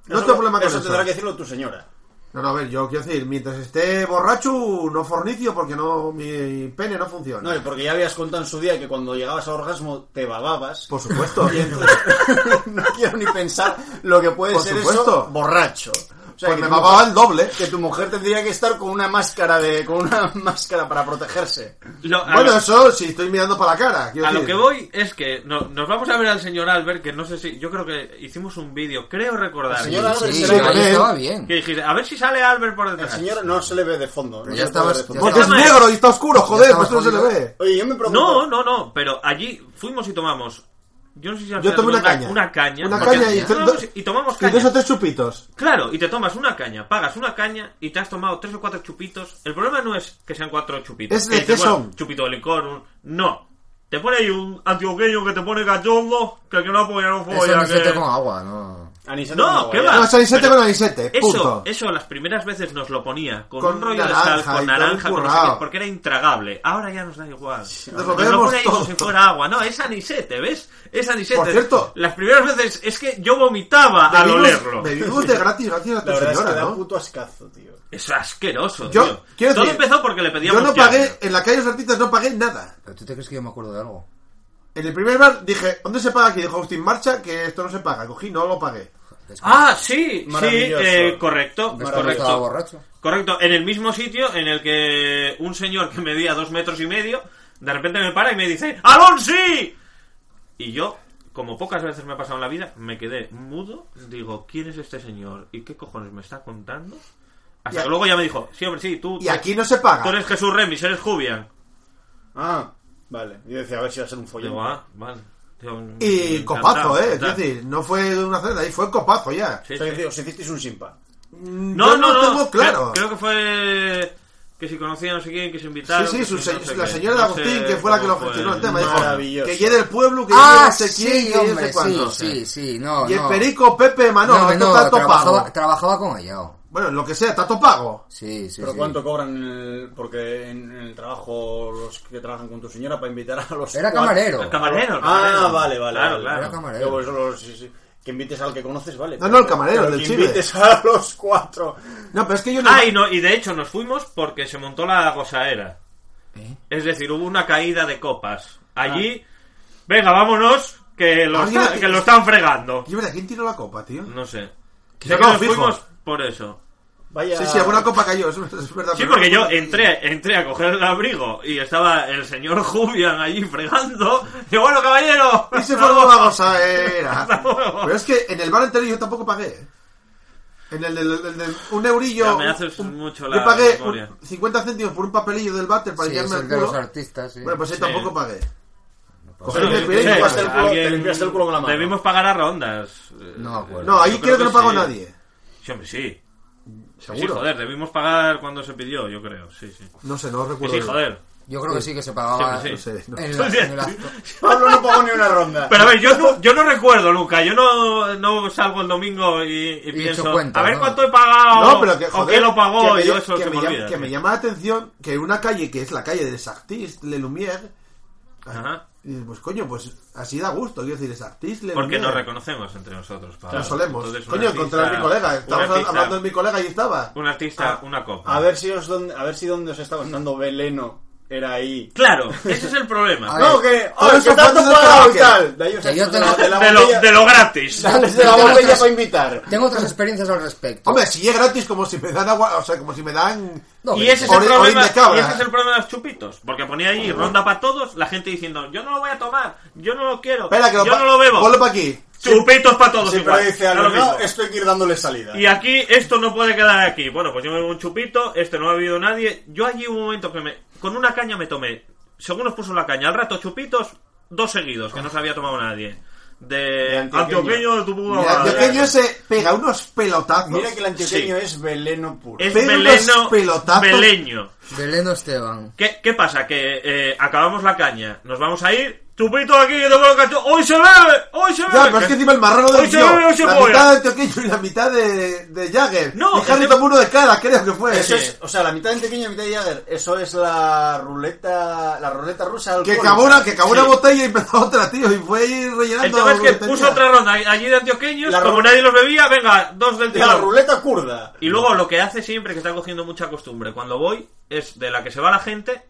[SPEAKER 8] No
[SPEAKER 7] Eso-
[SPEAKER 8] tengo problema con eso.
[SPEAKER 7] Eso tendrá que decirlo tu señora.
[SPEAKER 8] No, no, a ver, yo quiero decir, mientras esté borracho, no fornicio porque no mi pene no funciona.
[SPEAKER 7] No, y porque ya habías contado en su día que cuando llegabas a orgasmo te bababas.
[SPEAKER 8] Por supuesto.
[SPEAKER 7] Y entonces- (laughs) no quiero ni pensar lo que puede
[SPEAKER 8] Por
[SPEAKER 7] ser
[SPEAKER 8] supuesto.
[SPEAKER 7] eso borracho. O sea,
[SPEAKER 8] pues
[SPEAKER 7] que
[SPEAKER 8] me
[SPEAKER 7] tu
[SPEAKER 8] mamaba el doble.
[SPEAKER 7] que tu mujer tendría que estar con una máscara de con una (laughs) máscara para protegerse.
[SPEAKER 9] Lo- a
[SPEAKER 8] Bueno,
[SPEAKER 9] lo-
[SPEAKER 8] eso si estoy mirando para la cara. quiero
[SPEAKER 9] A lo
[SPEAKER 8] decir.
[SPEAKER 9] que voy es que no- nos vamos a ver al señor Albert, que no sé si... Yo creo que hicimos un vídeo, creo recordar.
[SPEAKER 7] El señor Albert
[SPEAKER 6] Sí,
[SPEAKER 7] se
[SPEAKER 6] sí,
[SPEAKER 7] le ve-
[SPEAKER 6] ahí
[SPEAKER 8] bien.
[SPEAKER 6] estaba bien.
[SPEAKER 9] Que dijiste, a ver si sale Albert por
[SPEAKER 7] El
[SPEAKER 9] detrás.
[SPEAKER 7] señor no se le ve de fondo. no
[SPEAKER 6] ya
[SPEAKER 7] se le
[SPEAKER 6] estabas-
[SPEAKER 7] puede ver de
[SPEAKER 6] ya
[SPEAKER 7] fondo.
[SPEAKER 8] Porque es
[SPEAKER 9] Además-
[SPEAKER 8] negro y está oscuro, joder,
[SPEAKER 6] Ya
[SPEAKER 8] pues no se le
[SPEAKER 6] estaba
[SPEAKER 8] ve.
[SPEAKER 7] Oye, yo me pregunto.
[SPEAKER 9] No, no, no, pero allí fuimos y tomamos. Yo no sé si al
[SPEAKER 8] Yo
[SPEAKER 9] final
[SPEAKER 8] tomé una caña.
[SPEAKER 9] Una caña.
[SPEAKER 8] Una
[SPEAKER 9] porque
[SPEAKER 8] caña y, tres-
[SPEAKER 9] tomamos- y tomamos
[SPEAKER 8] Y dos
[SPEAKER 9] caña.
[SPEAKER 8] o tres chupitos.
[SPEAKER 9] Claro, y te tomas una caña, pagas una caña y te has tomado tres o cuatro chupitos. El problema no es que sean cuatro chupitos.
[SPEAKER 8] Es de
[SPEAKER 9] Que dices,
[SPEAKER 8] qué
[SPEAKER 9] bueno,
[SPEAKER 8] son.
[SPEAKER 9] Chupito de licor, un- no. Te pone ahí un antioqueño que te pone cachondo, que el que no apoya no
[SPEAKER 6] Eso
[SPEAKER 9] apoya.
[SPEAKER 6] no se
[SPEAKER 9] que-
[SPEAKER 6] te con agua, no.
[SPEAKER 7] Anisete
[SPEAKER 9] No,
[SPEAKER 7] como
[SPEAKER 9] ¿qué
[SPEAKER 7] vaya.
[SPEAKER 9] va?
[SPEAKER 8] No, es anisete
[SPEAKER 9] pero-
[SPEAKER 8] con anisete,
[SPEAKER 9] Eso,
[SPEAKER 8] punto.
[SPEAKER 9] eso las primeras veces nos lo ponía con,
[SPEAKER 8] Con
[SPEAKER 9] un rollo
[SPEAKER 8] naranja
[SPEAKER 9] de sal,
[SPEAKER 8] y
[SPEAKER 9] con naranja,
[SPEAKER 8] todo
[SPEAKER 9] con no sé qué,
[SPEAKER 8] currao.
[SPEAKER 9] porque era intragable. Ahora ya nos da igual.
[SPEAKER 8] Nos lo
[SPEAKER 9] lo
[SPEAKER 8] bebemos
[SPEAKER 9] pone ahí como
[SPEAKER 8] todo.
[SPEAKER 9] si fuera agua. No, es anisete, ¿ves? Es anisete.
[SPEAKER 8] Por cierto.
[SPEAKER 9] las primeras veces es que yo vomitaba al
[SPEAKER 8] Bebimos-
[SPEAKER 9] olerlo.
[SPEAKER 8] Bebimos de gratis gracias a
[SPEAKER 7] La
[SPEAKER 8] tu
[SPEAKER 7] verdad es
[SPEAKER 8] señora,
[SPEAKER 7] que da
[SPEAKER 8] ¿no?
[SPEAKER 7] puto ascazo, tío.
[SPEAKER 9] Es asqueroso,
[SPEAKER 8] Yo-
[SPEAKER 9] tío.
[SPEAKER 8] quiero
[SPEAKER 9] Todo
[SPEAKER 8] decir,
[SPEAKER 9] empezó porque le pedíamos
[SPEAKER 8] Yo no
[SPEAKER 9] ya.
[SPEAKER 8] pagué, en la calle de los artistas no pagué nada.
[SPEAKER 6] ¿Pero tú te crees que yo me acuerdo de algo?
[SPEAKER 8] En el primer bar dije, ¿dónde se paga aquí? Dijo Agustín, marcha, que esto no se paga. Cogí, no lo pagué.
[SPEAKER 6] Es que-
[SPEAKER 9] Ah, sí, sí,
[SPEAKER 7] Maravilloso.
[SPEAKER 9] eh, correcto,
[SPEAKER 6] ¿Ves cuando estaba
[SPEAKER 9] correcto.
[SPEAKER 6] borracho?
[SPEAKER 9] Correcto, en el mismo sitio en el que un señor que medía dos metros y medio, de repente me para y me dice, ¡Alonsi! Y yo, como pocas veces me ha pasado en la vida, me quedé mudo, digo, ¿quién es este señor? ¿Y qué cojones me está contando? Hasta
[SPEAKER 8] Y a-
[SPEAKER 9] que luego ya me dijo, sí, hombre, sí, tú,
[SPEAKER 8] Y aquí no se paga.
[SPEAKER 9] tú eres Jesús Remis, eres Jubian.
[SPEAKER 7] Ah, vale. Yo decía, a ver si va a ser un follón.
[SPEAKER 9] Digo, ah, vale. Digo, "Mm,
[SPEAKER 8] Y
[SPEAKER 9] encantado,
[SPEAKER 8] copazo, ¿eh? Quiero
[SPEAKER 9] encantado.
[SPEAKER 8] decir, no fue una cena, ahí fue copazo ya.
[SPEAKER 9] Sí,
[SPEAKER 7] O sea,
[SPEAKER 9] sí.
[SPEAKER 7] que os hicisteis un simpa.
[SPEAKER 8] Mm,
[SPEAKER 9] No,
[SPEAKER 8] yo
[SPEAKER 9] no, no,
[SPEAKER 8] tengo claro.
[SPEAKER 9] Creo, creo que fue que si conocía no sé quién, que se invitaron.
[SPEAKER 8] Sí, sí,
[SPEAKER 9] que
[SPEAKER 8] su
[SPEAKER 9] si
[SPEAKER 8] se-
[SPEAKER 9] no sé
[SPEAKER 8] la
[SPEAKER 9] qué.
[SPEAKER 8] señora de
[SPEAKER 9] No
[SPEAKER 8] Agustín,
[SPEAKER 9] sé
[SPEAKER 8] que fue la que lo
[SPEAKER 9] cómo fue
[SPEAKER 8] gestionó el
[SPEAKER 9] el-
[SPEAKER 8] tema, dijo
[SPEAKER 7] maravilloso.
[SPEAKER 8] que llegue del pueblo, que llegue
[SPEAKER 6] Ah,
[SPEAKER 8] no sé quién,
[SPEAKER 6] sí,
[SPEAKER 8] que llegue no
[SPEAKER 6] hombre,
[SPEAKER 8] sé cuándo.
[SPEAKER 6] sí, sí, sí, no,
[SPEAKER 8] Y el
[SPEAKER 6] no.
[SPEAKER 8] perico ah, Pepe Manolo,
[SPEAKER 6] no,
[SPEAKER 8] esto
[SPEAKER 6] no,
[SPEAKER 8] está
[SPEAKER 6] trabajaba,
[SPEAKER 8] topado.
[SPEAKER 6] trabajaba con Ayao.
[SPEAKER 8] Bueno, lo que sea, está topado.
[SPEAKER 6] Sí, sí,
[SPEAKER 7] ¿Pero
[SPEAKER 6] sí.
[SPEAKER 7] cuánto cobran? en el- porque en el trabajo, los que trabajan con tu señora para invitar a los.
[SPEAKER 6] Era
[SPEAKER 7] cuatro-
[SPEAKER 6] camarero.
[SPEAKER 9] El camarero. el camarero.
[SPEAKER 7] Ah, vale, vale.
[SPEAKER 9] Claro,
[SPEAKER 7] vale.
[SPEAKER 9] claro.
[SPEAKER 6] Era camarero.
[SPEAKER 7] Yo, pues, solo- sí, sí. Que invites al que conoces, vale.
[SPEAKER 8] No, no, el camarero,
[SPEAKER 7] Pero
[SPEAKER 8] del
[SPEAKER 7] que
[SPEAKER 8] Chile.
[SPEAKER 7] invites a (laughs) los cuatro.
[SPEAKER 8] No, pero es que yo no.
[SPEAKER 9] Ah, y, no, y de hecho nos fuimos porque se montó la gozaera.
[SPEAKER 7] ¿Eh?
[SPEAKER 9] Es decir, hubo una caída de copas. Allí,
[SPEAKER 7] Ah.
[SPEAKER 9] venga, vámonos, que lo,
[SPEAKER 8] Alguien
[SPEAKER 9] está-
[SPEAKER 8] la-
[SPEAKER 9] que lo están fregando.
[SPEAKER 8] Y, verdad, ¿quién tiró la copa, tío?
[SPEAKER 9] No sé.
[SPEAKER 8] Que
[SPEAKER 9] Sé
[SPEAKER 8] se
[SPEAKER 9] que
[SPEAKER 8] acabó
[SPEAKER 9] nos
[SPEAKER 8] fijo.
[SPEAKER 9] fuimos por eso.
[SPEAKER 7] Vaya.
[SPEAKER 8] Sí, sí, alguna copa cayó, eso es verdad.
[SPEAKER 9] Sí,
[SPEAKER 8] pero no
[SPEAKER 9] porque yo
[SPEAKER 8] recuerdo quién.
[SPEAKER 9] entré, entré a coger el abrigo y estaba el señor Jubian allí fregando. Y bueno, caballero.
[SPEAKER 8] Y se formó la
[SPEAKER 7] (laughs)
[SPEAKER 8] gozadera. Pero es que en el bar anterior yo tampoco pagué. ¿eh? En el del del- del- un eurillo.
[SPEAKER 9] Ya, me haces
[SPEAKER 8] un-
[SPEAKER 9] mucho
[SPEAKER 8] yo
[SPEAKER 9] la
[SPEAKER 8] pagué
[SPEAKER 9] memoria.
[SPEAKER 8] un- 50 céntimos por un papelillo del váter para
[SPEAKER 6] Sí, es
[SPEAKER 8] limpiarme
[SPEAKER 6] el
[SPEAKER 8] el
[SPEAKER 6] de los
[SPEAKER 8] culo.
[SPEAKER 6] artistas, sí.
[SPEAKER 8] Bueno, pues yo
[SPEAKER 9] Sí.
[SPEAKER 8] tampoco pagué. Cogí
[SPEAKER 9] Pero,
[SPEAKER 8] el
[SPEAKER 9] sí,
[SPEAKER 8] pirelli y
[SPEAKER 7] limpiaste el
[SPEAKER 8] pagué.
[SPEAKER 7] culo- te limpiaste el culo con la mano.
[SPEAKER 9] Debimos pagar a rondas. Eh,
[SPEAKER 6] No me acuerdo.
[SPEAKER 8] No, ahí
[SPEAKER 9] Yo
[SPEAKER 8] creo que no pagó
[SPEAKER 9] sí.
[SPEAKER 8] nadie.
[SPEAKER 9] Sí, hombre, sí. Sí,
[SPEAKER 8] Seguro.
[SPEAKER 9] joder, debimos pagar cuando se pidió, yo creo. Sí, sí.
[SPEAKER 8] No sé, no
[SPEAKER 9] Que
[SPEAKER 8] recuerdo.
[SPEAKER 9] sí,
[SPEAKER 8] bien.
[SPEAKER 9] joder.
[SPEAKER 6] Yo creo que sí que se pagaba
[SPEAKER 9] Sí,
[SPEAKER 8] sí. No sé, no.
[SPEAKER 6] en, la- en el acto.
[SPEAKER 7] Pablo no pagó ni una
[SPEAKER 8] (laughs)
[SPEAKER 7] ronda.
[SPEAKER 9] Pero a ver, yo no, yo no recuerdo, Luca. Yo no, no salgo el domingo y, y
[SPEAKER 6] he
[SPEAKER 9] pienso,
[SPEAKER 6] hecho cuentas,
[SPEAKER 9] a ver
[SPEAKER 6] ¿no?
[SPEAKER 9] cuánto he pagado.
[SPEAKER 8] No, pero que
[SPEAKER 9] Ah, o
[SPEAKER 8] joder,
[SPEAKER 9] quién lo pagó.
[SPEAKER 8] que me,
[SPEAKER 9] yo
[SPEAKER 8] llama-
[SPEAKER 9] eso
[SPEAKER 8] que
[SPEAKER 9] se
[SPEAKER 8] me
[SPEAKER 9] me,
[SPEAKER 8] llama-
[SPEAKER 9] olvida.
[SPEAKER 8] que me llama la atención que una calle que es la calle de Sartis, Le Lumière,
[SPEAKER 9] Ajá.
[SPEAKER 8] y dices, pues coño, pues así da gusto, quiero decir, Sartis, Le
[SPEAKER 9] Porque nos
[SPEAKER 8] Lumière.
[SPEAKER 9] recoconocemos entre nosotros. Pablo.
[SPEAKER 8] Nos solemos.
[SPEAKER 9] Entonces, un
[SPEAKER 8] Coño,
[SPEAKER 9] artista-
[SPEAKER 8] encontré a mi colega.
[SPEAKER 9] un
[SPEAKER 8] Estábamos
[SPEAKER 9] artista-
[SPEAKER 8] hablando de mi colega y estaba.
[SPEAKER 9] Un artista,
[SPEAKER 7] Ah.
[SPEAKER 9] una copa.
[SPEAKER 7] A ver si os donde, a ver si donde os estaban dando veleno era ahí.
[SPEAKER 9] Claro, ese es el problema.
[SPEAKER 6] A
[SPEAKER 8] Ah.
[SPEAKER 6] ver,
[SPEAKER 7] No, que,
[SPEAKER 8] Todo
[SPEAKER 7] ¡ay,
[SPEAKER 8] eso
[SPEAKER 7] que tanto
[SPEAKER 8] fue antes del
[SPEAKER 7] pagado y
[SPEAKER 8] karaoke.
[SPEAKER 7] tal! De ahí os
[SPEAKER 6] Que yo
[SPEAKER 7] sacas
[SPEAKER 6] te
[SPEAKER 7] de la,
[SPEAKER 6] lo-
[SPEAKER 7] de la
[SPEAKER 9] de, lo,
[SPEAKER 7] botella-
[SPEAKER 9] de lo gratis.
[SPEAKER 8] (laughs)
[SPEAKER 7] sales de la
[SPEAKER 6] Yo te lo
[SPEAKER 7] botella
[SPEAKER 6] tras-
[SPEAKER 7] para invitar.
[SPEAKER 6] Tengo otras experiencias al respecto.
[SPEAKER 8] Hombre, si es gratis, como si me dan agua, o sea, como si me dan.
[SPEAKER 6] No,
[SPEAKER 9] Y ese, es el
[SPEAKER 8] Orin- orin
[SPEAKER 9] problema,
[SPEAKER 8] de cabra.
[SPEAKER 9] y ese es el problema de los chupitos. Porque ponía ahí ronda para todos, la gente diciendo, yo no lo voy a tomar, yo no lo quiero,
[SPEAKER 8] Espera, que lo
[SPEAKER 9] yo
[SPEAKER 8] pa-
[SPEAKER 9] no lo bebo.
[SPEAKER 8] Ponlo para aquí.
[SPEAKER 9] Chupitos para todos
[SPEAKER 7] Siempre
[SPEAKER 9] igual.
[SPEAKER 7] dice
[SPEAKER 9] da
[SPEAKER 7] algo,
[SPEAKER 9] lo mismo.
[SPEAKER 7] no, esto hay que ir dándole salida.
[SPEAKER 9] Y aquí, esto no puede quedar aquí. Bueno, pues yo me bebo un chupito, este no lo ha bebido nadie. Yo allí hubo un momento que me, con una caña me tomé, según nos puso la caña, al rato chupitos, dos seguidos, que no se había tomado nadie. De
[SPEAKER 7] De antioqueño.
[SPEAKER 9] antioqueño de tu puta
[SPEAKER 8] Mira,
[SPEAKER 9] madre.
[SPEAKER 8] yo que yo se pega unos pelotazos.
[SPEAKER 7] Mira que el antioqueño
[SPEAKER 9] Sí.
[SPEAKER 7] es veleno puro.
[SPEAKER 9] Es
[SPEAKER 8] Pero
[SPEAKER 9] meleno,
[SPEAKER 8] unos pelotazos.
[SPEAKER 9] beleño.
[SPEAKER 6] Beleno Esteban.
[SPEAKER 9] ¿Qué, qué pasa? Que eh, acabamos la caña, nos vamos a ir. Chupito aquí, yo tengo que ¡Hoy se bebe! ¡Hoy se bebe!
[SPEAKER 8] Ya, pero es que encima el marrano
[SPEAKER 9] Ah, Hoy
[SPEAKER 8] del
[SPEAKER 9] se
[SPEAKER 8] tío.
[SPEAKER 9] bebe, hoy se
[SPEAKER 8] La
[SPEAKER 9] puede.
[SPEAKER 8] mitad de Antioqueño y la mitad de, de Jagger.
[SPEAKER 9] No,
[SPEAKER 8] y Harry
[SPEAKER 9] ese-
[SPEAKER 8] tomó uno de cada, creo que fue.
[SPEAKER 7] Eso es, o sea, la mitad de antioqueño y la mitad de Jagger. Eso es la ruleta, la ruleta rusa.
[SPEAKER 8] Que
[SPEAKER 7] alcohólica.
[SPEAKER 8] acabó una, que acabó una
[SPEAKER 9] Sí.
[SPEAKER 8] botella y empezó (laughs) otra, tío. Y fue ir
[SPEAKER 9] El
[SPEAKER 8] rellenando.
[SPEAKER 9] tema es que
[SPEAKER 8] lo tenía.
[SPEAKER 9] puso otra ronda eh, allí de antioqueños,
[SPEAKER 7] La
[SPEAKER 9] como
[SPEAKER 7] ro-
[SPEAKER 9] nadie los bebía, venga, dos del
[SPEAKER 7] De la
[SPEAKER 9] tirón.
[SPEAKER 7] ruleta kurda.
[SPEAKER 9] Y luego lo que hace siempre, que está cogiendo mucha costumbre, cuando voy, es de la que se va la gente,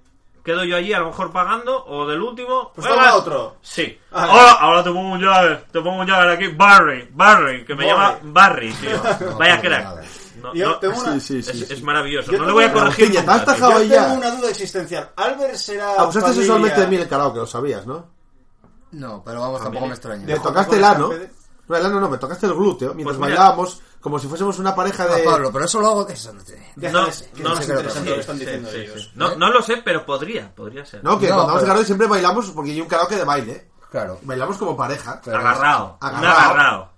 [SPEAKER 9] quedo yo allí a lo mejor pagando, o del último...
[SPEAKER 7] Pues
[SPEAKER 9] venga.
[SPEAKER 7] toma otro.
[SPEAKER 9] Sí.
[SPEAKER 7] Ah.
[SPEAKER 9] Ahora, ahora te pongo un llave, te pongo un llave aquí, Barry, Barry, que me
[SPEAKER 7] Barry.
[SPEAKER 9] llama Barry, tío.
[SPEAKER 7] (laughs)
[SPEAKER 6] No,
[SPEAKER 9] Vaya
[SPEAKER 6] no,
[SPEAKER 9] crack.
[SPEAKER 6] nada.
[SPEAKER 9] No,
[SPEAKER 7] Yo
[SPEAKER 9] no,
[SPEAKER 7] tengo
[SPEAKER 9] es,
[SPEAKER 7] una,
[SPEAKER 9] es- es maravilloso.
[SPEAKER 7] Yo
[SPEAKER 9] no le
[SPEAKER 7] tengo
[SPEAKER 9] voy a
[SPEAKER 7] una-
[SPEAKER 9] corregir
[SPEAKER 8] Oye,
[SPEAKER 9] nunca,
[SPEAKER 8] basta,
[SPEAKER 9] tío.
[SPEAKER 7] yo
[SPEAKER 8] Jao, ya. Ah, pues este
[SPEAKER 7] tengo una duda existencial. Albert será.
[SPEAKER 8] Abusaste
[SPEAKER 7] familia-
[SPEAKER 8] sexualmente de mí en el karaoke, lo sabías, ¿no?
[SPEAKER 6] No, pero vamos, tampoco me extraña.
[SPEAKER 8] Me
[SPEAKER 7] De-
[SPEAKER 8] tocaste el
[SPEAKER 7] Juan
[SPEAKER 8] ano.
[SPEAKER 7] Pedro.
[SPEAKER 8] No, el ano no, me tocaste el glúteo mientras
[SPEAKER 9] Pues mira.
[SPEAKER 8] bailábamos como si fuésemos una pareja
[SPEAKER 6] Ah,
[SPEAKER 8] de.
[SPEAKER 6] Pablo, pero eso lo hago... Eso no te-
[SPEAKER 7] Deja
[SPEAKER 9] No,
[SPEAKER 7] de- que
[SPEAKER 9] no,
[SPEAKER 7] es
[SPEAKER 6] sí,
[SPEAKER 7] interesante
[SPEAKER 6] sí,
[SPEAKER 7] lo que están
[SPEAKER 9] Sí,
[SPEAKER 7] diciendo
[SPEAKER 9] sí,
[SPEAKER 7] ellos.
[SPEAKER 9] sí. No, no lo sé, pero podría, podría ser.
[SPEAKER 8] No, que
[SPEAKER 6] No,
[SPEAKER 8] cuando vamos
[SPEAKER 6] pero-
[SPEAKER 8] al karaoke siempre bailamos porque hay un karaoke de baile.
[SPEAKER 6] Claro.
[SPEAKER 8] Bailamos como pareja.
[SPEAKER 6] Claro.
[SPEAKER 9] Agarrado, un
[SPEAKER 8] Agarrado.
[SPEAKER 9] agarrado.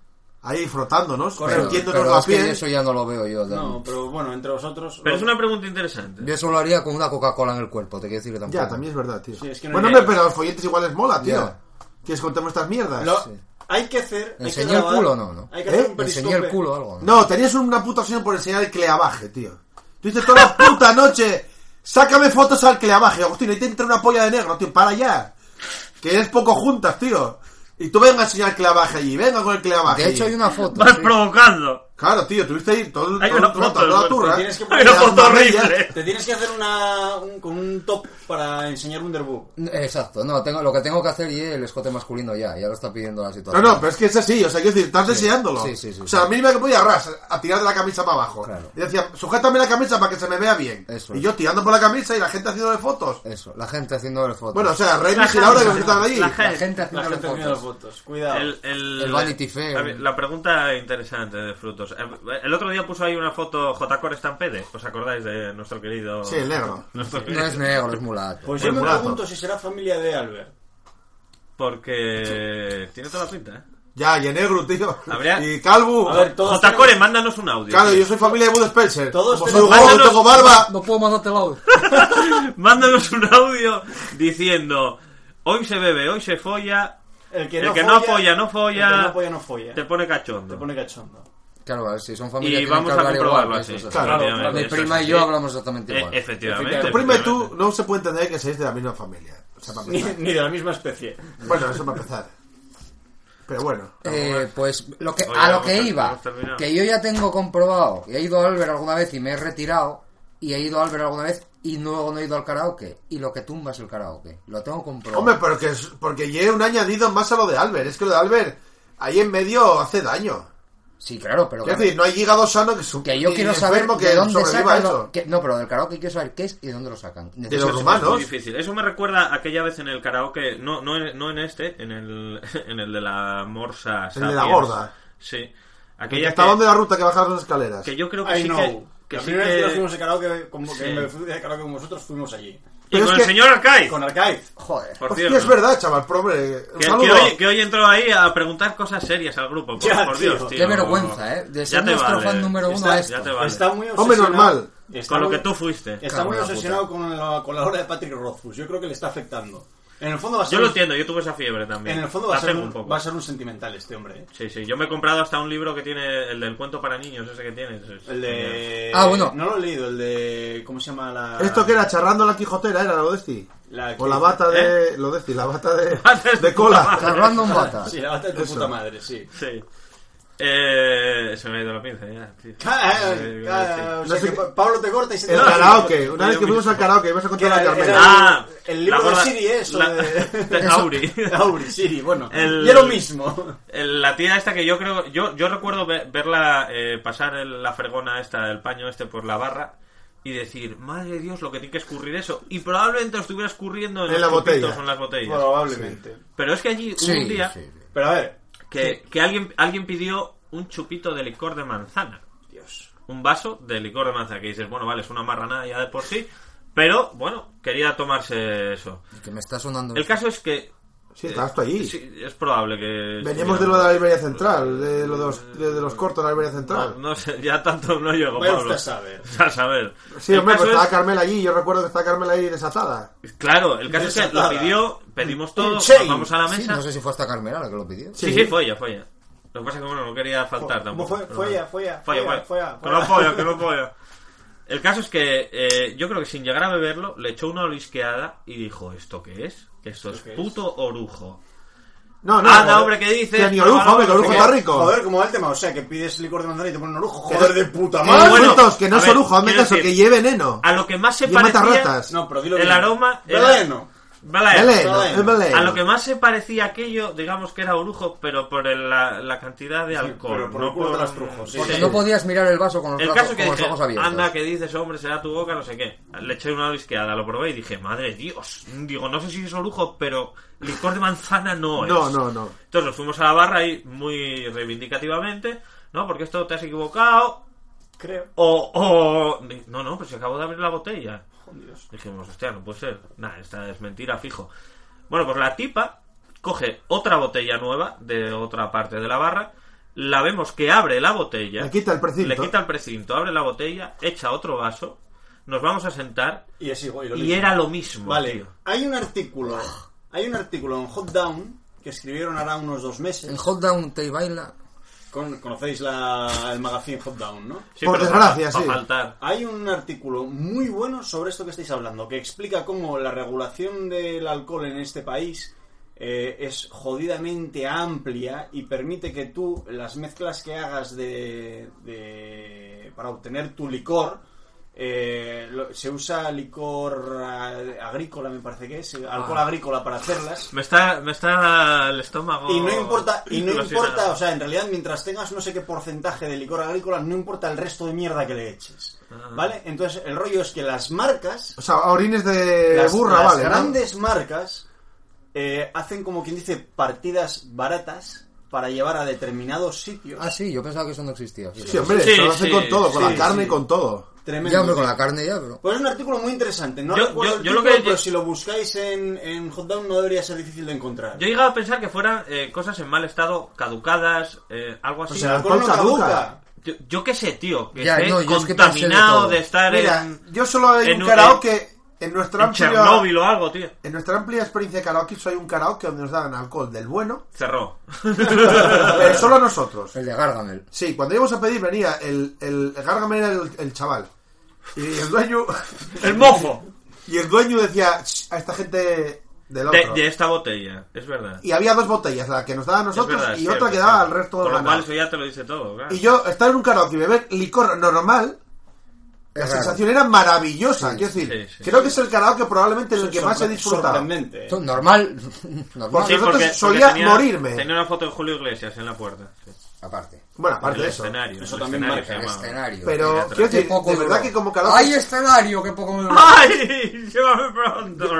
[SPEAKER 8] Ahí frotándonos,
[SPEAKER 6] Pero,
[SPEAKER 8] sintiéndonos
[SPEAKER 6] pero
[SPEAKER 8] la
[SPEAKER 6] es que
[SPEAKER 8] piel.
[SPEAKER 6] eso ya no lo veo yo. Dan.
[SPEAKER 7] No, pero bueno, entre vosotros.
[SPEAKER 9] Pero es
[SPEAKER 7] lo-
[SPEAKER 9] una pregunta interesante.
[SPEAKER 6] Yo eso lo haría con una Coca-Cola en el cuerpo, te quiero decir que tampoco.
[SPEAKER 8] Ya, también es verdad, tío.
[SPEAKER 7] Sí, es que no
[SPEAKER 8] bueno,
[SPEAKER 7] hay-
[SPEAKER 8] hombre, pero los folletes igual les mola, tío.
[SPEAKER 6] Ya.
[SPEAKER 8] ¿Quieres contarme estas mierdas?
[SPEAKER 7] lo-
[SPEAKER 6] sí.
[SPEAKER 7] Hay que hacer. hay que
[SPEAKER 6] Enseñé el
[SPEAKER 7] grabar-
[SPEAKER 6] culo, no, no.
[SPEAKER 7] Hay que
[SPEAKER 8] Ah, ¿Eh?
[SPEAKER 7] hacer un
[SPEAKER 6] Me enseñé
[SPEAKER 7] periscope.
[SPEAKER 6] el culo o algo. ¿no?
[SPEAKER 8] No, tenías una puta opción por enseñar el cleavaje, tío. Tú dices toda la (laughs) puta noche, sácame fotos al cleavaje. Agustín, ahí te entra una polla de negro, tío, para allá. Que eres poco juntas, tío. Y tú venga a enseñar el cleavaje allí, venga con el cleavaje.
[SPEAKER 6] De hecho, hay
[SPEAKER 8] allí.
[SPEAKER 6] una foto.
[SPEAKER 9] Vas
[SPEAKER 6] sí.
[SPEAKER 9] provocando.
[SPEAKER 8] Claro, tío, tuviste ahí todo,
[SPEAKER 9] Hay
[SPEAKER 8] todo-
[SPEAKER 9] una
[SPEAKER 8] toda-
[SPEAKER 9] foto,
[SPEAKER 8] toda la
[SPEAKER 9] bueno,
[SPEAKER 8] turra.
[SPEAKER 7] tienes que
[SPEAKER 9] Hay una
[SPEAKER 8] Las
[SPEAKER 9] foto
[SPEAKER 8] mamellas.
[SPEAKER 9] horrible.
[SPEAKER 7] Te tienes que hacer una, un- con un top para enseñar Underboob.
[SPEAKER 6] Exacto, no, tengo, lo que tengo que hacer y el escote masculino ya, ya lo está pidiendo la
[SPEAKER 8] No,
[SPEAKER 6] situación.
[SPEAKER 8] no, pero es que es así, o sea, quiero decir, estás deseándolo.
[SPEAKER 6] Sí, sí, sí,
[SPEAKER 8] o sea,
[SPEAKER 6] sí.
[SPEAKER 8] la mínima que podía, ras, a tirar de la camisa para abajo.
[SPEAKER 6] Claro.
[SPEAKER 8] Y decía, sujétame la camisa para que se me vea bien.
[SPEAKER 6] Eso
[SPEAKER 8] y
[SPEAKER 6] es.
[SPEAKER 8] yo tirando por la camisa y la gente haciéndole fotos.
[SPEAKER 6] Eso, la gente haciéndole fotos.
[SPEAKER 8] Bueno, o sea,
[SPEAKER 9] La
[SPEAKER 8] Remis y Laura que
[SPEAKER 9] gente,
[SPEAKER 8] estaban ahí.
[SPEAKER 9] la gente.
[SPEAKER 6] la gente
[SPEAKER 7] La
[SPEAKER 6] haciéndole
[SPEAKER 7] gente tiene las
[SPEAKER 6] fotos.
[SPEAKER 7] fotos. Cuidado.
[SPEAKER 9] El, el,
[SPEAKER 6] El Vanity Fair.
[SPEAKER 9] A ver, La pregunta interesante de frutos. El, el otro día puso ahí una foto J. Stampede. ¿Os acordáis de nuestro querido?
[SPEAKER 8] Sí, el negro.
[SPEAKER 9] Nuestro
[SPEAKER 6] No
[SPEAKER 9] querido-
[SPEAKER 6] es negro, es mulato.
[SPEAKER 7] Pues
[SPEAKER 8] El
[SPEAKER 7] yo me
[SPEAKER 8] mulato.
[SPEAKER 7] pregunto si será familia de Albert.
[SPEAKER 9] Porque tiene toda la pinta, ¿eh?
[SPEAKER 8] Ya, y negro, tío.
[SPEAKER 9] Habría-
[SPEAKER 8] Y calvo.
[SPEAKER 7] A ver, todos
[SPEAKER 9] J. Core,
[SPEAKER 7] tenemos-
[SPEAKER 9] mándanos un audio.
[SPEAKER 8] Claro,
[SPEAKER 9] tío.
[SPEAKER 8] yo soy familia de Bud Spencer.
[SPEAKER 7] Todos
[SPEAKER 8] Como soy
[SPEAKER 7] tenemos-
[SPEAKER 8] gordo,
[SPEAKER 9] Mándanos-
[SPEAKER 8] tengo barba.
[SPEAKER 2] No puedo mandarte el audio.
[SPEAKER 9] Mándanos un audio diciendo: Hoy se bebe, hoy se folla.
[SPEAKER 7] El que
[SPEAKER 9] el
[SPEAKER 7] no,
[SPEAKER 9] que
[SPEAKER 7] folla,
[SPEAKER 9] no folla, no folla.
[SPEAKER 7] El que no folla, no folla.
[SPEAKER 9] Te pone cachondo.
[SPEAKER 7] Te pone cachondo.
[SPEAKER 6] Claro, a ver, si son familia
[SPEAKER 9] y
[SPEAKER 6] tienen
[SPEAKER 9] vamos
[SPEAKER 6] que
[SPEAKER 9] a
[SPEAKER 6] hablar
[SPEAKER 9] comprobarlo
[SPEAKER 6] igual,
[SPEAKER 9] así.
[SPEAKER 6] eso es
[SPEAKER 7] Claro,
[SPEAKER 9] Efectivamente,
[SPEAKER 6] Mi
[SPEAKER 9] eso
[SPEAKER 6] prima
[SPEAKER 9] es
[SPEAKER 6] y yo
[SPEAKER 9] así.
[SPEAKER 6] hablamente exactamente
[SPEAKER 9] E-
[SPEAKER 6] igual.
[SPEAKER 9] efectivamente.
[SPEAKER 8] Tu prima y tú
[SPEAKER 9] efectivamente.
[SPEAKER 8] no se puede entender que seáis de la misma familia. O sea, para
[SPEAKER 7] Ni,
[SPEAKER 8] empezar.
[SPEAKER 7] ni de la misma especie.
[SPEAKER 8] Bueno, eso para empezar. Pero bueno.
[SPEAKER 6] Eh, pues lo que,
[SPEAKER 9] Oye,
[SPEAKER 6] a lo
[SPEAKER 9] vamos
[SPEAKER 6] que
[SPEAKER 9] a-
[SPEAKER 6] iba,
[SPEAKER 9] hemos terminado.
[SPEAKER 6] que yo ya tengo comprobado, y he ido a Albert alguna vez y me he retirado, y he ido a Albert alguna vez y luego no he ido al karaoke, y lo que tumba es el karaoke, lo tengo comprobado.
[SPEAKER 8] Hombre, pero que es- porque lleve un añadido más a lo de Albert. Es que lo de Albert ahí en medio hace daño.
[SPEAKER 6] sí, claro, pero
[SPEAKER 8] Es
[SPEAKER 6] que,
[SPEAKER 8] decir, no hay hígado sano que, su-
[SPEAKER 6] que yo
[SPEAKER 8] ni
[SPEAKER 6] quiero saber
[SPEAKER 8] enfermo
[SPEAKER 6] de dónde
[SPEAKER 8] sobreviva
[SPEAKER 6] sacan,
[SPEAKER 8] eso.
[SPEAKER 6] lo- que- no, pero del karaoke quiero saber qué es y de dónde lo sacan.
[SPEAKER 8] De
[SPEAKER 6] Necesito
[SPEAKER 8] los
[SPEAKER 6] saber.
[SPEAKER 9] Muy
[SPEAKER 8] humanos.
[SPEAKER 9] difícil. Eso me recuerda a aquella vez en el karaoke, no, no, en- no en este, en el, (laughs) en el de la morsa.
[SPEAKER 8] El de la
[SPEAKER 9] Sapiens.
[SPEAKER 8] gorda.
[SPEAKER 9] Sí.
[SPEAKER 8] Que
[SPEAKER 9] Aquella
[SPEAKER 8] hasta
[SPEAKER 9] que-
[SPEAKER 8] dónde la ruta que bajas las escaleras.
[SPEAKER 9] que yo creo que
[SPEAKER 7] I
[SPEAKER 9] sí
[SPEAKER 7] know.
[SPEAKER 9] que... que
[SPEAKER 7] la
[SPEAKER 9] sí
[SPEAKER 7] primera vez que nos
[SPEAKER 9] que-
[SPEAKER 7] fuimos de karaoke, con, que
[SPEAKER 9] Sí.
[SPEAKER 7] me fui de karaoke con vosotros, fuimos allí.
[SPEAKER 9] Y
[SPEAKER 8] Pero
[SPEAKER 9] con
[SPEAKER 8] es
[SPEAKER 9] el
[SPEAKER 8] que-
[SPEAKER 9] señor Arcaiz.
[SPEAKER 7] Con Arcaiz.
[SPEAKER 6] Joder.
[SPEAKER 9] Por
[SPEAKER 8] Hostia,
[SPEAKER 9] cierto.
[SPEAKER 8] es verdad, chaval, pero hombre. Un
[SPEAKER 9] Que, que
[SPEAKER 8] saludo.
[SPEAKER 9] hoy, que hoy entró ahí a preguntar cosas serias al grupo. Por,
[SPEAKER 7] Ya,
[SPEAKER 9] por
[SPEAKER 7] tío.
[SPEAKER 9] Dios, tío.
[SPEAKER 6] Qué vergüenza, ¿eh? De
[SPEAKER 9] Ya
[SPEAKER 6] ser
[SPEAKER 9] te
[SPEAKER 6] nuestro
[SPEAKER 9] vale.
[SPEAKER 6] fan número uno
[SPEAKER 9] Está-
[SPEAKER 6] a esto.
[SPEAKER 9] Ya te vale.
[SPEAKER 7] Está muy
[SPEAKER 8] Hombre,
[SPEAKER 7] obsesionado-
[SPEAKER 8] normal.
[SPEAKER 7] está
[SPEAKER 9] Con lo
[SPEAKER 7] muy-
[SPEAKER 9] que tú fuiste.
[SPEAKER 7] Está muy
[SPEAKER 6] Cabrón,
[SPEAKER 7] obsesionado con la, con la obra de Patrick Rothfuss. Yo creo que le está afectando. En el fondo va a ser
[SPEAKER 9] Yo lo
[SPEAKER 7] un-
[SPEAKER 9] entiendo, yo tuve esa fiebre también.
[SPEAKER 7] En el fondo va a,
[SPEAKER 9] La
[SPEAKER 7] ser
[SPEAKER 9] tengo
[SPEAKER 7] un,
[SPEAKER 9] un poco.
[SPEAKER 7] va a ser un sentimental este hombre. ¿eh?
[SPEAKER 9] Sí, sí. Yo me he comprado hasta un libro que tiene el del cuento para niños, ese que tienes. Es-
[SPEAKER 7] El de.
[SPEAKER 6] Ah, bueno.
[SPEAKER 7] No lo he leído, el de. ¿Cómo se llama la.?
[SPEAKER 8] Esto que era charrando la Quijotera, era lo de Esti.
[SPEAKER 7] La
[SPEAKER 8] O la bata
[SPEAKER 9] ¿eh?
[SPEAKER 8] de. Lo de Esti, la bata
[SPEAKER 9] (laughs)
[SPEAKER 8] de. de cola.
[SPEAKER 6] Charlando un bata.
[SPEAKER 7] Sí, la bata de tu
[SPEAKER 8] Eso.
[SPEAKER 7] puta madre, sí.
[SPEAKER 9] Sí. Eh, se me ha ido la pinza ya, tío.
[SPEAKER 7] (laughs) (laughs) Ah,
[SPEAKER 9] Eh,
[SPEAKER 7] ah, o
[SPEAKER 8] No
[SPEAKER 7] sea
[SPEAKER 8] sé
[SPEAKER 7] que
[SPEAKER 8] qué-
[SPEAKER 7] Pa- Pablo te corta y se te
[SPEAKER 8] El
[SPEAKER 7] va.
[SPEAKER 8] karaoke. Una vez que fuimos al karaoke, ibas a
[SPEAKER 7] Que
[SPEAKER 8] contar
[SPEAKER 7] era-
[SPEAKER 8] a
[SPEAKER 7] era-
[SPEAKER 8] Carmen.
[SPEAKER 9] Ah,
[SPEAKER 7] el libro
[SPEAKER 9] la
[SPEAKER 7] de
[SPEAKER 9] gorda-
[SPEAKER 7] Siri es, o
[SPEAKER 9] la-
[SPEAKER 7] (laughs) de-
[SPEAKER 9] (laughs) de Auri.
[SPEAKER 7] Auri, Siri, bueno.
[SPEAKER 9] El-
[SPEAKER 7] Y es lo
[SPEAKER 8] (laughs)
[SPEAKER 7] mismo.
[SPEAKER 9] (laughs) El- La tía esta que yo creo, yo, yo recuerdo ve- verla eh, pasar el- la fregona esta, el paño este por la barra y decir, madre de Dios, lo que tiene que escurrir eso. Y probablemente lo estuviera escurriendo en,
[SPEAKER 8] En
[SPEAKER 9] los
[SPEAKER 8] la
[SPEAKER 9] chupitos
[SPEAKER 8] botella.
[SPEAKER 9] o en las botellas.
[SPEAKER 7] Probablemente.
[SPEAKER 9] Pero es que allí hubo un
[SPEAKER 6] Sí,
[SPEAKER 9] día
[SPEAKER 6] sí.
[SPEAKER 7] Pero a ver.
[SPEAKER 9] que, que alguien, alguien pidió un chupito de licor de manzana.
[SPEAKER 7] Dios.
[SPEAKER 9] un vaso de licor de manzana que dices, bueno, vale, es una marranada ya de por sí, pero bueno, quería tomarse eso.
[SPEAKER 6] Que me está sonando.
[SPEAKER 9] El caso es que eh,
[SPEAKER 8] Sí, estabas tú allí.
[SPEAKER 9] sí, es probable que...
[SPEAKER 8] Veníamos de lo de la Iberia Central, de lo de los, de, de los cortos de la Iberia
[SPEAKER 9] No,
[SPEAKER 8] Central.
[SPEAKER 9] no sé, ya tanto no llego,
[SPEAKER 7] Vaya
[SPEAKER 9] Pablo.
[SPEAKER 7] usted a saber.
[SPEAKER 9] (laughs) A saber.
[SPEAKER 8] Sí,
[SPEAKER 9] El
[SPEAKER 8] hombre,
[SPEAKER 9] caso
[SPEAKER 8] pues estaba
[SPEAKER 9] es-
[SPEAKER 8] Carmela allí, yo recuerdo que estaba Carmela ahí desatada.
[SPEAKER 9] Claro, el caso es que lo
[SPEAKER 7] Desatada.
[SPEAKER 9] pidió, pedimos todo,
[SPEAKER 7] Un
[SPEAKER 9] nos
[SPEAKER 7] chain.
[SPEAKER 9] vamos a la
[SPEAKER 6] Sí,
[SPEAKER 9] mesa.
[SPEAKER 6] no sé si fue hasta Carmela la que lo pidió.
[SPEAKER 9] Sí, sí, fue ella, fue ella. Lo que pasa es que, bueno, no quería faltar
[SPEAKER 7] ¿Cómo
[SPEAKER 9] tampoco.
[SPEAKER 7] fue?
[SPEAKER 9] pero
[SPEAKER 7] Fue
[SPEAKER 9] bueno.
[SPEAKER 7] ella, fue ella,
[SPEAKER 9] Fue ella,
[SPEAKER 7] fue ella,
[SPEAKER 9] fue ella.
[SPEAKER 7] fue
[SPEAKER 9] Que
[SPEAKER 7] ella.
[SPEAKER 9] no
[SPEAKER 7] (laughs)
[SPEAKER 9] pollo, que no pollo. El caso es que eh, yo creo que sin llegar a beberlo, le echó una olisqueada y dijo, ¿esto qué es? Que esto es
[SPEAKER 7] ¿Esto qué es?
[SPEAKER 9] puto orujo.
[SPEAKER 8] No, no.
[SPEAKER 9] Anda,
[SPEAKER 8] joder.
[SPEAKER 9] Ah, hombre, ¿qué dices?
[SPEAKER 8] Que ni orujo, hombre, que
[SPEAKER 9] No, no,
[SPEAKER 8] orujo
[SPEAKER 9] no,
[SPEAKER 8] está
[SPEAKER 9] que-
[SPEAKER 8] rico.
[SPEAKER 7] Joder, como va el tema, o sea, que pides licor de manzana y te ponen orujo.
[SPEAKER 8] Que
[SPEAKER 7] Joder
[SPEAKER 8] no-
[SPEAKER 7] de puta
[SPEAKER 8] Que
[SPEAKER 7] madre.
[SPEAKER 9] bueno,
[SPEAKER 8] fritos, que no
[SPEAKER 9] a
[SPEAKER 8] es
[SPEAKER 9] ver,
[SPEAKER 8] orujo, hazme
[SPEAKER 9] quiero
[SPEAKER 8] caso,
[SPEAKER 9] decir-
[SPEAKER 8] que lleve veneno.
[SPEAKER 9] A lo que más se
[SPEAKER 8] Y mata
[SPEAKER 9] parecía...
[SPEAKER 8] ratas.
[SPEAKER 7] No, pero dilo
[SPEAKER 9] El
[SPEAKER 7] bien.
[SPEAKER 9] aroma era-
[SPEAKER 7] Veleno.
[SPEAKER 9] Balaeno.
[SPEAKER 8] Belén,
[SPEAKER 7] Belén.
[SPEAKER 8] es Belén.
[SPEAKER 9] A lo que más se parecía aquello, digamos que era orujo, pero por el- la, la cantidad de alcohol.
[SPEAKER 7] pero por
[SPEAKER 9] no
[SPEAKER 7] el culo de las trujos, sí,
[SPEAKER 6] Porque
[SPEAKER 7] sí.
[SPEAKER 6] no podías mirar el vaso con los,
[SPEAKER 9] El
[SPEAKER 6] brazos-
[SPEAKER 9] caso que
[SPEAKER 6] con los
[SPEAKER 9] dije,
[SPEAKER 6] ojos abiertos.
[SPEAKER 9] anda, que dices, hombre, será tu boca, no sé qué. Le eché una olisqueada, lo probé y dije, madre Dios. Digo, no sé si es lujo, pero licor de manzana no es.
[SPEAKER 8] No, no, no.
[SPEAKER 9] Entonces nos fuimos a la barra y muy reivindicativamente, ¿no? Porque esto te has equivocado.
[SPEAKER 7] Creo.
[SPEAKER 9] O, o... No, no, pues si acabo de abrir la botella.
[SPEAKER 7] Oh, Dios.
[SPEAKER 9] Dijimos, hostia, no puede ser. Nada, esta es mentira, fijo. Bueno, pues la tipa coge otra botella nueva de otra parte de la barra. La vemos que abre la botella.
[SPEAKER 8] Le quita el precinto.
[SPEAKER 9] Le quita el precinto, abre la botella, echa otro vaso. Nos vamos a sentar.
[SPEAKER 7] Y es igual. lo
[SPEAKER 9] Y
[SPEAKER 7] mismo.
[SPEAKER 9] era lo mismo.
[SPEAKER 7] Vale,
[SPEAKER 9] tío.
[SPEAKER 7] hay un artículo, hay un artículo en Hot Down que escribieron ahora unos dos
[SPEAKER 6] En
[SPEAKER 7] meses.
[SPEAKER 6] Hot Down te baila.
[SPEAKER 7] Con- conocéis la, el magazine Hot Down, ¿no?
[SPEAKER 9] Sí,
[SPEAKER 8] Por
[SPEAKER 9] pero
[SPEAKER 8] desgracia,
[SPEAKER 9] va- va a
[SPEAKER 8] sí.
[SPEAKER 9] faltar.
[SPEAKER 7] Hay un artículo muy bueno sobre esto que estáis hablando, que explica cómo la regulación del alcohol en este país eh, es jodidamente amplia y permite que tú las mezclas que hagas de, de- para obtener tu licor eh, lo- se usa licor eh, agrícola, me parece que es, eh, alcohol agrícola para hacerlas.
[SPEAKER 9] Me está, me está el estómago.
[SPEAKER 7] Y no importa, y
[SPEAKER 9] (laughs)
[SPEAKER 7] no
[SPEAKER 9] erosionado.
[SPEAKER 7] importa, o sea, en realidad mientras tengas no sé qué porcentaje de licor agrícola, no importa el resto de mierda que le eches.
[SPEAKER 9] Ah.
[SPEAKER 7] ¿Vale? Entonces, el rollo es que las marcas,
[SPEAKER 8] O sea, a orines de
[SPEAKER 7] las,
[SPEAKER 8] Eh,
[SPEAKER 7] las
[SPEAKER 8] burra, vale. ¿no?
[SPEAKER 7] grandes marcas, eh, hacen como quien dice partidas baratas para llevar a determinados sitios.
[SPEAKER 8] Ah,
[SPEAKER 6] Ah, sí, yo pensaba que eso no existía.
[SPEAKER 8] Sí, hombre,
[SPEAKER 9] Sí,
[SPEAKER 8] se lo hacen
[SPEAKER 9] sí,
[SPEAKER 8] con todo, con
[SPEAKER 7] sí,
[SPEAKER 8] la carne y
[SPEAKER 7] sí.
[SPEAKER 8] con todo.
[SPEAKER 7] Tremendo.
[SPEAKER 6] Ya, hombre, con
[SPEAKER 7] tío.
[SPEAKER 6] la carne ya, pero...
[SPEAKER 7] Pues es un artículo muy interesante. No
[SPEAKER 9] Yo-
[SPEAKER 7] recuerdo
[SPEAKER 9] yo-
[SPEAKER 7] el
[SPEAKER 9] yo lo
[SPEAKER 7] título,
[SPEAKER 9] que-
[SPEAKER 7] pero si lo buscáis en, en Hotdown no debería ser difícil de encontrar.
[SPEAKER 9] Yo he llegado a pensar que fueran eh, cosas en mal estado, caducadas, eh, algo así.
[SPEAKER 7] o sea, el alcohol no
[SPEAKER 8] alcohol
[SPEAKER 7] caduca.
[SPEAKER 8] caduca.
[SPEAKER 9] yo, yo qué sé, tío. Que
[SPEAKER 6] Ya,
[SPEAKER 9] esté
[SPEAKER 6] no, yo es que pensé de
[SPEAKER 9] contaminado
[SPEAKER 6] todo.
[SPEAKER 9] de, estar
[SPEAKER 8] Mira,
[SPEAKER 9] en,
[SPEAKER 8] yo solo hay
[SPEAKER 9] en
[SPEAKER 8] un
[SPEAKER 9] un-
[SPEAKER 8] karaoke en nuestra
[SPEAKER 9] en
[SPEAKER 8] amplia
[SPEAKER 9] Chernóbil o algo, tío.
[SPEAKER 8] en nuestra amplia experiencia de karaoke solo hay un karaoke donde nos dan alcohol del bueno, (laughs)
[SPEAKER 9] Cerró.
[SPEAKER 8] pero solo a nosotros.
[SPEAKER 6] El de Gargamel.
[SPEAKER 8] Sí, cuando íbamos a pedir venía el, el Gargamel era el, el chaval. Y el dueño (laughs)
[SPEAKER 9] ¡El mojo!
[SPEAKER 8] y el dueño decía "Shh, a esta gente del
[SPEAKER 9] De,
[SPEAKER 8] otro.
[SPEAKER 9] de esta botella, es verdad.
[SPEAKER 8] Y había dos botellas, la que nos daba a
[SPEAKER 9] Es
[SPEAKER 8] nosotros
[SPEAKER 9] verdad, es
[SPEAKER 8] y otra
[SPEAKER 9] cierto,
[SPEAKER 8] que daba
[SPEAKER 9] es
[SPEAKER 8] al
[SPEAKER 9] cierto.
[SPEAKER 8] resto de
[SPEAKER 9] Con
[SPEAKER 8] la
[SPEAKER 9] lo cual,
[SPEAKER 8] nada.
[SPEAKER 9] eso ya te lo dice todo, claro.
[SPEAKER 8] Y yo estar en un karaoke y beber licor normal, la
[SPEAKER 6] Es raro.
[SPEAKER 8] sensación era maravillosa.
[SPEAKER 6] Sí,
[SPEAKER 8] quiero decir,
[SPEAKER 9] sí, sí,
[SPEAKER 8] creo
[SPEAKER 9] sí.
[SPEAKER 8] que es el karaoke probablemente el que
[SPEAKER 7] Sorpre-
[SPEAKER 8] más he disfrutado.
[SPEAKER 7] Sorprendente.
[SPEAKER 6] Esto, normal, (laughs) normal,
[SPEAKER 8] Sí. nosotros solía morirme.
[SPEAKER 9] Tenía una foto de Julio Iglesias en la puerta. Sí.
[SPEAKER 6] aparte.
[SPEAKER 8] Bueno,
[SPEAKER 9] El
[SPEAKER 8] aparte de eso.
[SPEAKER 9] escenario.
[SPEAKER 7] Eso
[SPEAKER 9] el
[SPEAKER 7] también
[SPEAKER 9] escenario
[SPEAKER 7] marca
[SPEAKER 9] se
[SPEAKER 6] El
[SPEAKER 9] llamaba.
[SPEAKER 6] escenario.
[SPEAKER 8] Pero
[SPEAKER 9] Mira,
[SPEAKER 8] quiero
[SPEAKER 6] Qué
[SPEAKER 8] decir,
[SPEAKER 6] poco
[SPEAKER 8] de verdad
[SPEAKER 6] duró.
[SPEAKER 8] que como Ah, karaoke.
[SPEAKER 6] ¡Ay, escenario! ¡Qué poco me duró!
[SPEAKER 9] (laughs) ¡Ay! ¡Llévame pronto!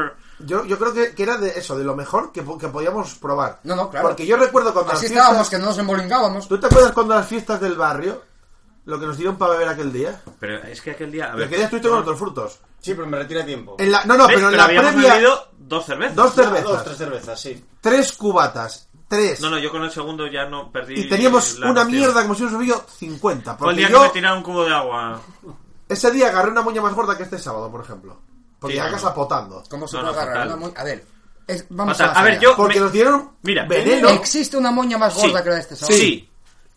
[SPEAKER 8] Yo, yo creo que, que era de eso, de lo mejor que, po- que podíamos probar.
[SPEAKER 6] No, no, claro.
[SPEAKER 8] Porque yo recuerdo cuando
[SPEAKER 6] Así
[SPEAKER 8] las fiestas-
[SPEAKER 6] estábamos, que no nos embolingábamos.
[SPEAKER 8] ¿Tú te acuerdas cuando las fiestas del barrio? Lo que nos dieron para beber aquel día.
[SPEAKER 9] Pero es que aquel día. A
[SPEAKER 8] Pero
[SPEAKER 9] ver,
[SPEAKER 8] aquel día estuviste con otros frutos.
[SPEAKER 7] Sí, pero me retira tiempo.
[SPEAKER 8] En la, no, no,
[SPEAKER 9] ¿Ves?
[SPEAKER 8] pero en la
[SPEAKER 9] habíamos
[SPEAKER 8] previa.
[SPEAKER 9] bebido dos cervezas.
[SPEAKER 8] Dos
[SPEAKER 7] Ah,
[SPEAKER 8] cervezas.
[SPEAKER 7] Dos, tres cervezas, sí.
[SPEAKER 8] Tres cubatas. Tres.
[SPEAKER 9] No, no, yo con el segundo ya no perdí.
[SPEAKER 8] y teníamos
[SPEAKER 9] la
[SPEAKER 8] una
[SPEAKER 9] noción.
[SPEAKER 8] mierda como si hubiéramos bebido 50.
[SPEAKER 9] Fue el
[SPEAKER 8] Porque
[SPEAKER 9] día
[SPEAKER 8] yo
[SPEAKER 9] que me tiraron un cubo de agua.
[SPEAKER 8] ese día agarré una muña más gorda que este sábado, por ejemplo. Porque
[SPEAKER 9] Sí,
[SPEAKER 8] ya
[SPEAKER 9] no,
[SPEAKER 8] casa
[SPEAKER 9] no.
[SPEAKER 8] potando.
[SPEAKER 6] ¿Cómo se
[SPEAKER 9] No,
[SPEAKER 6] puede
[SPEAKER 9] no,
[SPEAKER 6] agarrar
[SPEAKER 9] fatal.
[SPEAKER 6] una moña? A ver, es- vamos
[SPEAKER 9] Fatal.
[SPEAKER 6] a
[SPEAKER 9] A ver, yo-
[SPEAKER 8] Porque
[SPEAKER 9] me-
[SPEAKER 8] nos dieron
[SPEAKER 9] Mira,
[SPEAKER 8] veneno.
[SPEAKER 6] ¿Existe una moña más gorda que la de este sábado?
[SPEAKER 9] sí.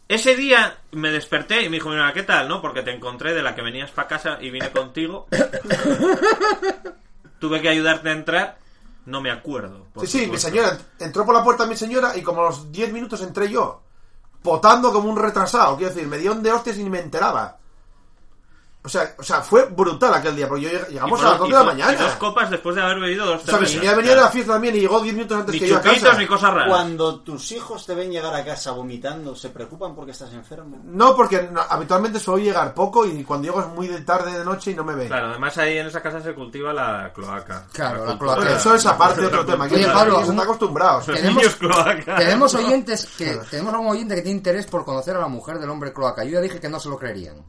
[SPEAKER 9] Ese día me desperté y me dijo, mira, ¿qué tal? ¿No? Porque te encontré de la que venías para casa y
[SPEAKER 6] (coughs)
[SPEAKER 9] vine contigo. Tuve que ayudarte a entrar. No me acuerdo. por
[SPEAKER 8] Sí, sí, mi
[SPEAKER 9] supuesto.
[SPEAKER 8] señora. Entró por la puerta mi señora y como a los 10 minutos entré yo. Potando como un retrasado. Quiero decir, me dieron de hostias y ni me enteraba. O sea, o sea, fue brutal aquel día, porque yo lleg-
[SPEAKER 9] Y
[SPEAKER 8] llegamos a
[SPEAKER 9] fueron-
[SPEAKER 8] las 2
[SPEAKER 9] y
[SPEAKER 8] de la
[SPEAKER 9] dos- y dos
[SPEAKER 8] mañana.
[SPEAKER 9] copas después de haber bebido dos
[SPEAKER 8] O sea, mi
[SPEAKER 9] cervezas.
[SPEAKER 8] señora venía de la fiesta también y llegó 10 minutos antes
[SPEAKER 9] Ni
[SPEAKER 8] que yo a
[SPEAKER 9] chupitos
[SPEAKER 8] casa.
[SPEAKER 9] ni cosas raras.
[SPEAKER 7] Cuando tus hijos te ven llegar a casa vomitando, ¿se preocupan porque estás enfermo?
[SPEAKER 8] No, porque no- habitualmente suelo llegar poco y cuando llego es muy de tarde de noche y no me ven.
[SPEAKER 9] Claro, además ahí en esa casa se cultiva la cloaca.
[SPEAKER 6] Claro, la
[SPEAKER 9] cultura-
[SPEAKER 6] cloaca.
[SPEAKER 8] Pero eso es aparte
[SPEAKER 9] la
[SPEAKER 8] otro tema.
[SPEAKER 9] cultura-
[SPEAKER 8] Que
[SPEAKER 6] Oye,
[SPEAKER 8] los
[SPEAKER 6] Pablo,
[SPEAKER 8] niños están
[SPEAKER 6] un-
[SPEAKER 8] acostumbrados.
[SPEAKER 9] Los
[SPEAKER 6] tenemos-
[SPEAKER 9] niños cloaca.
[SPEAKER 6] Tenemos oyentes que tenemos algún oyente que tiene interés por conocer a la mujer del hombre cloaca. Yo ya dije que no se lo creerían.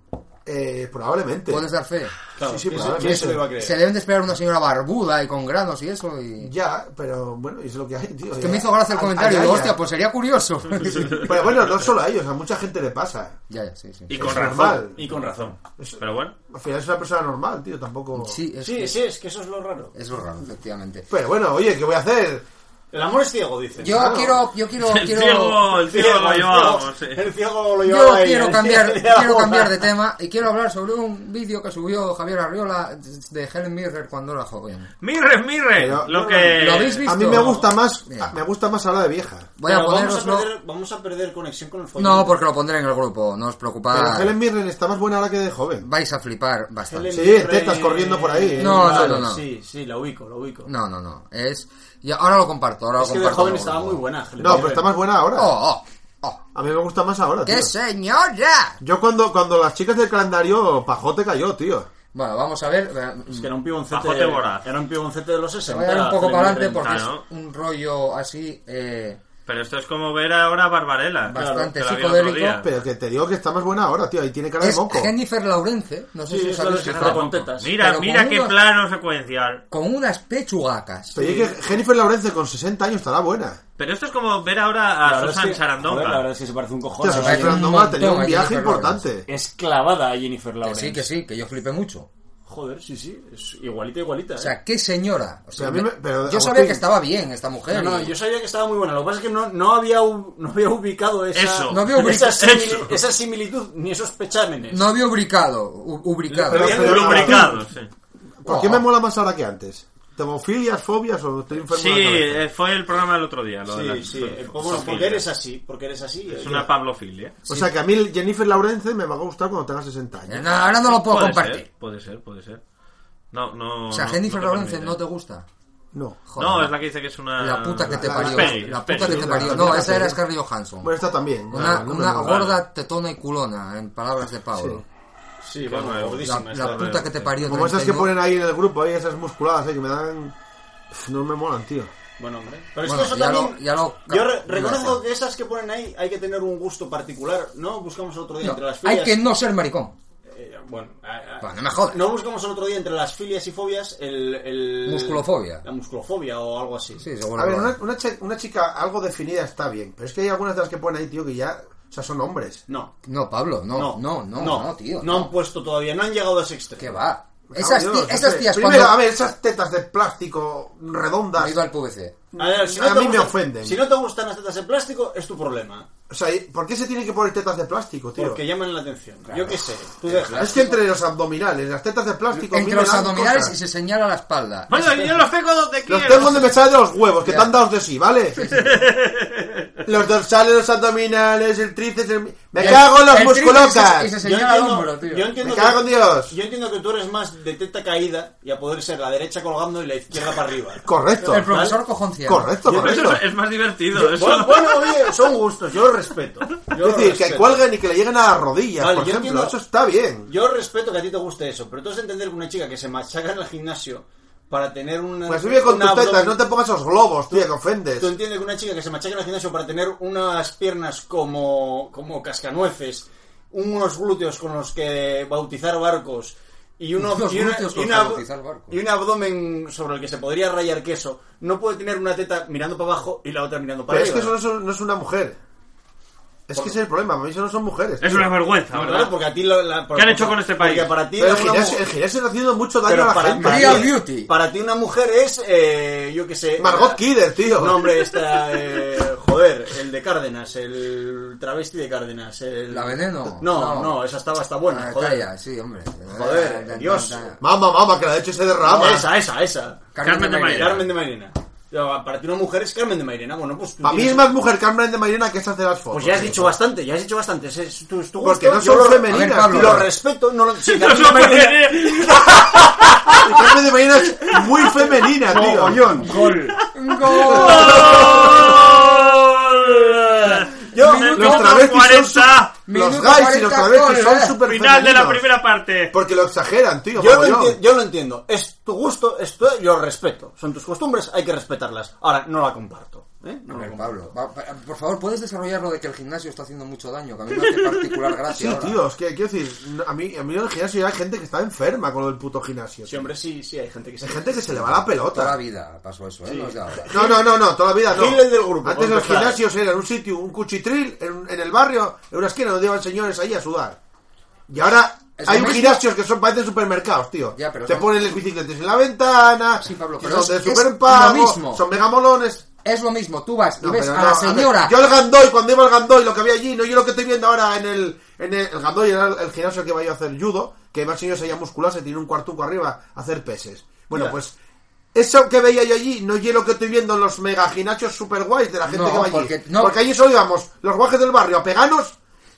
[SPEAKER 8] Eh, probablemente.
[SPEAKER 6] Puedes dar fe.
[SPEAKER 7] Claro,
[SPEAKER 8] Sí, sí,
[SPEAKER 7] ¿quién se-
[SPEAKER 8] probablemente.
[SPEAKER 7] ¿quién se lo iba a creer?
[SPEAKER 6] Se deben de esperar una señora barbuda y con granos y eso. Y...
[SPEAKER 8] Ya, pero bueno, es lo que hay, tío.
[SPEAKER 6] Que
[SPEAKER 8] ya.
[SPEAKER 6] me hizo gracia el
[SPEAKER 8] Ay,
[SPEAKER 6] comentario.
[SPEAKER 8] ay,
[SPEAKER 6] Digo,
[SPEAKER 8] ay,
[SPEAKER 6] hostia,
[SPEAKER 8] ay.
[SPEAKER 6] pues sería curioso. (laughs)
[SPEAKER 8] Pero bueno, no solo a ellos, a mucha gente le pasa.
[SPEAKER 6] ya, ya, sí, sí.
[SPEAKER 9] Y con
[SPEAKER 8] es
[SPEAKER 9] razón.
[SPEAKER 8] normal.
[SPEAKER 7] Y con razón.
[SPEAKER 9] Pero bueno.
[SPEAKER 8] Al final es una persona normal, tío, tampoco...
[SPEAKER 6] Sí, es,
[SPEAKER 7] Sí, sí, es que eso es lo raro.
[SPEAKER 6] es lo raro, efectivamente.
[SPEAKER 8] Pero bueno, oye, ¿qué voy a hacer?
[SPEAKER 7] El amor es ciego, dicen.
[SPEAKER 6] Yo
[SPEAKER 8] Claro.
[SPEAKER 6] quiero, yo quiero,
[SPEAKER 9] El
[SPEAKER 6] quiero,
[SPEAKER 9] ciego, el ciego lo
[SPEAKER 7] el
[SPEAKER 9] llevábamos. sí.
[SPEAKER 7] el ciego lo
[SPEAKER 6] yo
[SPEAKER 7] llevaba ¿eh? ella,
[SPEAKER 6] quiero
[SPEAKER 7] el
[SPEAKER 6] cambiar,
[SPEAKER 7] ciego le
[SPEAKER 6] quiero
[SPEAKER 7] llevaba.
[SPEAKER 6] cambiar de tema y quiero hablar sobre un vídeo que subió Javier Arriola de Helen Mirren cuando era joven.
[SPEAKER 9] Mirren, mirren.
[SPEAKER 8] Pero-
[SPEAKER 9] lo que.
[SPEAKER 7] Eh,
[SPEAKER 6] ¿Lo habéis visto?
[SPEAKER 8] A mí me gusta más...
[SPEAKER 6] Bien.
[SPEAKER 8] Me gusta más ahora de vieja.
[SPEAKER 6] Voy a
[SPEAKER 7] Pero vamos, a
[SPEAKER 6] poneroslo.
[SPEAKER 7] perder, vamos a perder conexión con el follón.
[SPEAKER 6] No, porque lo pondré en el grupo, no os
[SPEAKER 8] Pero
[SPEAKER 6] preocupáis.
[SPEAKER 8] Helen Mirren está más buena ahora que de joven.
[SPEAKER 6] Vais a flipar bastante.
[SPEAKER 7] Helen
[SPEAKER 8] Sí,
[SPEAKER 7] Mirren-
[SPEAKER 8] tetas corriendo por ahí.
[SPEAKER 6] No, no, no, no.
[SPEAKER 7] Sí, sí, la ubico, la ubico.
[SPEAKER 6] No, no, no. Es. Y ahora lo comparto, ahora
[SPEAKER 7] es
[SPEAKER 6] lo
[SPEAKER 7] que de
[SPEAKER 6] comparto.
[SPEAKER 7] joven
[SPEAKER 6] en el
[SPEAKER 7] estaba
[SPEAKER 6] grupo.
[SPEAKER 7] muy buena. ¿eh? Helen
[SPEAKER 8] No, pero
[SPEAKER 7] Mirren.
[SPEAKER 8] está más buena ahora.
[SPEAKER 6] ¡Oh, oh! oh.
[SPEAKER 8] A mí me gusta más ahora, tío.
[SPEAKER 6] ¡Qué señora!
[SPEAKER 8] Yo cuando, cuando las chicas del calendario, pajote cayó, tío.
[SPEAKER 6] Bueno, vamos a ver. eh,
[SPEAKER 7] Es que era un piboncete.
[SPEAKER 9] Pajote voraz.
[SPEAKER 7] Era un piboncete de los
[SPEAKER 6] Se
[SPEAKER 7] 60.
[SPEAKER 6] voy a dar un poco para adelante
[SPEAKER 7] Helen Mirren.
[SPEAKER 6] porque es
[SPEAKER 9] ¿no?
[SPEAKER 6] un rollo así. Eh,
[SPEAKER 9] Pero esto es como ver ahora a Barbarella.
[SPEAKER 6] Bastante
[SPEAKER 9] que la vi el otro
[SPEAKER 6] psicodélico,
[SPEAKER 9] día.
[SPEAKER 8] Pero que te digo que está más buena ahora, tío. Ahí tiene cara de
[SPEAKER 6] es
[SPEAKER 8] moco.
[SPEAKER 6] Jennifer Laurence, no sé
[SPEAKER 7] Sí,
[SPEAKER 6] si
[SPEAKER 7] es
[SPEAKER 6] os
[SPEAKER 7] la
[SPEAKER 6] habéis
[SPEAKER 7] de
[SPEAKER 6] fijado.
[SPEAKER 7] con tetas.
[SPEAKER 9] Mira,
[SPEAKER 6] Pero
[SPEAKER 9] mira
[SPEAKER 6] con
[SPEAKER 9] qué
[SPEAKER 6] una-
[SPEAKER 9] plano secuencial.
[SPEAKER 6] Con unas pechugacas.
[SPEAKER 8] Pero oye, que Jennifer Lawrence con 60 años estará buena.
[SPEAKER 9] Pero esto es como ver ahora a
[SPEAKER 7] La verdad
[SPEAKER 9] Susan
[SPEAKER 7] es que-
[SPEAKER 9] Sarandonga.
[SPEAKER 7] joder, la verdad es que se parece un cojón.
[SPEAKER 8] Hostia,
[SPEAKER 7] a
[SPEAKER 8] Sofía
[SPEAKER 6] parece
[SPEAKER 7] Jennifer-
[SPEAKER 6] un
[SPEAKER 8] Fernández tenía un
[SPEAKER 6] montón a
[SPEAKER 8] viaje
[SPEAKER 6] Jennifer Lawrence.
[SPEAKER 8] importante.
[SPEAKER 7] Es clavada a Jennifer
[SPEAKER 6] Que
[SPEAKER 7] Lawrence.
[SPEAKER 6] sí, que sí, que yo flipé mucho.
[SPEAKER 7] Joder, sí, sí. Es igualita, igualita.
[SPEAKER 6] O
[SPEAKER 7] ¿eh?
[SPEAKER 6] sea, qué señora. O sea,
[SPEAKER 8] Pero a mí me-
[SPEAKER 6] me-
[SPEAKER 8] pero,
[SPEAKER 6] yo
[SPEAKER 8] Agustín-
[SPEAKER 6] sabía que estaba bien esta mujer.
[SPEAKER 7] No, no,
[SPEAKER 6] y-
[SPEAKER 7] yo sabía que estaba muy buena. Lo que pasa es que no, no, había, u- no había ubicado esa,
[SPEAKER 9] (laughs) Eso.
[SPEAKER 6] No había
[SPEAKER 7] esa,
[SPEAKER 6] ubicado
[SPEAKER 7] simili-
[SPEAKER 9] eso.
[SPEAKER 7] esa similitud ni esos pechámenes.
[SPEAKER 6] No había ubricado. u- ubricado.
[SPEAKER 8] Pero-
[SPEAKER 7] Habían
[SPEAKER 8] pero-
[SPEAKER 9] Lubricado, sí.
[SPEAKER 8] ¿Por qué
[SPEAKER 6] Oh.
[SPEAKER 8] me mola más ahora que antes? ¿Temofilias, fobias o estoy enfermo?
[SPEAKER 9] Sí,
[SPEAKER 8] de la cabeza?
[SPEAKER 9] eh, fue el programa del otro día. Lo de
[SPEAKER 7] Sí,
[SPEAKER 9] las-
[SPEAKER 7] sí. eh, pues Bueno,
[SPEAKER 9] zoofilias.
[SPEAKER 7] porque eres así. Porque eres así. eh,
[SPEAKER 9] Es
[SPEAKER 7] yo-
[SPEAKER 9] una pablofilia.
[SPEAKER 8] O sea que a mí Jennifer Lawrence me va a gustar cuando tenga 60 años.
[SPEAKER 6] Eh, No, ahora no lo puedo
[SPEAKER 9] Puede
[SPEAKER 6] compartir.
[SPEAKER 9] ser, puede ser, puede ser. No, no.
[SPEAKER 6] O sea,
[SPEAKER 9] no-
[SPEAKER 6] Jennifer
[SPEAKER 9] no te
[SPEAKER 6] Lawrence
[SPEAKER 9] permite.
[SPEAKER 6] no te gusta.
[SPEAKER 8] No.
[SPEAKER 6] Joder.
[SPEAKER 9] No, es la que dice que es una.
[SPEAKER 6] La puta que te
[SPEAKER 8] la- la-
[SPEAKER 6] parió.
[SPEAKER 8] la-
[SPEAKER 9] Peggy,
[SPEAKER 6] La
[SPEAKER 9] Peggy.
[SPEAKER 6] puta que te
[SPEAKER 8] la-
[SPEAKER 6] parió.
[SPEAKER 8] la-
[SPEAKER 6] No,
[SPEAKER 8] la-
[SPEAKER 6] esa era
[SPEAKER 8] la-
[SPEAKER 6] Scarlett Johansson.
[SPEAKER 8] Bueno, está también.
[SPEAKER 6] Una,
[SPEAKER 8] Ah, No, no
[SPEAKER 6] una
[SPEAKER 8] me mola.
[SPEAKER 6] gorda tetona y culona, en palabras de Pablo.
[SPEAKER 7] Sí,
[SPEAKER 9] Qué
[SPEAKER 7] bueno,
[SPEAKER 9] raro.
[SPEAKER 6] La,
[SPEAKER 7] gordísima.
[SPEAKER 6] la
[SPEAKER 7] está
[SPEAKER 6] puta
[SPEAKER 9] raro.
[SPEAKER 6] que te parió.
[SPEAKER 8] Como esas que
[SPEAKER 6] 32.
[SPEAKER 8] ponen ahí en el grupo, ahí esas musculadas, eh, que me dan... Pf, No me molan, tío.
[SPEAKER 7] Bueno, hombre. Pero es
[SPEAKER 6] Bueno,
[SPEAKER 7] que eso
[SPEAKER 6] ya
[SPEAKER 7] también.
[SPEAKER 6] lo- ya lo-
[SPEAKER 7] yo re-
[SPEAKER 6] lo
[SPEAKER 7] reconozco
[SPEAKER 6] hacen.
[SPEAKER 7] que esas que ponen ahí hay que tener un gusto particular, ¿no? Buscamos otro día
[SPEAKER 6] No,
[SPEAKER 7] entre las
[SPEAKER 6] hay
[SPEAKER 7] filas.
[SPEAKER 6] que no ser maricón.
[SPEAKER 7] eh, bueno, a- a-
[SPEAKER 6] Bueno, no me jodas.
[SPEAKER 7] No buscamos el otro día entre las filias y fobias el, el-
[SPEAKER 6] Musculofobia.
[SPEAKER 7] La musculofobia o algo así.
[SPEAKER 6] Sí, seguro.
[SPEAKER 8] A ver,
[SPEAKER 6] que-
[SPEAKER 8] una, una chi- una chica algo definida está bien, pero es que hay algunas de las que ponen ahí, tío, que ya. O sea, son hombres.
[SPEAKER 7] No,
[SPEAKER 6] No, Pablo, no,
[SPEAKER 7] no,
[SPEAKER 6] no, no, no, tío.
[SPEAKER 7] No han puesto todavía, no han llegado a ese extremo.
[SPEAKER 6] ¿Qué va?
[SPEAKER 8] Me cago en
[SPEAKER 6] Esas,
[SPEAKER 8] Dios,
[SPEAKER 6] ti-
[SPEAKER 8] no sé.
[SPEAKER 6] esas tías
[SPEAKER 8] Primero,
[SPEAKER 6] cuando...
[SPEAKER 8] a ver, esas tetas de plástico redondas.
[SPEAKER 6] Me iba al PVC.
[SPEAKER 7] A, ver, si no
[SPEAKER 8] A
[SPEAKER 7] te
[SPEAKER 8] mí me
[SPEAKER 7] gustan-
[SPEAKER 8] ofenden.
[SPEAKER 7] Si no te gustan las tetas de plástico, es tu problema.
[SPEAKER 8] O sea, ¿y ¿por qué se tienen que poner tetas de plástico, tío? Eh,
[SPEAKER 7] Porque llaman la atención. Yo qué sé, tú dejas.
[SPEAKER 8] Es que entre los abdominales, las tetas de plástico. a mí
[SPEAKER 6] Entre
[SPEAKER 8] me
[SPEAKER 6] los
[SPEAKER 8] dan
[SPEAKER 6] abdominales
[SPEAKER 8] cosas.
[SPEAKER 6] y se señala la espalda.
[SPEAKER 9] Bueno, yo los tengo donde quiero.
[SPEAKER 8] Los tengo donde me salen de los huevos, que
[SPEAKER 6] Ya.
[SPEAKER 8] te han dado de sí, ¿vale? los dorsales, los abdominales, el tríceps. el- ¡Me
[SPEAKER 6] Y el-
[SPEAKER 8] cago en los
[SPEAKER 6] el tríceps
[SPEAKER 8] musculocas!
[SPEAKER 6] y se- y se-
[SPEAKER 7] Yo
[SPEAKER 6] señala al
[SPEAKER 7] entiendo-
[SPEAKER 6] hombro, tío.
[SPEAKER 7] yo entiendo
[SPEAKER 8] Me cago en
[SPEAKER 7] que-
[SPEAKER 8] Dios.
[SPEAKER 7] Yo entiendo que tú eres más de teta caída y a poder ser la derecha colgando y la izquierda para
[SPEAKER 8] (laughs)
[SPEAKER 7] arriba.
[SPEAKER 8] Correcto.
[SPEAKER 6] El profesor cojoncía.
[SPEAKER 8] Correcto,
[SPEAKER 7] Yo-
[SPEAKER 8] correcto.
[SPEAKER 9] Eso es, es más divertido. eso.
[SPEAKER 7] Bueno, bueno, oye, son gustos, yo los respeto. Yo
[SPEAKER 8] Es
[SPEAKER 7] los
[SPEAKER 8] decir, que
[SPEAKER 7] respeto.
[SPEAKER 8] cuelguen y que le lleguen a las rodillas,
[SPEAKER 7] Vale,
[SPEAKER 8] por
[SPEAKER 7] yo
[SPEAKER 8] ejemplo.
[SPEAKER 7] entiendo-
[SPEAKER 8] Eso está bien.
[SPEAKER 7] Yo respeto que a ti te guste eso, pero tú has de entender que una chica que se machaca en el gimnasio para tener una.
[SPEAKER 8] Pues sube con
[SPEAKER 7] una
[SPEAKER 8] tus tetas,
[SPEAKER 7] abdomen-
[SPEAKER 8] no te pongas esos globos, tío, que ofendes.
[SPEAKER 7] Tú entiendes que una chica que se machaca en el gimnasio para tener unas piernas como, como cascanueces, unos glúteos con los que bautizar barcos y, uno-
[SPEAKER 6] Unos
[SPEAKER 7] y, una-
[SPEAKER 6] glúteos
[SPEAKER 7] y
[SPEAKER 6] con los
[SPEAKER 7] una-
[SPEAKER 6] que bautizar barcos.
[SPEAKER 7] y un abdomen sobre el que se podría rayar queso, no puede tener una teta mirando para abajo y la otra mirando para
[SPEAKER 8] Pero es que
[SPEAKER 7] arriba.
[SPEAKER 8] eso no es, no es una mujer. Es que ese es el problema, para mí eso no son mujeres.
[SPEAKER 9] Es
[SPEAKER 8] tío.
[SPEAKER 9] una vergüenza,
[SPEAKER 7] No,
[SPEAKER 9] ¿verdad?
[SPEAKER 7] claro, porque a ti lo- la-
[SPEAKER 9] ¿Qué han hecho con este país?
[SPEAKER 7] Porque para ti
[SPEAKER 8] Pero
[SPEAKER 7] una
[SPEAKER 8] el
[SPEAKER 7] mu-
[SPEAKER 8] gimnasio, el gimnasio está haciendo mucho daño
[SPEAKER 7] pero
[SPEAKER 8] a la
[SPEAKER 7] para,
[SPEAKER 8] gente.
[SPEAKER 7] para
[SPEAKER 6] Real
[SPEAKER 7] ti-
[SPEAKER 6] beauty.
[SPEAKER 7] para ti una mujer es, eh, yo qué sé...
[SPEAKER 8] Margot
[SPEAKER 7] eh,
[SPEAKER 8] Kidder, tío.
[SPEAKER 7] No, hombre, esta. eh, joder, el de Cárdenas, el travesti de Cárdenas. El...
[SPEAKER 6] ¿La Veneno?
[SPEAKER 7] No,
[SPEAKER 6] No.
[SPEAKER 7] no, esa estaba hasta
[SPEAKER 6] Ah,
[SPEAKER 7] buena, joder.
[SPEAKER 6] calla, sí, hombre.
[SPEAKER 7] Joder,
[SPEAKER 6] Eh, eh,
[SPEAKER 7] Dios.
[SPEAKER 6] eh,
[SPEAKER 8] Mamá, mamá, que la de hecho se
[SPEAKER 7] No,
[SPEAKER 8] derrama.
[SPEAKER 7] Ah, esa, esa, esa.
[SPEAKER 9] Carmen de
[SPEAKER 6] Mairena.
[SPEAKER 7] Carmen de Mairena. Ya, Para ti una mujer es Carmen de Mairena, bueno, pues. tú
[SPEAKER 8] Para mí
[SPEAKER 7] tienes-
[SPEAKER 8] es más mujer Carmen de Mairena que esas de las fotos.
[SPEAKER 7] Pues ya has
[SPEAKER 8] tío.
[SPEAKER 7] dicho bastante, ya has dicho bastante. Ese Es, tu, es tu
[SPEAKER 8] Porque
[SPEAKER 7] gusto,
[SPEAKER 8] no
[SPEAKER 7] yo
[SPEAKER 8] son
[SPEAKER 7] lo-
[SPEAKER 8] femeninas.
[SPEAKER 6] A ver, Pablo,
[SPEAKER 8] tío.
[SPEAKER 7] Lo respeto, no lo.
[SPEAKER 8] (laughs)
[SPEAKER 7] Sí,
[SPEAKER 9] No
[SPEAKER 7] Carmen
[SPEAKER 9] sé
[SPEAKER 7] de
[SPEAKER 9] por qué.
[SPEAKER 7] Mairena-
[SPEAKER 8] Carmen de Mairena es muy femenina, tío.
[SPEAKER 9] ¡Gol!
[SPEAKER 8] Yo-
[SPEAKER 9] Minuto
[SPEAKER 8] los travestis son
[SPEAKER 9] 40.
[SPEAKER 8] su- los
[SPEAKER 6] Minuto
[SPEAKER 8] gays y los
[SPEAKER 6] 40
[SPEAKER 8] travestis
[SPEAKER 6] gol, eh.
[SPEAKER 8] son super
[SPEAKER 9] Final de la primera parte.
[SPEAKER 8] Porque lo exageran, tío.
[SPEAKER 7] Yo lo,
[SPEAKER 8] mogollón.
[SPEAKER 7] enti- yo lo entiendo, es tu gusto, es tu- yo lo respeto. Son tus costumbres, hay que respetarlas. Ahora, no la comparto. ¿eh? No
[SPEAKER 6] A
[SPEAKER 7] la
[SPEAKER 6] ver,
[SPEAKER 7] comparto.
[SPEAKER 6] Pablo, va- pa- por favor, ¿puedes desarrollar lo de que el gimnasio está haciendo mucho daño? Que a mí me hace
[SPEAKER 8] (laughs)
[SPEAKER 6] particular gracia
[SPEAKER 8] Sí,
[SPEAKER 6] ahora.
[SPEAKER 8] tío, es que quiero decir, no, a mí, a mí en el gimnasio ya hay gente que está enferma con lo del puto gimnasio.
[SPEAKER 7] Sí, hombre, sí, sí, hay gente que se
[SPEAKER 8] Hay gente que se le va la pelota.
[SPEAKER 6] Toda la vida pasó eso, ¿eh? No es de ahora.
[SPEAKER 8] No, no, no, no, toda la vida no.
[SPEAKER 7] Hitler del grupo,
[SPEAKER 8] Antes
[SPEAKER 7] para
[SPEAKER 8] los
[SPEAKER 7] empezar.
[SPEAKER 8] gimnasios eran un sitio, un cuchitril, en, en el barrio, en una esquina donde iban señores ahí a sudar. Y ahora
[SPEAKER 6] Es lo
[SPEAKER 8] hay un
[SPEAKER 6] mismo.
[SPEAKER 8] gimnasios que son parecen supermercados, tío.
[SPEAKER 6] Ya, pero
[SPEAKER 8] Te
[SPEAKER 6] no-
[SPEAKER 8] ponen las bicicletas en la ventana,
[SPEAKER 6] Sí, Pablo,
[SPEAKER 8] que
[SPEAKER 6] pero
[SPEAKER 8] son
[SPEAKER 6] es-
[SPEAKER 8] de
[SPEAKER 6] es
[SPEAKER 8] superpago,
[SPEAKER 6] lo mismo.
[SPEAKER 8] son megamolones.
[SPEAKER 6] Es lo mismo, tú vas y
[SPEAKER 8] No,
[SPEAKER 6] ves
[SPEAKER 8] pero
[SPEAKER 6] a
[SPEAKER 8] no,
[SPEAKER 6] la
[SPEAKER 8] ver,
[SPEAKER 6] señora...
[SPEAKER 8] yo el Gandoy, cuando iba al Gandoy, lo que había allí, no yo lo que estoy viendo ahora en el. En el, el Gandoy era el, el gimnasio que iba yo a hacer judo, que iba señores allá muscularse, tiene un cuartuco arriba a hacer peses. Bueno,
[SPEAKER 7] Ya.
[SPEAKER 8] pues. Eso que veía yo allí, no yo lo que estoy viendo en los mega gimnasios super guays de la gente
[SPEAKER 6] No,
[SPEAKER 8] que va allí.
[SPEAKER 6] porque- no.
[SPEAKER 8] Porque allí solo íbamos los guajes del barrio a peganos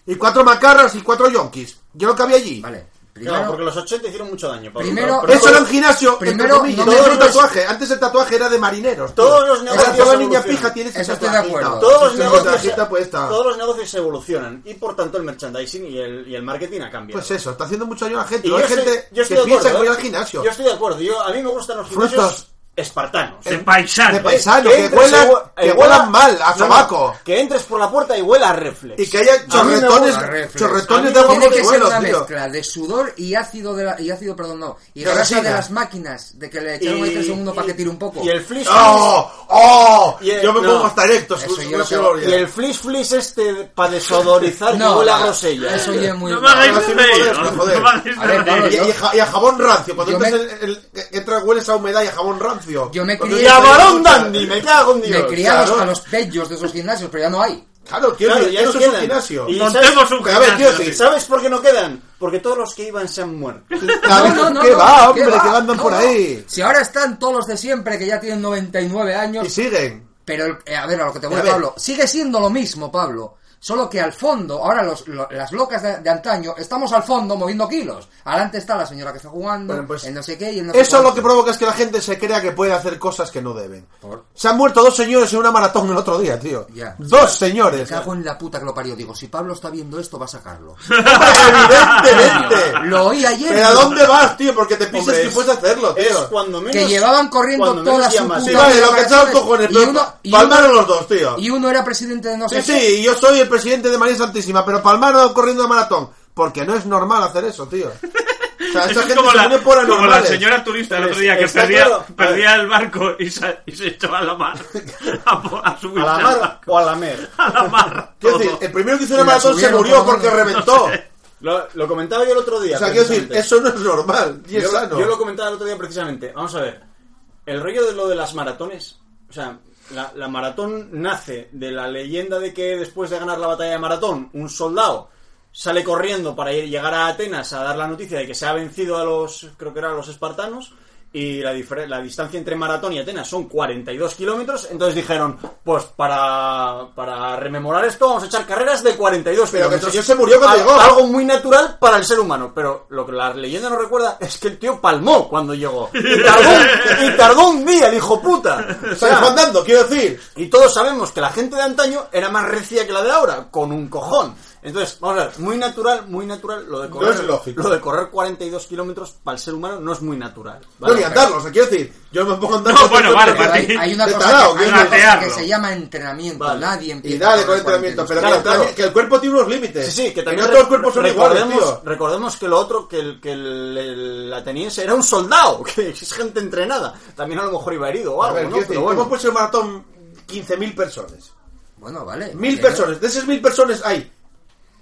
[SPEAKER 8] y cuatro macarras y cuatro yonkis. Yo lo que había allí.
[SPEAKER 6] Vale, primero...
[SPEAKER 7] Claro, porque los 80 hicieron mucho daño. Pablo.
[SPEAKER 6] Primero-
[SPEAKER 7] Pero-
[SPEAKER 8] Eso
[SPEAKER 7] pero-
[SPEAKER 8] era un gimnasio, entre
[SPEAKER 6] primero,
[SPEAKER 8] comillas,
[SPEAKER 6] no me
[SPEAKER 8] no era un
[SPEAKER 6] digas-
[SPEAKER 8] tatuaje. Antes el tatuaje era de marineros. tío.
[SPEAKER 7] Todos los
[SPEAKER 8] Era
[SPEAKER 7] negocios
[SPEAKER 8] toda niña
[SPEAKER 7] evolucionan.
[SPEAKER 8] pija tiene ese
[SPEAKER 6] Eso estoy de
[SPEAKER 8] tatuajito.
[SPEAKER 6] acuerdo.
[SPEAKER 7] todos los,
[SPEAKER 8] Ese
[SPEAKER 7] negocios, se-
[SPEAKER 8] tatuajito, pues, está.
[SPEAKER 7] todos los negocios se evolucionan y por tanto el merchandising y el, y el marketing ha cambiado.
[SPEAKER 8] Pues eso, está haciendo mucho daño a la gente.
[SPEAKER 7] Y
[SPEAKER 8] No hay
[SPEAKER 7] estoy-
[SPEAKER 8] gente
[SPEAKER 7] yo
[SPEAKER 8] que
[SPEAKER 7] estoy de
[SPEAKER 8] piensa que
[SPEAKER 7] acuerdo,
[SPEAKER 8] voy
[SPEAKER 7] ¿eh?
[SPEAKER 8] al gimnasio.
[SPEAKER 7] Yo estoy de acuerdo, yo, a mí me gustan los gimnasios
[SPEAKER 8] Frutos.
[SPEAKER 7] espartanos. ¿eh?
[SPEAKER 9] De paisano.
[SPEAKER 8] de paisano,
[SPEAKER 7] Que
[SPEAKER 8] que,
[SPEAKER 7] entres
[SPEAKER 8] huelan,
[SPEAKER 7] y hue-
[SPEAKER 8] que
[SPEAKER 7] y
[SPEAKER 8] huelan
[SPEAKER 7] huela-
[SPEAKER 8] mal, a
[SPEAKER 7] no,
[SPEAKER 8] tabaco.
[SPEAKER 7] no, que entres por la puerta y huela a reflex.
[SPEAKER 8] Y que haya
[SPEAKER 7] A mí me
[SPEAKER 8] chorretones,
[SPEAKER 7] gusta.
[SPEAKER 6] reflex.
[SPEAKER 8] chorretones de
[SPEAKER 7] A mí
[SPEAKER 8] agua
[SPEAKER 6] Tiene
[SPEAKER 8] por
[SPEAKER 6] que
[SPEAKER 8] los
[SPEAKER 6] ser una
[SPEAKER 8] suelos, tío.
[SPEAKER 6] mezcla de sudor y ácido de la, y ácido, perdón, no, y
[SPEAKER 8] De
[SPEAKER 6] grasa de
[SPEAKER 8] resina.
[SPEAKER 6] las máquinas, de que le echaron ahí tres segundos para que tire un poco.
[SPEAKER 7] Y el flish
[SPEAKER 8] ¡Oh! ¡Oh!
[SPEAKER 7] Y el-
[SPEAKER 8] yo me
[SPEAKER 7] no.
[SPEAKER 8] pongo hasta erecto.
[SPEAKER 6] Eso
[SPEAKER 8] su-
[SPEAKER 6] yo
[SPEAKER 8] su-
[SPEAKER 6] lo
[SPEAKER 8] su-
[SPEAKER 6] tengo-
[SPEAKER 8] gloria.
[SPEAKER 7] y el flish flish este para desodorizar que
[SPEAKER 6] no,
[SPEAKER 7] huele a
[SPEAKER 6] la-
[SPEAKER 7] grosella.
[SPEAKER 6] Eso ya es muy
[SPEAKER 9] No me hagáis
[SPEAKER 8] Ahora sí
[SPEAKER 9] de
[SPEAKER 8] me jodes,
[SPEAKER 9] reír,
[SPEAKER 8] me
[SPEAKER 9] no
[SPEAKER 8] jodes.
[SPEAKER 9] me hagáis
[SPEAKER 6] A ver,
[SPEAKER 9] de reír.
[SPEAKER 6] Pablo,
[SPEAKER 8] Y, y a ja- y a jabón rancio. Cuando
[SPEAKER 6] Yo
[SPEAKER 8] entras,
[SPEAKER 6] me-
[SPEAKER 8] el, el- que- que entras hueles a humedad y a jabón rancio.
[SPEAKER 6] Yo me
[SPEAKER 8] Cuando
[SPEAKER 6] crié-
[SPEAKER 7] Y a
[SPEAKER 8] entras,
[SPEAKER 7] varón
[SPEAKER 8] escucha,
[SPEAKER 7] dandy, me cago en Dios.
[SPEAKER 6] me criaba
[SPEAKER 8] claro.
[SPEAKER 6] a los bellos de esos gimnasios, pero ya no hay.
[SPEAKER 8] Claro, quiero
[SPEAKER 7] Claro,
[SPEAKER 8] decir,
[SPEAKER 7] ya no
[SPEAKER 8] eso es un
[SPEAKER 7] quedan.
[SPEAKER 8] gimnasio.
[SPEAKER 7] Y-
[SPEAKER 9] Montemos un
[SPEAKER 8] Pero a ver,
[SPEAKER 9] gimnasio,
[SPEAKER 8] tío,
[SPEAKER 9] sí.
[SPEAKER 8] si-
[SPEAKER 7] ¿Sabes por qué no quedan? Porque todos los que iban se han muerto.
[SPEAKER 8] (laughs) Claro,
[SPEAKER 6] No, no, no,
[SPEAKER 8] ¿Qué
[SPEAKER 6] no,
[SPEAKER 8] va, hombre?
[SPEAKER 6] ¿qué va?
[SPEAKER 8] Ah, Que andan
[SPEAKER 6] No,
[SPEAKER 8] por
[SPEAKER 6] no.
[SPEAKER 8] ahí.
[SPEAKER 6] Si ahora están todos los de siempre que ya tienen 99 años,
[SPEAKER 8] Y siguen.
[SPEAKER 6] Pero, el- eh, a ver, a lo que te voy,
[SPEAKER 8] A ver.
[SPEAKER 6] Pablo, sigue siendo lo mismo, Pablo. Solo que al fondo, ahora los, lo- las locas de, de antaño, estamos al fondo moviendo kilos. Adelante está la señora que está jugando,
[SPEAKER 8] Bueno, pues,
[SPEAKER 6] el no sé qué y el no sé
[SPEAKER 8] Eso lo
[SPEAKER 6] cuánto.
[SPEAKER 8] que provoca es que la gente se crea que puede hacer cosas que no deben.
[SPEAKER 6] Por-
[SPEAKER 8] Se han muerto dos señores en una maratón el otro día, tío.
[SPEAKER 6] Ya.
[SPEAKER 8] Dos señores.
[SPEAKER 6] Me cago en la puta que lo parió. Digo, si Pablo está viendo esto, va a sacarlo.
[SPEAKER 8] (laughs) Evidentemente.
[SPEAKER 6] lo oí ayer.
[SPEAKER 8] Pero ¿a dónde vas, tío? Porque te piensas
[SPEAKER 7] Hombre,
[SPEAKER 8] que
[SPEAKER 7] es-
[SPEAKER 8] puedes hacerlo, tío.
[SPEAKER 7] Es cuando menos.
[SPEAKER 6] Que llevaban corriendo
[SPEAKER 7] cuando menos
[SPEAKER 6] toda su
[SPEAKER 7] llamas.
[SPEAKER 6] puta
[SPEAKER 8] Sí, vale, lo que echaba los
[SPEAKER 6] Pero-
[SPEAKER 8] cojones,
[SPEAKER 6] y
[SPEAKER 8] pero
[SPEAKER 6] uno- y
[SPEAKER 8] palmaron
[SPEAKER 6] uno-
[SPEAKER 8] los dos, tío.
[SPEAKER 6] Y uno era presidente de no sé
[SPEAKER 8] Sí,
[SPEAKER 6] qué.
[SPEAKER 8] sí, yo soy el presidente de María Santísima, pero palmaron corriendo una maratón. Porque no es normal hacer eso, tío.
[SPEAKER 9] (laughs)
[SPEAKER 8] O sea,
[SPEAKER 9] Eso
[SPEAKER 8] esta
[SPEAKER 9] es
[SPEAKER 8] gente
[SPEAKER 9] como
[SPEAKER 8] se
[SPEAKER 9] la,
[SPEAKER 8] pone por
[SPEAKER 9] como la
[SPEAKER 8] anormales.
[SPEAKER 9] señora turista el otro día que
[SPEAKER 8] Está
[SPEAKER 9] perdía,
[SPEAKER 8] claro.
[SPEAKER 9] perdía el barco y se, y se echaba a la
[SPEAKER 8] (laughs)
[SPEAKER 9] mar. A, po- a subirse
[SPEAKER 7] ¿A la
[SPEAKER 9] al
[SPEAKER 7] mar
[SPEAKER 9] barco.
[SPEAKER 7] o a la mer?
[SPEAKER 9] A la mar.
[SPEAKER 8] Quiero decir,
[SPEAKER 9] todo.
[SPEAKER 8] el primero que hizo una
[SPEAKER 6] Y la
[SPEAKER 8] maratón se
[SPEAKER 6] subieron,
[SPEAKER 8] murió
[SPEAKER 6] por lo
[SPEAKER 8] porque
[SPEAKER 6] menos. (laughs)
[SPEAKER 8] reventó.
[SPEAKER 7] Lo, lo comentaba yo el otro día.
[SPEAKER 8] O sea, quiero decir,
[SPEAKER 7] precisamente.
[SPEAKER 8] eso no es normal. Y es
[SPEAKER 7] yo,
[SPEAKER 8] sano.
[SPEAKER 7] yo lo comentaba el otro día precisamente. Vamos a ver. El rollo de lo de las maratones. O sea, la, la maratón nace de la leyenda de que después de ganar la batalla de maratón, un soldado sale corriendo para ir, llegar a Atenas a dar la noticia de que se ha vencido a los, creo que eran los espartanos. Y la, difer- la distancia entre Maratón y Atenas son 42 kilómetros. Entonces dijeron, pues para, para rememorar esto vamos a echar carreras de 42
[SPEAKER 8] Pero que el
[SPEAKER 7] kilómetros.
[SPEAKER 8] señor se murió cuando
[SPEAKER 7] Al-
[SPEAKER 8] llegó.
[SPEAKER 7] algo muy natural para el ser humano. Pero lo que la leyenda no recuerda es que el tío palmó cuando llegó. Y tardó, un- y tardó un día, el hijo puta. O
[SPEAKER 8] O sea,
[SPEAKER 7] sea,
[SPEAKER 8] fue andando, quiero decir.
[SPEAKER 7] y todos sabemos que la gente de antaño era más recia que la de ahora, con un cojón. Entonces, vamos a ver, muy natural, muy natural lo de correr.
[SPEAKER 8] es lógico.
[SPEAKER 7] Lo de correr 42 kilómetros para el ser humano no es muy natural.
[SPEAKER 8] No, ni
[SPEAKER 7] ¿vale?
[SPEAKER 8] andarlo, o sea, quiero decir, yo me pongo a andar.
[SPEAKER 9] No,
[SPEAKER 8] con
[SPEAKER 9] bueno,
[SPEAKER 8] esto,
[SPEAKER 9] vale,
[SPEAKER 8] pero
[SPEAKER 9] para
[SPEAKER 8] hay-
[SPEAKER 9] ti.
[SPEAKER 8] hay-
[SPEAKER 6] Hay una
[SPEAKER 8] de
[SPEAKER 6] cosa
[SPEAKER 8] tarao,
[SPEAKER 6] que,
[SPEAKER 8] que
[SPEAKER 6] hay una cosa
[SPEAKER 9] gatearlo.
[SPEAKER 6] que se llama entrenamiento.
[SPEAKER 7] Vale.
[SPEAKER 6] Nadie empieza.
[SPEAKER 8] Y dale
[SPEAKER 6] con
[SPEAKER 8] con entrenamiento,
[SPEAKER 6] 42.
[SPEAKER 8] pero
[SPEAKER 7] Claro,
[SPEAKER 8] que, también-
[SPEAKER 7] claro.
[SPEAKER 8] que el cuerpo tiene unos límites.
[SPEAKER 7] Sí, sí, que también
[SPEAKER 8] no todos los
[SPEAKER 7] re-
[SPEAKER 8] cuerpos son
[SPEAKER 7] recordemos,
[SPEAKER 8] iguales, tío.
[SPEAKER 7] recordemos que lo otro, que el, que el, el ateniense era un soldado, (laughs) que es gente entrenada. También a lo mejor iba herido o
[SPEAKER 8] A
[SPEAKER 7] algo,
[SPEAKER 8] ver,
[SPEAKER 7] ¿no?
[SPEAKER 8] quiero decir,
[SPEAKER 7] Pero
[SPEAKER 8] hemos
[SPEAKER 7] bueno.
[SPEAKER 8] puesto el maratón 15.000 personas.
[SPEAKER 6] Bueno, vale.
[SPEAKER 8] Mil
[SPEAKER 6] Pero-
[SPEAKER 8] personas. De esas mil personas hay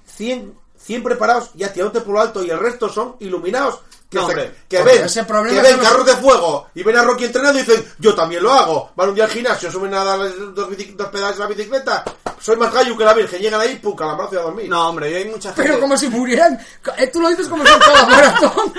[SPEAKER 8] 100, 100 preparados y atirados por lo alto y el resto son iluminados. Que,
[SPEAKER 7] No,
[SPEAKER 8] se-
[SPEAKER 7] hombre.
[SPEAKER 8] que
[SPEAKER 6] Hombre,
[SPEAKER 8] ven,
[SPEAKER 6] ese problema
[SPEAKER 8] que
[SPEAKER 6] son
[SPEAKER 8] ven
[SPEAKER 6] los-
[SPEAKER 8] carros de fuego y ven a Rocky entrenando y dicen, yo también lo hago. Van un día al gimnasio, suben a dar dos, bici- dos pedales a la bicicleta. Soy más gallo que la virgen. Llegan ahí, pum, calamazo y a dormir.
[SPEAKER 7] No, hombre, y hay mucha gente...
[SPEAKER 2] Pero como si murieran. eh, Tú lo dices como si en cada maratón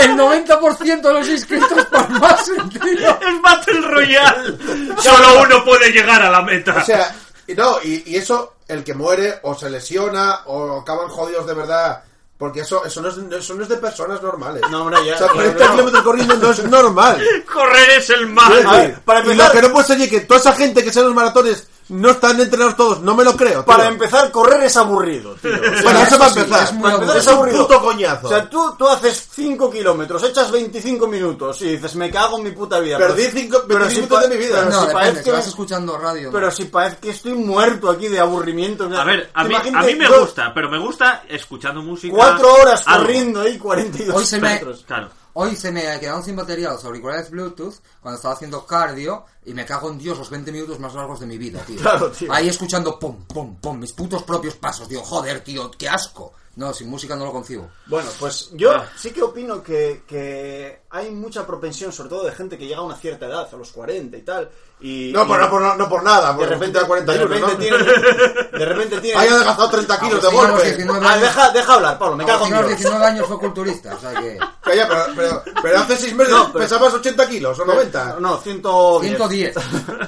[SPEAKER 2] el 90% de los inscritos palmasen, tío.
[SPEAKER 9] Es Battle
[SPEAKER 8] (laughs)
[SPEAKER 9] Royale. Solo uno puede llegar a la meta.
[SPEAKER 8] O sea, y no, y, y eso, el que muere o se lesiona o acaban jodidos de verdad. Porque eso, eso, no, es, no- eso no es de personas normales.
[SPEAKER 7] No, hombre, ya-
[SPEAKER 8] O sea,
[SPEAKER 7] ya
[SPEAKER 8] 40
[SPEAKER 7] no.
[SPEAKER 8] kilómetros corriendo no es normal.
[SPEAKER 9] Correr es el mal.
[SPEAKER 8] Quiero
[SPEAKER 7] A ver,
[SPEAKER 8] decir,
[SPEAKER 7] para
[SPEAKER 8] y
[SPEAKER 7] empezar-
[SPEAKER 8] lo que no puede ser es que toda esa gente que sale en los maratones no están entrenados todos. No me lo creo. tío.
[SPEAKER 7] Para empezar, correr es aburrido, tío. O sea,
[SPEAKER 8] Bueno, eso va a
[SPEAKER 6] sí,
[SPEAKER 8] empezar.
[SPEAKER 6] es muy
[SPEAKER 7] Para empezar,
[SPEAKER 8] (laughs) es un puto coñazo.
[SPEAKER 7] O sea, tú, tú haces 5 kilómetros, echas 25 minutos y dices, me cago en mi puta vida. Pues,
[SPEAKER 8] Perdí
[SPEAKER 7] Pero-
[SPEAKER 8] 5
[SPEAKER 7] pero si pa-
[SPEAKER 8] minutos de mi vida.
[SPEAKER 7] pero
[SPEAKER 6] No,
[SPEAKER 7] si
[SPEAKER 6] depende,
[SPEAKER 7] parece
[SPEAKER 6] si
[SPEAKER 7] que-
[SPEAKER 6] vas escuchando radio.
[SPEAKER 7] Pero si parece que estoy muerto aquí de aburrimiento.
[SPEAKER 9] A ver, a
[SPEAKER 7] ¿Te
[SPEAKER 9] mí, a
[SPEAKER 7] imaginas
[SPEAKER 9] mí me
[SPEAKER 7] yo
[SPEAKER 9] gusta, pero me gusta escuchando música.
[SPEAKER 7] Cuatro horas
[SPEAKER 9] Ah, algo.
[SPEAKER 7] corriendo ahí, 42
[SPEAKER 6] Hoy se me-
[SPEAKER 7] kilómetros.
[SPEAKER 9] Claro.
[SPEAKER 6] Hoy se me quedaron sin batería los auriculares Bluetooth cuando estaba haciendo cardio y me cago en Dios los 20 minutos más largos de mi vida, tío.
[SPEAKER 7] Claro, tío.
[SPEAKER 6] Ahí escuchando pum, pum, pum, mis putos propios pasos, tío. Joder, tío, qué asco. No, sin música no lo concibo.
[SPEAKER 7] Bueno, pues yo
[SPEAKER 9] Ah.
[SPEAKER 7] sí que opino que, que hay mucha propensión, sobre todo de gente que llega a una cierta edad, a los 40 y tal. Y,
[SPEAKER 8] No,
[SPEAKER 7] y
[SPEAKER 8] pero no por, no por nada.
[SPEAKER 7] de
[SPEAKER 8] porque
[SPEAKER 7] repente,
[SPEAKER 8] a 41,
[SPEAKER 7] de repente
[SPEAKER 8] ¿no?
[SPEAKER 7] tiene- de repente tiene-
[SPEAKER 8] Hay adelgazado 30 kilos de
[SPEAKER 6] Agustín, a los
[SPEAKER 8] golpe.
[SPEAKER 6] 19
[SPEAKER 7] Ah,
[SPEAKER 6] años-
[SPEAKER 7] deja, deja hablar, Pablo, me cago
[SPEAKER 6] Agustín a los
[SPEAKER 7] en Dios.
[SPEAKER 6] 19 años fue culturista, o sea
[SPEAKER 7] (laughs)
[SPEAKER 6] que...
[SPEAKER 8] Calla, pero, pero, pero hace 6 meses
[SPEAKER 7] No, pero-
[SPEAKER 8] pesabas 80 kilos o 90.
[SPEAKER 7] No, 110.
[SPEAKER 6] 110,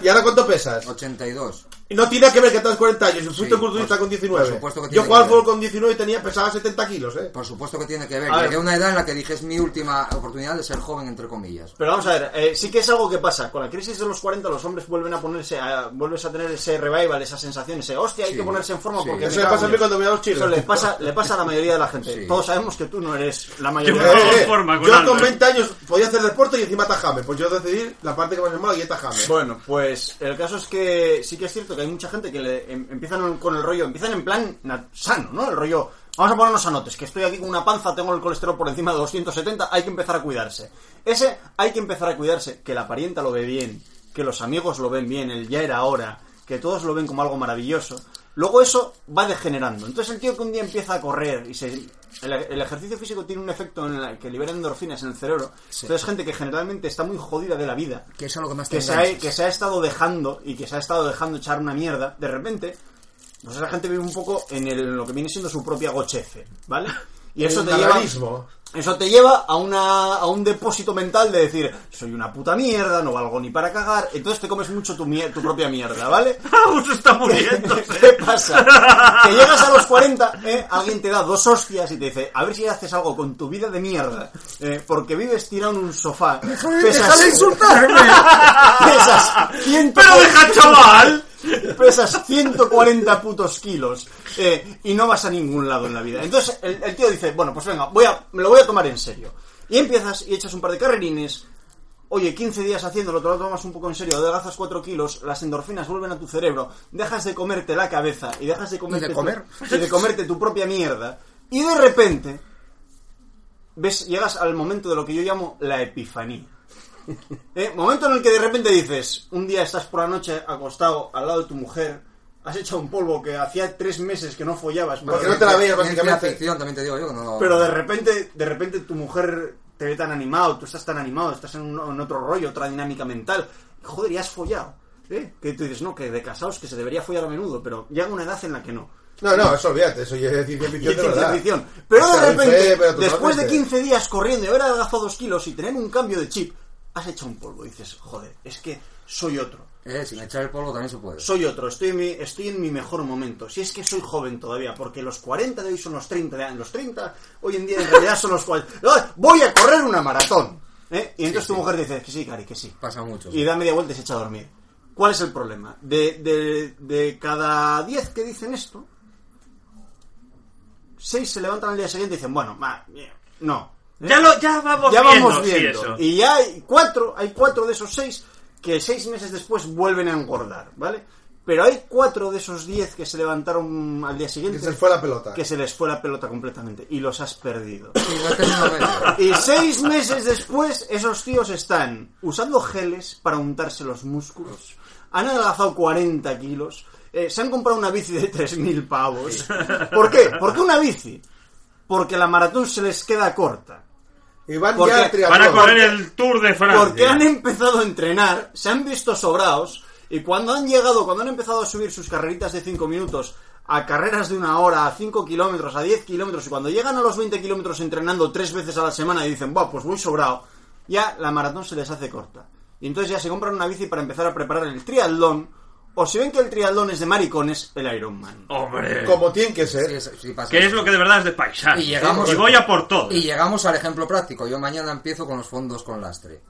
[SPEAKER 8] ¿Y ahora cuánto pesas?
[SPEAKER 6] 82.
[SPEAKER 8] Y no tiene que ver que tengas 40 años. Fuiste
[SPEAKER 6] Sí,
[SPEAKER 8] culturista
[SPEAKER 6] por-
[SPEAKER 8] con 19.
[SPEAKER 6] por supuesto que
[SPEAKER 8] Yo
[SPEAKER 6] tiene
[SPEAKER 8] jugaba al
[SPEAKER 6] que ver.
[SPEAKER 8] fútbol con 19 y tenía, pesaba 70 kilos, ¿eh?
[SPEAKER 6] Por supuesto que tiene que ver.
[SPEAKER 7] A ver.
[SPEAKER 6] Llegué a una edad en la que dije es mi última oportunidad de ser joven, entre comillas.
[SPEAKER 7] Pero vamos a ver, eh, sí que es algo que pasa. Con la crisis de los 40 los hombres vuelven a ponerse, a- vuelves a tener ese revival, esa sensación, ese hostia, hay
[SPEAKER 6] Sí,
[SPEAKER 7] que ponerse en forma
[SPEAKER 6] sí.
[SPEAKER 7] porque... me
[SPEAKER 8] Eso le
[SPEAKER 7] cago
[SPEAKER 8] pasa a
[SPEAKER 7] en Dios.
[SPEAKER 8] mí cuando voy a los chinos.
[SPEAKER 7] Eso le pasa, le pasa a la mayoría de la gente.
[SPEAKER 6] Sí.
[SPEAKER 7] Todos sabemos que tú no eres la
[SPEAKER 8] Eh,
[SPEAKER 7] mayoría de
[SPEAKER 9] Yo
[SPEAKER 7] la
[SPEAKER 9] me
[SPEAKER 8] eh,
[SPEAKER 7] gente.
[SPEAKER 8] eh,
[SPEAKER 9] conforma con
[SPEAKER 8] yo
[SPEAKER 9] algo,
[SPEAKER 8] con
[SPEAKER 9] eh.
[SPEAKER 8] 20 años podía hacer deporte y encima tajarme. Pues yo decidí la parte que más me mola y es tajarme.
[SPEAKER 7] Bueno, pues el caso es que sí que es cierto que hay mucha gente que le, em- empiezan con el rollo, empiezan en plan na- sano, ¿no? El rollo, vamos a ponernos sanotes, que estoy aquí con una panza, tengo el colesterol por encima de 270, hay que empezar a cuidarse. Ese hay que empezar a cuidarse, que la parienta lo ve bien, que los amigos lo ven bien, el ya era hora, que todos lo ven como algo maravilloso. Luego eso va degenerando. Entonces el tío que un día empieza a correr y se... El, el ejercicio físico tiene un efecto en la que libera endorfinas en el cerebro. Entonces gente que generalmente está muy jodida de la vida,
[SPEAKER 6] Que es a lo que más te
[SPEAKER 7] que se, ha,
[SPEAKER 6] enganchas.
[SPEAKER 7] que se ha estado dejando y que se ha estado dejando echar una mierda, de repente, pues esa gente vive un poco en, el- en lo que viene siendo su propia gochefe, ¿vale? Y eso
[SPEAKER 8] El
[SPEAKER 7] te lleva,
[SPEAKER 8] nanismo.
[SPEAKER 7] eso te lleva a, una, a un depósito mental de decir, soy una puta mierda, no valgo ni para cagar, entonces te comes mucho tu, mier- tu propia mierda,
[SPEAKER 9] (laughs)
[SPEAKER 7] ¿vale?
[SPEAKER 9] Agus está
[SPEAKER 7] (laughs)
[SPEAKER 9] muriendo.
[SPEAKER 7] ¿Qué pasa? Que llegas a los 40, ¿eh? alguien te da dos hostias y te dice, a ver si haces algo con tu vida de mierda, ¿eh? porque vives tirado en un
[SPEAKER 9] (laughs)
[SPEAKER 7] sofá. pesas- (laughs)
[SPEAKER 2] ¡Déjale insultarme!
[SPEAKER 7] Pesas 140
[SPEAKER 9] Pero deja, chaval.
[SPEAKER 7] Pesas 140 putos kilos eh, y no vas a ningún lado en la vida. Entonces el, el tío dice, bueno, pues venga, voy a, me lo voy a tomar en serio. Y empiezas y echas un par de carrerines. Oye, 15 días haciéndolo, te lo tomas un poco en serio, adelgazas 4 kilos, las endorfinas vuelven a tu cerebro, dejas de comerte la cabeza y dejas de comerte,
[SPEAKER 6] comer.
[SPEAKER 7] Tu, y de comerte tu propia mierda. Y de repente, ves, llegas al momento de lo que yo llamo la epifanía. (laughs) ¿Eh? Momento en el que de repente dices, un día estás por la noche acostado al lado de tu mujer, has echado un polvo que hacía tres meses que no follabas,
[SPEAKER 8] Porque no te la veías,
[SPEAKER 6] Ciencia
[SPEAKER 8] básicamente.
[SPEAKER 6] ficción, también te digo yo. No...
[SPEAKER 7] pero de repente, de repente tu mujer te ve tan animado, tú estás tan animado, estás en, un- en otro rollo, otra dinámica mental. Joder, ya has follado. ¿eh? Que tú dices, no, que de casados que se debería follar a menudo, pero llega una edad en la que no.
[SPEAKER 8] No, no, eso olvídate, eso ya es ciencia
[SPEAKER 7] Y es
[SPEAKER 8] ficción de
[SPEAKER 7] ciencia
[SPEAKER 8] verdad.
[SPEAKER 7] ficción. Pero
[SPEAKER 8] O
[SPEAKER 7] de
[SPEAKER 8] sea,
[SPEAKER 7] repente,
[SPEAKER 8] fe, pero totalmente.
[SPEAKER 7] después de 15 días corriendo y haber adelgazado dos kilos y tener un cambio de chip, has hecho un polvo. Y dices, joder, es que soy otro.
[SPEAKER 6] Eh, sin echar el polvo también se puede.
[SPEAKER 7] Soy otro, estoy en, mi, estoy en mi mejor momento. Si es que soy joven todavía, porque los 40 de hoy son los 30 de años. Los 30 hoy en día en realidad son los 40. ¡Ah! Voy a correr una maratón. ¿eh? Y entonces tu mujer dice, que sí, Cari, que sí.
[SPEAKER 6] Pasa mucho.
[SPEAKER 7] Y da media vuelta y se echa a dormir. ¿Cuál es el problema? De, de- de cada 10 que dicen esto, 6 se levantan al día siguiente y dicen, bueno, ma, mira, no. ¿eh?
[SPEAKER 9] Ya, lo, ya vamos
[SPEAKER 7] ya
[SPEAKER 9] viendo,
[SPEAKER 7] vamos
[SPEAKER 9] sí,
[SPEAKER 7] viendo.
[SPEAKER 9] eso.
[SPEAKER 7] Y ya hay cuatro, hay cuatro de esos seis que seis meses después vuelven a engordar, ¿vale? Pero hay cuatro de esos diez que se levantaron al día
[SPEAKER 8] Que
[SPEAKER 7] siguiente
[SPEAKER 8] se fue la pelota.
[SPEAKER 7] que se les fue la pelota completamente y los has perdido.
[SPEAKER 6] Sí, lo has tenido
[SPEAKER 7] (laughs)
[SPEAKER 6] medio.
[SPEAKER 7] Y seis meses después, esos tíos están usando geles para untarse los músculos. Han adelgazado 40 kilos. eh, se han comprado una bici de 3.000 pavos. ¿Por qué? ¿Por qué una bici? Porque la maratón se les queda corta.
[SPEAKER 8] Y van
[SPEAKER 7] Porque
[SPEAKER 8] ya al triatlón.
[SPEAKER 9] Van a correr el Tour de Francia.
[SPEAKER 7] Porque han em- empezado a entrenar, se han visto sobrados, y cuando han llegado, cuando han empezado a subir sus carreritas de 5 minutos a carreras de una hora, a 5 kilómetros, a 10 kilómetros, y cuando llegan a los 20 kilómetros entrenando tres veces a la semana y dicen, Buah, pues voy sobrado, ya la maratón se les hace corta. Y entonces ya se compran una bici para empezar a preparar el triatlón, o si ven que el triatlón es de maricones, el Ironman.
[SPEAKER 9] Hombre.
[SPEAKER 8] Como tiene que ser.
[SPEAKER 6] Sí, es- sí, pasa.
[SPEAKER 9] Que es lo que de verdad es de paisano.
[SPEAKER 6] Y llegamos-
[SPEAKER 9] voy a por todo.
[SPEAKER 6] Y llegamos al ejemplo práctico. Yo mañana empiezo con los fondos con lastre.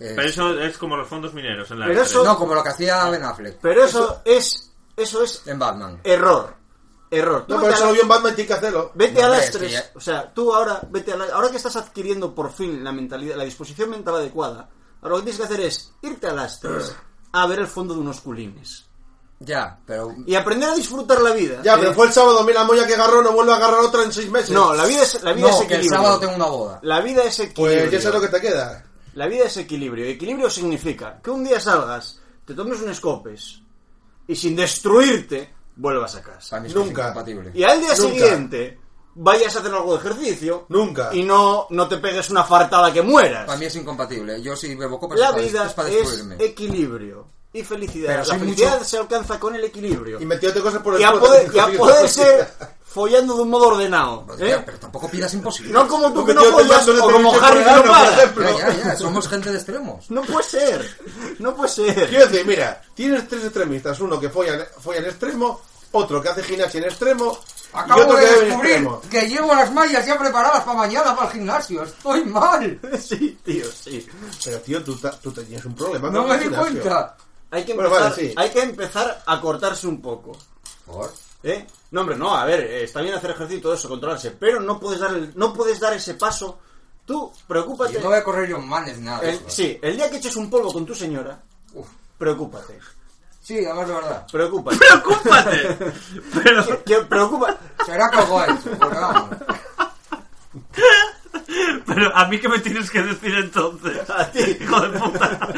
[SPEAKER 6] Eh,
[SPEAKER 9] Pero eso es como los fondos mineros en la
[SPEAKER 7] Pero
[SPEAKER 9] E3.
[SPEAKER 7] eso-
[SPEAKER 6] No, como lo que hacía Ben Affleck
[SPEAKER 7] Pero eso es, eso es
[SPEAKER 6] en Batman.
[SPEAKER 7] error. Error. Tú
[SPEAKER 8] No,
[SPEAKER 7] vete
[SPEAKER 8] pero
[SPEAKER 7] a
[SPEAKER 8] eso
[SPEAKER 7] la-
[SPEAKER 8] lo vio en Batman, tiene que hacerlo.
[SPEAKER 7] Vete a
[SPEAKER 6] Hombre,
[SPEAKER 7] las
[SPEAKER 6] es que
[SPEAKER 7] tres.
[SPEAKER 6] ya-
[SPEAKER 7] O sea, tú ahora, vete a la- ahora que estás adquiriendo por fin la mentalidad, la disposición mental adecuada, ahora lo que tienes que hacer es irte a las tres a ver el fondo de unos culines.
[SPEAKER 6] Ya, pero
[SPEAKER 7] Y aprender a disfrutar la vida.
[SPEAKER 8] Ya,
[SPEAKER 7] ¿eh?
[SPEAKER 8] pero fue el sábado, mira, Moya que agarró, no vuelve a agarrar otra en seis meses.
[SPEAKER 7] No, la vida es, la vida es
[SPEAKER 6] no, que el
[SPEAKER 7] equilibrio.
[SPEAKER 6] sábado tengo una boda.
[SPEAKER 7] La vida es equilibrio.
[SPEAKER 8] Pues ya sé lo que te queda.
[SPEAKER 7] La vida es equilibrio. Y Equilibrio significa que un día salgas, te tomes un escopes y sin destruirte, vuelvas a casa.
[SPEAKER 6] Para mí es que es
[SPEAKER 8] Nunca.
[SPEAKER 6] incompatible.
[SPEAKER 7] Y al día
[SPEAKER 8] Nunca.
[SPEAKER 7] siguiente vayas a hacer algo de ejercicio.
[SPEAKER 8] Nunca.
[SPEAKER 7] Y no, no te pegues una fartada que mueras.
[SPEAKER 6] Para mí es incompatible. Yo si bebo copas
[SPEAKER 7] La
[SPEAKER 6] es para-
[SPEAKER 7] vida
[SPEAKER 6] es para
[SPEAKER 7] es
[SPEAKER 6] destruirme.
[SPEAKER 7] equilibrio y felicidad.
[SPEAKER 6] Pero
[SPEAKER 7] la
[SPEAKER 6] soy
[SPEAKER 7] felicidad
[SPEAKER 6] mucho-
[SPEAKER 7] se alcanza con el equilibrio.
[SPEAKER 8] Y metiéndote cosas por el
[SPEAKER 7] Y a
[SPEAKER 8] culo
[SPEAKER 7] poder,
[SPEAKER 6] (laughs)
[SPEAKER 8] también,
[SPEAKER 7] y a
[SPEAKER 8] tío. (laughs)
[SPEAKER 7] poder ser follando de un modo ordenado.
[SPEAKER 6] Pero,
[SPEAKER 7] ¿eh?
[SPEAKER 6] tía, pero tampoco pidas imposible.
[SPEAKER 7] No como tú
[SPEAKER 8] Porque
[SPEAKER 7] que no
[SPEAKER 8] tío, te
[SPEAKER 7] follas
[SPEAKER 8] mando
[SPEAKER 7] o
[SPEAKER 8] una
[SPEAKER 7] como
[SPEAKER 8] televisión
[SPEAKER 7] Harry
[SPEAKER 8] por
[SPEAKER 7] que no
[SPEAKER 8] el ano, por
[SPEAKER 7] para.
[SPEAKER 8] ejemplo.
[SPEAKER 6] Ya, ya, ya, somos gente de extremos.
[SPEAKER 7] No puede ser. No puede ser.
[SPEAKER 8] Quiero decir, mira, tienes tres extremistas, uno que folla, en- folla en extremo, otro que hace gimnasia en extremo, y
[SPEAKER 6] Acabo
[SPEAKER 8] otro
[SPEAKER 6] de
[SPEAKER 8] que bebe en
[SPEAKER 6] descubrir
[SPEAKER 8] extremo. (laughs)
[SPEAKER 6] que llevo las mallas ya preparadas para mañana para el gimnasio. Estoy
[SPEAKER 7] (laughs)
[SPEAKER 6] mal.
[SPEAKER 7] Sí, tío, sí.
[SPEAKER 8] Pero tío, tú, ta- tú tenías un problema.
[SPEAKER 6] No
[SPEAKER 8] con
[SPEAKER 6] me
[SPEAKER 8] el
[SPEAKER 6] di
[SPEAKER 8] gimnasio.
[SPEAKER 6] cuenta.
[SPEAKER 7] Hay que, empezar,
[SPEAKER 8] Bueno, vale, sí.
[SPEAKER 7] hay que empezar a cortarse un poco.
[SPEAKER 6] Por-
[SPEAKER 7] ¿eh? No, hombre, no, a ver, eh, está bien hacer ejercicio y todo eso, controlarse, pero no puedes dar, el- no puedes dar ese paso. Tú, preocúpate.
[SPEAKER 6] Yo no voy a correr yo manes ni nada. de
[SPEAKER 7] El-
[SPEAKER 6] eso.
[SPEAKER 7] Eh, sí, el día que eches un polvo con tu señora,
[SPEAKER 6] Uf.
[SPEAKER 7] preocúpate.
[SPEAKER 6] Sí, además de verdad.
[SPEAKER 7] Preocúpate.
[SPEAKER 9] ¡Preocúpate! (laughs) Pero
[SPEAKER 7] Que- que preocupa.
[SPEAKER 6] Será algo eso, porque vamos.
[SPEAKER 9] Pero a mí qué me tienes que decir entonces?
[SPEAKER 7] (laughs) A ti.
[SPEAKER 9] hijo de puta.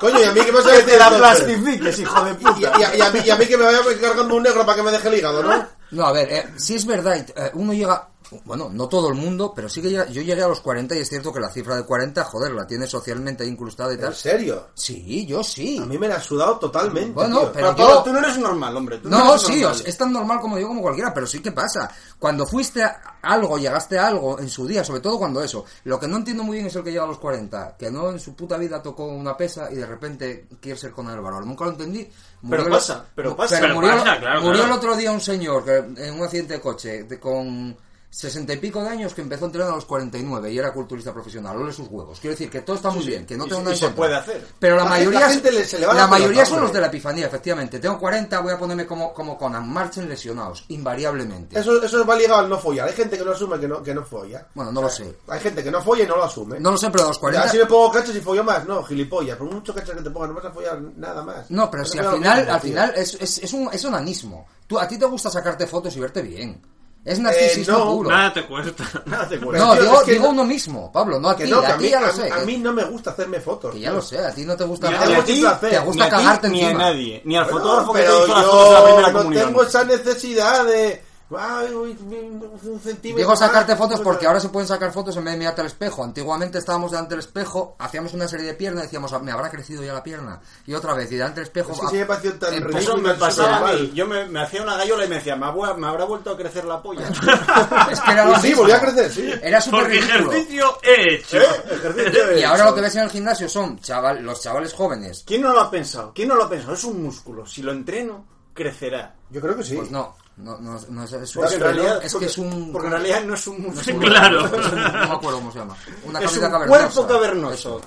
[SPEAKER 8] Coño, ¿y a mí
[SPEAKER 6] (laughs)
[SPEAKER 8] qué me vas a
[SPEAKER 7] Que
[SPEAKER 8] decir
[SPEAKER 7] te la
[SPEAKER 8] entonces?
[SPEAKER 7] plastifiques, hijo de
[SPEAKER 8] Y,
[SPEAKER 7] puta.
[SPEAKER 8] y- y a mí, y a mí que me vaya cargando un negro para que me deje el hígado, ¿no?
[SPEAKER 6] No, a ver, eh, si es verdad, eh, uno llega, bueno, no todo el mundo, pero sí que llega- yo llegué a los 40 y es cierto que la cifra de 40, joder, la tiene socialmente ahí incrustada y
[SPEAKER 8] En
[SPEAKER 6] tal.
[SPEAKER 8] serio.
[SPEAKER 6] Sí, yo sí.
[SPEAKER 8] A mí me la ha sudado totalmente.
[SPEAKER 6] Bueno,
[SPEAKER 8] tío.
[SPEAKER 6] pero
[SPEAKER 7] Pablo,
[SPEAKER 6] yo-
[SPEAKER 7] tú no eres normal, hombre. tú
[SPEAKER 6] No,
[SPEAKER 7] eres
[SPEAKER 6] sí,
[SPEAKER 7] normal.
[SPEAKER 6] os- es tan normal como yo, como cualquiera, pero sí que pasa. Cuando fuiste a algo, llegaste a algo en su día, sobre todo cuando eso. Lo que no entiendo muy bien es el que llega a los 40, que no en su puta vida tocó una pesa y de repente quiere ser con Álvaro. Nunca lo entendí.
[SPEAKER 7] Pero
[SPEAKER 6] el-
[SPEAKER 7] pasa, pero
[SPEAKER 6] mu-
[SPEAKER 7] pasa.
[SPEAKER 9] Pero
[SPEAKER 6] murió,
[SPEAKER 9] pasa, claro,
[SPEAKER 6] murió
[SPEAKER 9] claro.
[SPEAKER 6] el otro día un señor que, en un accidente de coche de- con sesenta y pico de años que empezó a entrenar a los 49 y era culturista profesional. Ole sus huevos. Quiero decir que todo está muy bien, que no
[SPEAKER 7] Y
[SPEAKER 6] tengo
[SPEAKER 7] se-
[SPEAKER 6] nada
[SPEAKER 7] y
[SPEAKER 6] en
[SPEAKER 7] se
[SPEAKER 6] contra.
[SPEAKER 7] puede hacer.
[SPEAKER 6] Pero la
[SPEAKER 8] La
[SPEAKER 6] mayoría,
[SPEAKER 8] gente le- se le va
[SPEAKER 6] la
[SPEAKER 8] la pelota,
[SPEAKER 6] mayoría son
[SPEAKER 8] hombre.
[SPEAKER 6] los de la epifanía, efectivamente. Tengo 40, voy a ponerme como, como Conan. Marchen lesionados, invariablemente.
[SPEAKER 8] Eso, eso va ligado al no follar. Hay gente que no asume que no, que no folla.
[SPEAKER 6] Bueno, no lo sé.
[SPEAKER 8] Hay gente que no folla y no lo asume.
[SPEAKER 6] No lo sé, pero a los 40...
[SPEAKER 8] Así me pongo cachas y follo más. No, gilipollas. Por mucho cachas que te pongas, no vas a follar nada más.
[SPEAKER 6] No, pero
[SPEAKER 8] Vas a
[SPEAKER 6] si al
[SPEAKER 8] follar
[SPEAKER 6] final,
[SPEAKER 8] lo (laughs) mismo,
[SPEAKER 6] al
[SPEAKER 8] tío.
[SPEAKER 6] final es, es, es un, es un anismo. Tú, a ti te gusta sacarte fotos y verte bien. Es narcisismo
[SPEAKER 8] Eh, no,
[SPEAKER 6] puro.
[SPEAKER 9] Nada
[SPEAKER 7] (laughs)
[SPEAKER 9] te cuesta.
[SPEAKER 7] Nada te cuesta.
[SPEAKER 6] No,
[SPEAKER 8] tío,
[SPEAKER 6] digo,
[SPEAKER 8] Ah, es que
[SPEAKER 6] digo
[SPEAKER 8] no-
[SPEAKER 6] uno mismo, Pablo, no a
[SPEAKER 8] Que
[SPEAKER 6] ti,
[SPEAKER 8] no, que
[SPEAKER 6] a
[SPEAKER 8] a
[SPEAKER 6] ti
[SPEAKER 8] mí,
[SPEAKER 6] ya lo
[SPEAKER 8] a-
[SPEAKER 6] sé. eh.
[SPEAKER 8] a mí no me gusta hacerme fotos.
[SPEAKER 6] Que ya lo sé, a ti no te gusta
[SPEAKER 9] Ni a
[SPEAKER 6] nada.
[SPEAKER 7] ni a ti,
[SPEAKER 6] te
[SPEAKER 8] ni
[SPEAKER 6] gusta
[SPEAKER 7] a ti,
[SPEAKER 6] cagarte
[SPEAKER 7] ni
[SPEAKER 6] encima.
[SPEAKER 7] a nadie, ni al
[SPEAKER 8] Bueno,
[SPEAKER 7] fotógrafo que te
[SPEAKER 8] pero
[SPEAKER 7] hizo las
[SPEAKER 8] yo
[SPEAKER 7] fotos de la primera
[SPEAKER 8] no
[SPEAKER 7] comunión.
[SPEAKER 8] tengo esa necesidad de. Ay, uy, un centímetro.
[SPEAKER 6] Digo
[SPEAKER 8] más,
[SPEAKER 6] sacarte fotos
[SPEAKER 8] no
[SPEAKER 6] porque
[SPEAKER 8] sé.
[SPEAKER 6] ahora se pueden sacar fotos en vez de mirarte al espejo. Antiguamente estábamos delante del espejo, hacíamos una serie de piernas y decíamos, "Ah, me habrá crecido ya la pierna. Y otra vez, y delante del espejo...
[SPEAKER 8] Es que
[SPEAKER 6] ah,
[SPEAKER 8] sí me pareció tan
[SPEAKER 6] eh,
[SPEAKER 8] ridículo.
[SPEAKER 6] pues,
[SPEAKER 7] Eso me
[SPEAKER 8] Súper
[SPEAKER 7] pasaba a mí.
[SPEAKER 8] mal.
[SPEAKER 7] Yo me, me hacía una gallola y me decía, me, habrá- me habrá vuelto a crecer la
[SPEAKER 8] (laughs)
[SPEAKER 7] polla.
[SPEAKER 6] Es que era lo
[SPEAKER 8] Y sí,
[SPEAKER 6] mismo.
[SPEAKER 8] volví a crecer, sí.
[SPEAKER 6] Era súper
[SPEAKER 9] Porque
[SPEAKER 6] ridículo.
[SPEAKER 9] ejercicio he hecho.
[SPEAKER 7] ¿Eh? Ejercicio de
[SPEAKER 6] Y ahora lo
[SPEAKER 7] hecho.
[SPEAKER 6] que ves en el gimnasio son chaval, los chavales jóvenes.
[SPEAKER 7] ¿Quién no lo ha pensado? ¿Quién no lo ha pensado? Es un músculo. Si lo entreno, crecerá.
[SPEAKER 8] Yo creo que sí.
[SPEAKER 6] Pues no, no, no, no es, es un
[SPEAKER 7] Porque en
[SPEAKER 6] suelo,
[SPEAKER 7] realidad,
[SPEAKER 6] es
[SPEAKER 7] porque-
[SPEAKER 6] que es un...
[SPEAKER 7] porque en realidad no es un músculo.
[SPEAKER 9] (laughs) Claro.
[SPEAKER 6] No me acuerdo cómo se llama. Una
[SPEAKER 7] Es
[SPEAKER 6] cavidad
[SPEAKER 7] un
[SPEAKER 6] cavernosa.
[SPEAKER 7] cuerpo cavernoso.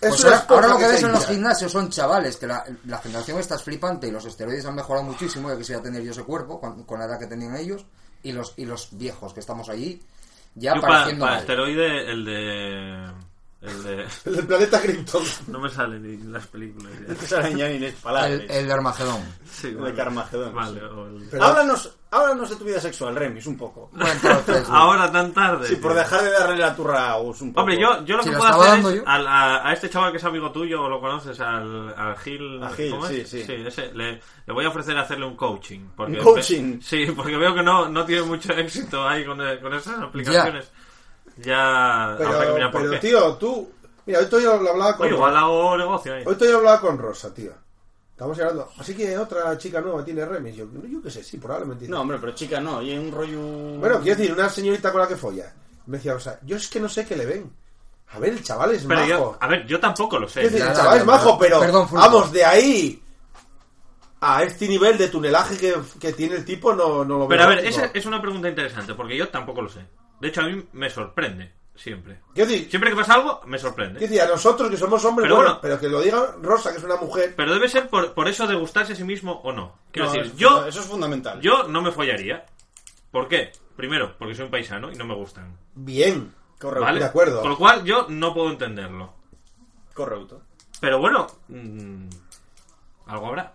[SPEAKER 8] Es
[SPEAKER 6] Pues
[SPEAKER 8] una
[SPEAKER 6] ahora,
[SPEAKER 8] esponja
[SPEAKER 6] ahora lo que ves
[SPEAKER 8] se
[SPEAKER 6] en los
[SPEAKER 8] hincha.
[SPEAKER 6] gimnasios son chavales, que la, la generación esta es flipante y los esteroides han mejorado muchísimo, ya quisiera tener yo ese cuerpo con, con la edad que tenían ellos, y los, y los viejos que estamos allí, ya
[SPEAKER 9] Yo para,
[SPEAKER 6] pareciendo mal.
[SPEAKER 9] esteroide, el de. El de. (laughs)
[SPEAKER 8] (laughs) El del planeta Krypton.
[SPEAKER 9] No me salen ni las
[SPEAKER 7] (laughs)
[SPEAKER 9] películas. ya.
[SPEAKER 7] Te salen ya ni las palabras.
[SPEAKER 6] El, el de Armagedón.
[SPEAKER 9] Sí,
[SPEAKER 7] De
[SPEAKER 9] vale.
[SPEAKER 7] Carmagedón,
[SPEAKER 9] Vale,
[SPEAKER 7] sí.
[SPEAKER 9] o el-
[SPEAKER 8] Pero-
[SPEAKER 7] Háblanos, háblanos de tu vida sexual, Remis, un poco.
[SPEAKER 6] Bueno, entonces,
[SPEAKER 9] (laughs) Ahora tan tarde.
[SPEAKER 7] Sí, por
[SPEAKER 9] tío.
[SPEAKER 7] dejar de darle la turra a Gus un poco.
[SPEAKER 9] Hombre, yo, yo lo
[SPEAKER 6] Si
[SPEAKER 9] que
[SPEAKER 6] lo
[SPEAKER 9] puedo
[SPEAKER 6] estaba
[SPEAKER 9] hacer
[SPEAKER 6] dando
[SPEAKER 9] es
[SPEAKER 6] yo.
[SPEAKER 9] al- a, a este chaval que es amigo tuyo, o lo conoces, al, al Gil.
[SPEAKER 7] A Gil,
[SPEAKER 9] ¿cómo es?
[SPEAKER 7] sí, sí.
[SPEAKER 9] ese, le, le voy a ofrecer hacerle un coaching. Porque
[SPEAKER 7] ¿Un coaching?
[SPEAKER 9] sí, porque veo que no, no tiene mucho éxito ahí con, eh, con esas aplicaciones. Ya.
[SPEAKER 8] Pero,
[SPEAKER 9] habrá que mirar por
[SPEAKER 8] pero,
[SPEAKER 9] qué.
[SPEAKER 8] tío, tú. Mira, hoy todavía lo hablaba con.
[SPEAKER 9] Oye, igual eh. hago negocio ahí.
[SPEAKER 8] Hoy todavía hablaba con Rosa, tío. Estamos hablando. Así que otra chica nueva tiene remis. Yo, yo qué sé, sí, probablemente.
[SPEAKER 7] No, hombre, pero chica, no. Y un rollo...
[SPEAKER 8] Bueno, quiero decir, una señorita con la que folla. Me decía, o sea, yo es que no sé qué le ven. A ver, el chaval es
[SPEAKER 9] Pero
[SPEAKER 8] majo.
[SPEAKER 9] yo, a ver, yo tampoco lo sé.
[SPEAKER 8] Quiero decir,
[SPEAKER 6] Ya,
[SPEAKER 8] el
[SPEAKER 6] ya,
[SPEAKER 8] chaval
[SPEAKER 6] ya,
[SPEAKER 8] es majo,
[SPEAKER 6] perdón,
[SPEAKER 8] pero
[SPEAKER 6] perdón, Fulvio.
[SPEAKER 8] vamos, de ahí a este nivel de tunelaje que, que tiene el tipo, no, no lo veo.
[SPEAKER 9] Pero a ver,
[SPEAKER 8] lógico.
[SPEAKER 9] esa es una pregunta interesante, porque yo tampoco lo sé. De hecho, a mí me sorprende, siempre.
[SPEAKER 8] Quiero decir,
[SPEAKER 9] Siempre que pasa algo, me sorprende.
[SPEAKER 8] quiero decir, a nosotros que somos hombres,
[SPEAKER 9] Pero
[SPEAKER 8] bueno,
[SPEAKER 9] bueno.
[SPEAKER 8] pero que lo diga Rosa, que es una mujer.
[SPEAKER 9] Pero debe ser por, por eso de gustarse a sí mismo o no. Quiero
[SPEAKER 7] No,
[SPEAKER 9] decir,
[SPEAKER 7] eso-
[SPEAKER 9] yo,
[SPEAKER 7] Eso es fundamental.
[SPEAKER 9] yo no me follaría. ¿Por qué? Primero, porque soy un paisano y no me gustan.
[SPEAKER 8] Bien.
[SPEAKER 7] Correcto.
[SPEAKER 9] ¿Vale?
[SPEAKER 8] de acuerdo.
[SPEAKER 9] Con lo cual, yo no puedo entenderlo.
[SPEAKER 7] Correcto.
[SPEAKER 9] Pero bueno, mm, algo habrá.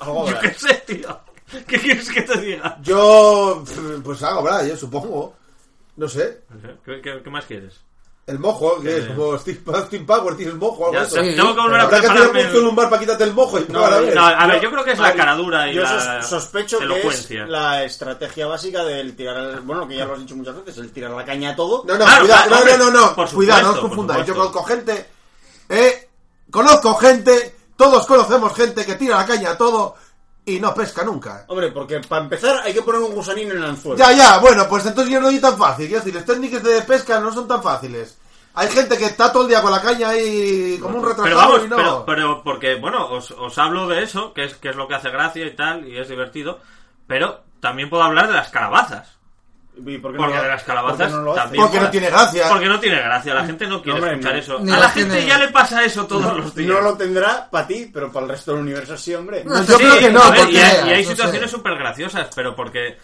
[SPEAKER 7] Algo
[SPEAKER 9] Yo qué sé, tío. ¿Qué quieres que te diga?
[SPEAKER 8] Yo, pues hago, ¿verdad? Yo supongo. No sé.
[SPEAKER 9] ¿Qué, qué- qué más quieres?
[SPEAKER 8] El mojo, que es
[SPEAKER 9] bien.
[SPEAKER 8] como Steve, Steve Power, tienes mojo, algo
[SPEAKER 9] Eh. Ya,
[SPEAKER 8] de eso.
[SPEAKER 9] te-
[SPEAKER 6] sí,
[SPEAKER 9] tengo que volver a
[SPEAKER 8] Habrá que hacer un
[SPEAKER 9] prepararme.
[SPEAKER 8] punto
[SPEAKER 9] el-
[SPEAKER 8] lumbar para quitarte el mojo y
[SPEAKER 7] No,
[SPEAKER 8] probar a
[SPEAKER 7] no,
[SPEAKER 8] ver.
[SPEAKER 9] No, a ver, yo creo que es la caradura y
[SPEAKER 7] yo
[SPEAKER 9] la
[SPEAKER 7] sos- sospecho que es
[SPEAKER 9] elocuencia.
[SPEAKER 7] la estrategia básica del tirar, al- bueno, que ya lo has dicho muchas veces, el tirar la caña a todo.
[SPEAKER 8] No, no,
[SPEAKER 9] Claro, claro,
[SPEAKER 8] cuidado, no, no,
[SPEAKER 9] hombre,
[SPEAKER 8] no, no,
[SPEAKER 9] por supuesto,
[SPEAKER 8] cuidado, no os
[SPEAKER 9] por
[SPEAKER 8] confundáis. Yo
[SPEAKER 9] supuesto.
[SPEAKER 8] conozco gente, eh, conozco gente, todos conocemos gente que tira la caña a todo y no pesca nunca.
[SPEAKER 7] Hombre, porque para empezar hay que poner un gusanino en el anzuelo.
[SPEAKER 8] Ya, ya, bueno, pues entonces yo no soy tan fácil. Quiero decir, las técnicas de pesca no son tan fáciles. Hay gente que está todo el día con la caña ahí como un retrasado
[SPEAKER 9] Pero vamos,
[SPEAKER 8] y no.
[SPEAKER 9] pero, pero porque, bueno, os, os hablo de eso, que es, que es lo que hace gracia y tal, y es divertido, pero también puedo hablar de las calabazas.
[SPEAKER 7] ¿Y por qué no
[SPEAKER 9] Porque
[SPEAKER 7] lo-
[SPEAKER 9] de las
[SPEAKER 7] por
[SPEAKER 9] calabazas
[SPEAKER 7] qué no lo hace?
[SPEAKER 9] también.
[SPEAKER 8] Porque no
[SPEAKER 9] mola.
[SPEAKER 8] tiene gracia.
[SPEAKER 9] Porque no tiene gracia, la gente no quiere
[SPEAKER 7] hombre,
[SPEAKER 9] escuchar
[SPEAKER 7] no.
[SPEAKER 9] eso.
[SPEAKER 6] Ni
[SPEAKER 9] A la
[SPEAKER 6] la
[SPEAKER 9] gente
[SPEAKER 6] tiene-
[SPEAKER 9] ya le pasa eso todos los días.
[SPEAKER 7] (laughs) No lo tendrá para ti, pero para el resto del universo sí, hombre.
[SPEAKER 6] No,
[SPEAKER 8] yo
[SPEAKER 9] Sí,
[SPEAKER 8] creo que no,
[SPEAKER 9] a ver,
[SPEAKER 8] porque
[SPEAKER 9] y hay, y hay
[SPEAKER 6] no
[SPEAKER 9] situaciones
[SPEAKER 6] sé.
[SPEAKER 9] súper graciosas, pero porque.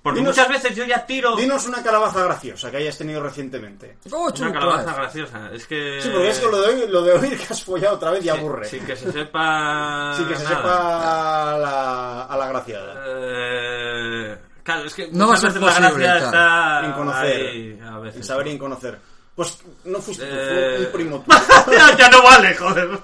[SPEAKER 9] Porque
[SPEAKER 7] Dinos-
[SPEAKER 9] muchas veces yo ya tiro
[SPEAKER 7] Dinos una calabaza graciosa que hayas tenido recientemente.
[SPEAKER 6] Oh,
[SPEAKER 9] una
[SPEAKER 6] chupas.
[SPEAKER 9] calabaza graciosa. Es que.
[SPEAKER 7] Sí, porque es que lo de hoy, (laughs) lo de oír que has follado otra vez y aburre.
[SPEAKER 9] Sin que se sepa.
[SPEAKER 7] Sin que se
[SPEAKER 9] nada.
[SPEAKER 7] sepa a la, a la graciada.
[SPEAKER 9] Eh, claro, es que
[SPEAKER 6] No va a
[SPEAKER 9] muchas
[SPEAKER 6] ser
[SPEAKER 9] veces la
[SPEAKER 6] posible,
[SPEAKER 9] gracia
[SPEAKER 6] claro.
[SPEAKER 9] está
[SPEAKER 7] En conocer.
[SPEAKER 9] ahí, a veces.
[SPEAKER 7] En saber y en conocer. Pues no fuiste tú,
[SPEAKER 9] Eh.
[SPEAKER 7] fue un primo
[SPEAKER 9] (laughs)
[SPEAKER 7] tuyo.
[SPEAKER 9] ya, ya no vale, joder.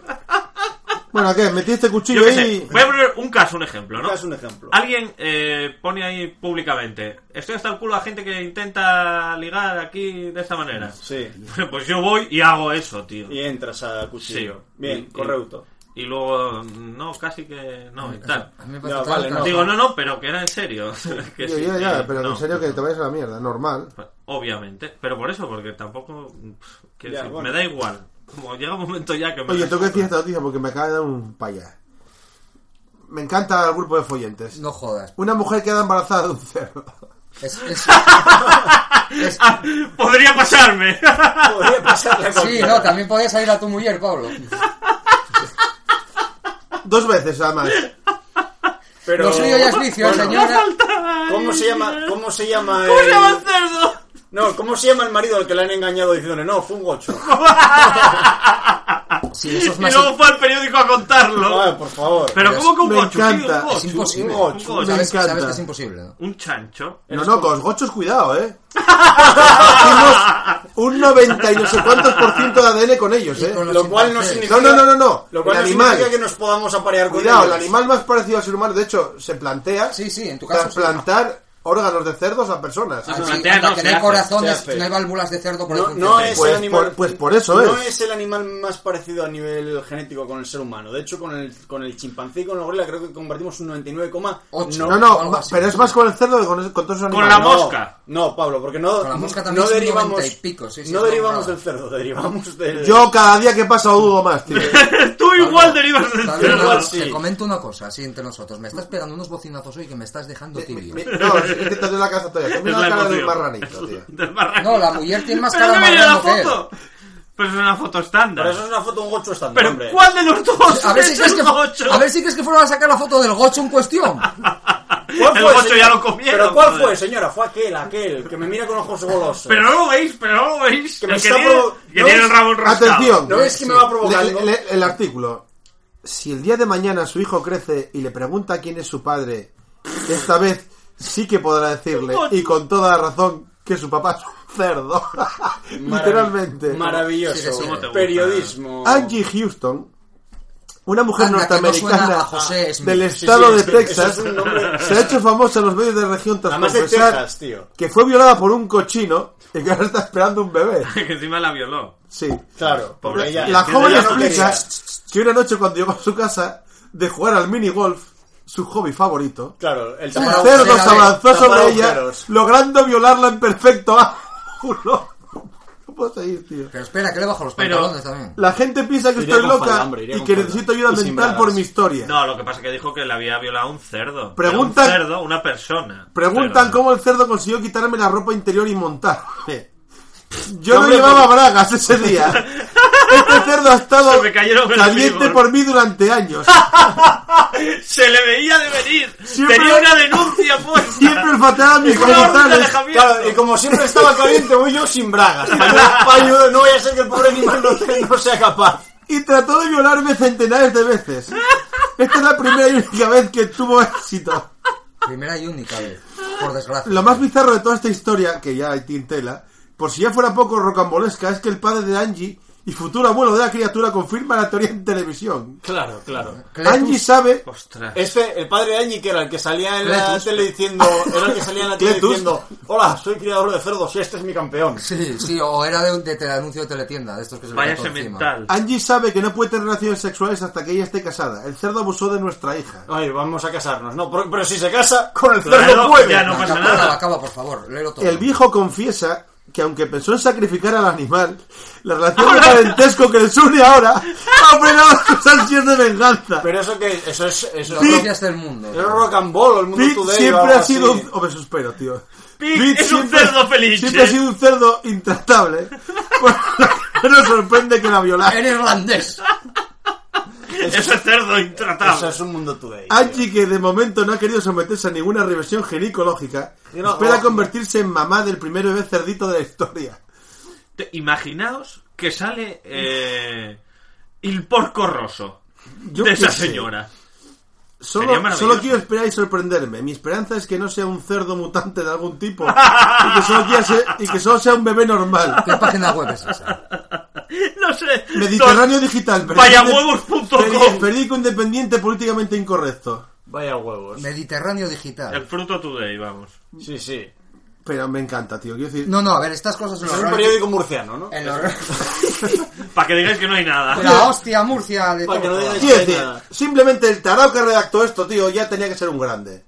[SPEAKER 8] Bueno, ¿qué? Metiste
[SPEAKER 9] Yo
[SPEAKER 8] cuchillo
[SPEAKER 9] qué
[SPEAKER 8] ahí.
[SPEAKER 9] sé. Voy a poner un caso, un ejemplo, ¿no?
[SPEAKER 7] Es un ejemplo.
[SPEAKER 9] Alguien eh, pone ahí públicamente, estoy hasta el culo a gente que intenta ligar aquí de esta manera.
[SPEAKER 7] Sí.
[SPEAKER 9] (laughs) Pues yo voy y hago eso, tío.
[SPEAKER 7] Y entras a cuchillo.
[SPEAKER 9] Sí.
[SPEAKER 7] Bien,
[SPEAKER 9] Y- y- (laughs)
[SPEAKER 7] correcto.
[SPEAKER 9] Y luego, no, casi que no, y tal.
[SPEAKER 6] pues. A mí me parece
[SPEAKER 7] No,
[SPEAKER 6] fatal,
[SPEAKER 7] vale, no.
[SPEAKER 6] claro.
[SPEAKER 9] Digo, no, no, pero que era en serio. (laughs) Que
[SPEAKER 8] Ya,
[SPEAKER 9] sí,
[SPEAKER 8] ya, ya,
[SPEAKER 9] que
[SPEAKER 8] pero
[SPEAKER 9] no.
[SPEAKER 8] en serio que te vayas a la mierda, normal.
[SPEAKER 9] Pues, Obviamente, pero por eso, porque tampoco. pff, quiero
[SPEAKER 7] Ya,
[SPEAKER 9] decir,
[SPEAKER 7] bueno.
[SPEAKER 9] me da igual. Como llega un momento ya que me.
[SPEAKER 8] Oye, tengo que decir esta noticia porque me acaba de dar un payá. Me encanta el grupo de follentes.
[SPEAKER 6] No jodas.
[SPEAKER 8] Una mujer queda embarazada de un cerdo. (laughs)
[SPEAKER 6] Es,
[SPEAKER 9] (laughs)
[SPEAKER 6] es-
[SPEAKER 9] (laughs) Ah, ¡Podría pasarme!
[SPEAKER 7] Podría pasarle a
[SPEAKER 6] sí,
[SPEAKER 7] cualquiera.
[SPEAKER 6] no, también podías salir a tu mujer, Pablo.
[SPEAKER 8] Dos
[SPEAKER 9] (laughs)
[SPEAKER 8] veces, además.
[SPEAKER 7] (laughs) Pero...
[SPEAKER 6] Lo suyo ya es vicio,
[SPEAKER 7] Bueno,
[SPEAKER 6] señora.
[SPEAKER 7] ¿Cómo se llama? ¿Cómo se llama?
[SPEAKER 9] ¿Cómo (laughs) se llama
[SPEAKER 7] el-
[SPEAKER 9] el cerdo?
[SPEAKER 7] No, ¿cómo se llama el marido al que le han engañado diciéndole, no, fue un gocho?
[SPEAKER 6] Sí, eso es
[SPEAKER 9] y
[SPEAKER 6] más-
[SPEAKER 9] luego fue al periódico a contarlo.
[SPEAKER 7] Joder, por favor.
[SPEAKER 9] Pero ¿cómo que un
[SPEAKER 8] me
[SPEAKER 9] gocho,
[SPEAKER 8] encanta,
[SPEAKER 9] tío? Un
[SPEAKER 8] es
[SPEAKER 9] gocho.
[SPEAKER 6] imposible.
[SPEAKER 7] Me
[SPEAKER 9] Un gocho.
[SPEAKER 6] sabes,
[SPEAKER 8] encanta.
[SPEAKER 6] sabes que es imposible, ¿no?
[SPEAKER 9] Un chancho. (laughs)
[SPEAKER 8] No, no, con los gochos cuidado, ¿eh? (laughs) Hicimos un 90 y no sé cuántos por ciento de ADN con ellos, ¿eh?
[SPEAKER 6] con los
[SPEAKER 7] Lo cual no
[SPEAKER 6] chimpancés.
[SPEAKER 7] significa.
[SPEAKER 8] No, no, no, no, no.
[SPEAKER 7] Lo cual
[SPEAKER 8] el
[SPEAKER 7] no
[SPEAKER 8] animal.
[SPEAKER 7] significa que nos podamos aparear con
[SPEAKER 8] Cuidado, el
[SPEAKER 7] ellos.
[SPEAKER 8] animal más parecido al ser humano, de hecho, se plantea
[SPEAKER 6] Sí, sí, en tu caso. sí.
[SPEAKER 8] trasplantar órganos de cerdos a personas.
[SPEAKER 6] Ah, sí,
[SPEAKER 9] plantea,
[SPEAKER 6] anda,
[SPEAKER 9] no,
[SPEAKER 6] que
[SPEAKER 9] se
[SPEAKER 6] no hay
[SPEAKER 9] hace,
[SPEAKER 6] corazones,
[SPEAKER 7] se hace.
[SPEAKER 6] no hay válvulas de cerdo por
[SPEAKER 7] No,
[SPEAKER 6] el
[SPEAKER 7] no es
[SPEAKER 8] Pues
[SPEAKER 7] el animal.
[SPEAKER 8] por- pues por eso
[SPEAKER 7] no
[SPEAKER 8] es.
[SPEAKER 7] es el animal más parecido a nivel genético con el ser humano. De hecho, con el, con el chimpancé y con el gorila creo que compartimos un 99,8.
[SPEAKER 6] Ocho.
[SPEAKER 8] No, eh, no,
[SPEAKER 6] algo
[SPEAKER 8] ma-
[SPEAKER 6] así.
[SPEAKER 8] pero es más con el cerdo que con, esos- con todos esos
[SPEAKER 9] Con la
[SPEAKER 8] animales.
[SPEAKER 9] mo- mosca.
[SPEAKER 7] Ah, No, Pablo, porque no,
[SPEAKER 6] Con la mosca también
[SPEAKER 7] no
[SPEAKER 6] es un
[SPEAKER 7] derivamos,
[SPEAKER 6] 90 y pico, sí, sí,
[SPEAKER 7] no
[SPEAKER 6] es
[SPEAKER 7] derivamos
[SPEAKER 6] una
[SPEAKER 7] del cerdo, (laughs) derivamos del...
[SPEAKER 8] Yo cada día que pasa dudo más, tío.
[SPEAKER 9] Tú igual derivas
[SPEAKER 6] Pablo,
[SPEAKER 9] del
[SPEAKER 7] Igual
[SPEAKER 9] cerdo.
[SPEAKER 6] Pablo,
[SPEAKER 7] sí.
[SPEAKER 6] Te comento una cosa, así entre nosotros. Me estás pegando unos bocinazos hoy que me estás dejando tibio.
[SPEAKER 8] Mi- No, es que te doy la cabeza todavía. Te
[SPEAKER 9] Es
[SPEAKER 8] mira la cara de un
[SPEAKER 9] emoción.
[SPEAKER 8] marranito, tío.
[SPEAKER 9] Del marranito.
[SPEAKER 6] No, la mujer tiene más
[SPEAKER 9] Pero
[SPEAKER 6] cara
[SPEAKER 9] no
[SPEAKER 6] de
[SPEAKER 9] viene la
[SPEAKER 6] marrano que
[SPEAKER 9] foto. Pero es una foto estándar.
[SPEAKER 7] Pero eso es una foto de un gocho estándar,
[SPEAKER 9] Pero
[SPEAKER 7] hombre.
[SPEAKER 9] ¿cuál de los dos?
[SPEAKER 6] A ver, si
[SPEAKER 9] es
[SPEAKER 6] crees
[SPEAKER 9] el
[SPEAKER 8] (laughs)
[SPEAKER 6] que,
[SPEAKER 9] gocho?
[SPEAKER 6] a ver si crees que fueron a sacar la foto del gocho en cuestión.
[SPEAKER 7] ¿Cuál fue,
[SPEAKER 9] El gocho
[SPEAKER 7] señora?
[SPEAKER 9] ya lo comieron,
[SPEAKER 7] ¿Pero cuál
[SPEAKER 9] joder.
[SPEAKER 7] fue, señora? Fue aquel, aquel, que me mira con ojos golosos.
[SPEAKER 9] Pero no lo veis, pero no lo veis.
[SPEAKER 7] Que
[SPEAKER 9] El
[SPEAKER 7] me
[SPEAKER 9] Que,
[SPEAKER 7] está
[SPEAKER 9] tiene,
[SPEAKER 7] provo-
[SPEAKER 9] que
[SPEAKER 7] no
[SPEAKER 9] tiene
[SPEAKER 7] es-
[SPEAKER 9] el rabo enroscado.
[SPEAKER 8] Atención.
[SPEAKER 7] No es que me va a provocar.
[SPEAKER 8] Le-
[SPEAKER 7] ¿no?
[SPEAKER 8] le- el artículo. Si el día de mañana su hijo crece y le pregunta quién es su padre, esta vez sí que podrá decirle, y con toda la razón, que su papá es un cerdo.
[SPEAKER 7] Marav-
[SPEAKER 8] (laughs) Literalmente.
[SPEAKER 7] Maravilloso.
[SPEAKER 6] Sí, sí,
[SPEAKER 9] sí.
[SPEAKER 7] Periodismo.
[SPEAKER 8] Angie Houston, una mujer
[SPEAKER 6] Anda, que no
[SPEAKER 8] norteamericana
[SPEAKER 6] suena a José Smith.
[SPEAKER 8] del
[SPEAKER 6] Sí,
[SPEAKER 7] sí,
[SPEAKER 8] estado de
[SPEAKER 7] es que eso
[SPEAKER 8] Texas,
[SPEAKER 7] es un nombre-
[SPEAKER 8] se ha hecho famosa en los medios de región tras
[SPEAKER 7] Además de
[SPEAKER 8] confesar
[SPEAKER 7] Texas, tío.
[SPEAKER 8] que fue violada por un cochino y que ahora está esperando un bebé.
[SPEAKER 9] (laughs) que encima la violó.
[SPEAKER 8] Sí.
[SPEAKER 7] Claro,
[SPEAKER 9] Pobre
[SPEAKER 7] porque ella-
[SPEAKER 8] La
[SPEAKER 9] que
[SPEAKER 8] joven
[SPEAKER 9] ya no
[SPEAKER 8] explica
[SPEAKER 7] quería.
[SPEAKER 8] que una noche cuando llegó a su casa de jugar al minigolf, su hobby favorito,
[SPEAKER 7] Claro, el
[SPEAKER 8] el
[SPEAKER 7] tapar
[SPEAKER 6] Hacer
[SPEAKER 8] cerdo
[SPEAKER 6] agujeros,
[SPEAKER 8] se avanzó
[SPEAKER 7] tapar
[SPEAKER 8] sobre ella,
[SPEAKER 7] agujeros.
[SPEAKER 8] logrando violarla en perfecto ángulo. No puedo seguir, tío.
[SPEAKER 6] Pero espera, que le bajo los
[SPEAKER 9] Pero-
[SPEAKER 6] pantalones también.
[SPEAKER 8] La gente piensa que
[SPEAKER 7] Iría
[SPEAKER 8] estoy
[SPEAKER 7] con
[SPEAKER 8] loca
[SPEAKER 7] falambre, iría
[SPEAKER 8] y
[SPEAKER 7] con
[SPEAKER 8] que
[SPEAKER 7] falambre.
[SPEAKER 8] necesito ayuda
[SPEAKER 7] Y sin
[SPEAKER 8] mental
[SPEAKER 7] bragas.
[SPEAKER 8] por mi historia.
[SPEAKER 9] No, lo que pasa es que dijo que le había violado un cerdo.
[SPEAKER 8] Preguntan-
[SPEAKER 9] Pero Un cerdo, una persona.
[SPEAKER 8] Preguntan
[SPEAKER 9] Cerdo.
[SPEAKER 8] cómo el cerdo consiguió quitarme la ropa interior y montarme. Yo no
[SPEAKER 7] Hombre,
[SPEAKER 8] llevaba
[SPEAKER 7] por-
[SPEAKER 8] bragas ese
[SPEAKER 9] (laughs)
[SPEAKER 8] día. Este cerdo ha estado
[SPEAKER 9] Se me cayeron el
[SPEAKER 8] caliente
[SPEAKER 9] minigolf.
[SPEAKER 8] por mí
[SPEAKER 9] (laughs)
[SPEAKER 8] durante años.
[SPEAKER 9] Se le veía de venir.
[SPEAKER 8] Siempre-
[SPEAKER 9] Tenía una denuncia puesta.
[SPEAKER 8] Siempre olfateaba mis
[SPEAKER 9] Es una orden de
[SPEAKER 8] colzones.
[SPEAKER 9] alejamiento.
[SPEAKER 7] Claro, y como siempre estaba caliente, voy yo sin bragas. Pa' ayudar, no voy a ser que el pobre animal no, te- no sea capaz.
[SPEAKER 8] y trató de violarme centenares de veces. Esta es la primera y única vez que tuvo éxito.
[SPEAKER 6] Primera y única vez, por desgracia.
[SPEAKER 8] Lo más bizarro de toda esta historia, que ya hay tintela, por si ya fuera poco rocambolesca, es que el padre de Angie y futuro abuelo de la criatura confirma la teoría en televisión.
[SPEAKER 7] Claro, claro.
[SPEAKER 6] Cletus-
[SPEAKER 8] Angie sabe
[SPEAKER 9] Ostras.
[SPEAKER 7] Este, el padre de Angie, que era el que salía en la
[SPEAKER 6] Cletus.
[SPEAKER 7] tele diciendo, era el que salía en la tele
[SPEAKER 8] Cletus.
[SPEAKER 7] diciendo, hola, soy criador de cerdos y este es mi
[SPEAKER 6] (laughs)
[SPEAKER 7] campeón.
[SPEAKER 6] Sí, sí, o era de, de, te- anuncio de teletienda, de estos que se le
[SPEAKER 9] Vaya
[SPEAKER 6] cae todo encima.
[SPEAKER 9] semental.
[SPEAKER 8] Angie sabe que no puede tener relaciones sexuales hasta que ella esté casada. El cerdo abusó de nuestra hija.
[SPEAKER 7] Ay, vamos a casarnos. No, pero, pero si se casa, con el cerdo
[SPEAKER 9] Claro,
[SPEAKER 8] pues,
[SPEAKER 7] puede.
[SPEAKER 9] ya no
[SPEAKER 6] La
[SPEAKER 9] pasa
[SPEAKER 6] capa,
[SPEAKER 9] nada.
[SPEAKER 6] la acaba, por favor, léelo todo.
[SPEAKER 8] El viejo confiesa que aunque pensó en sacrificar al animal, la relación de
[SPEAKER 9] Ahora-
[SPEAKER 8] parentesco que les
[SPEAKER 9] (laughs)
[SPEAKER 8] une ahora ha frenado sus ansias de venganza.
[SPEAKER 7] Pero eso que, eso es, eso
[SPEAKER 6] Los
[SPEAKER 7] es, rock-
[SPEAKER 6] noticias del mundo.
[SPEAKER 8] (laughs)
[SPEAKER 7] eso es rock and roll, el mundo
[SPEAKER 8] Pete
[SPEAKER 7] today. o
[SPEAKER 8] siempre
[SPEAKER 7] algo
[SPEAKER 8] ha sido
[SPEAKER 7] así.
[SPEAKER 8] un... Hombre, suspiro, tío.
[SPEAKER 9] Pete es un cerdo feliz,
[SPEAKER 8] Siempre
[SPEAKER 9] ¿eh?
[SPEAKER 8] ha sido un cerdo
[SPEAKER 9] (laughs)
[SPEAKER 8] intratable. Por (laughs) lo que nos sorprende que la violara.
[SPEAKER 6] Eres irlandés.
[SPEAKER 9] Ese cerdo
[SPEAKER 7] Eso
[SPEAKER 9] intratable.
[SPEAKER 7] es un mundo today. tío.
[SPEAKER 8] Angie, que de momento no ha querido someterse a ninguna reversión ginecológica,
[SPEAKER 7] Ginecológica.
[SPEAKER 8] espera convertirse en mamá del primer bebé cerdito de la historia.
[SPEAKER 9] Te- Imaginaos que sale eh, el porco roso
[SPEAKER 8] Yo
[SPEAKER 9] de
[SPEAKER 8] qué
[SPEAKER 9] esa
[SPEAKER 8] sé.
[SPEAKER 9] señora. (laughs) Sería
[SPEAKER 8] Solo,
[SPEAKER 9] maravilloso.
[SPEAKER 8] solo quiero esperar y sorprenderme. Mi esperanza es que no sea un cerdo mutante de algún tipo (laughs) y que solo, quiera ser- y que solo sea un bebé
[SPEAKER 9] (laughs)
[SPEAKER 8] normal.
[SPEAKER 6] ¿Qué página web es esa?
[SPEAKER 9] No sé.
[SPEAKER 8] Mediterráneo Digital. periódico-
[SPEAKER 9] Vayahuevos.com.
[SPEAKER 8] Periódico independiente políticamente incorrecto.
[SPEAKER 7] Vaya huevos.
[SPEAKER 6] Mediterráneo
[SPEAKER 9] El
[SPEAKER 6] Digital.
[SPEAKER 9] fruto today, vamos.
[SPEAKER 7] Sí, sí.
[SPEAKER 8] Pero me encanta, tío. Quiero decir,
[SPEAKER 6] No, no, a ver, estas cosas en
[SPEAKER 7] Es
[SPEAKER 6] los
[SPEAKER 7] un
[SPEAKER 6] reality-
[SPEAKER 7] periódico murciano, ¿no?
[SPEAKER 6] en los re-
[SPEAKER 9] Para que digáis que no hay nada.
[SPEAKER 6] La hostia Murcia de
[SPEAKER 7] Para que no
[SPEAKER 6] Córdoba.
[SPEAKER 7] digáis-
[SPEAKER 8] quiero decir,
[SPEAKER 7] nada.
[SPEAKER 8] simplemente el tarao que redactó esto, tío, ya tenía que ser un grande.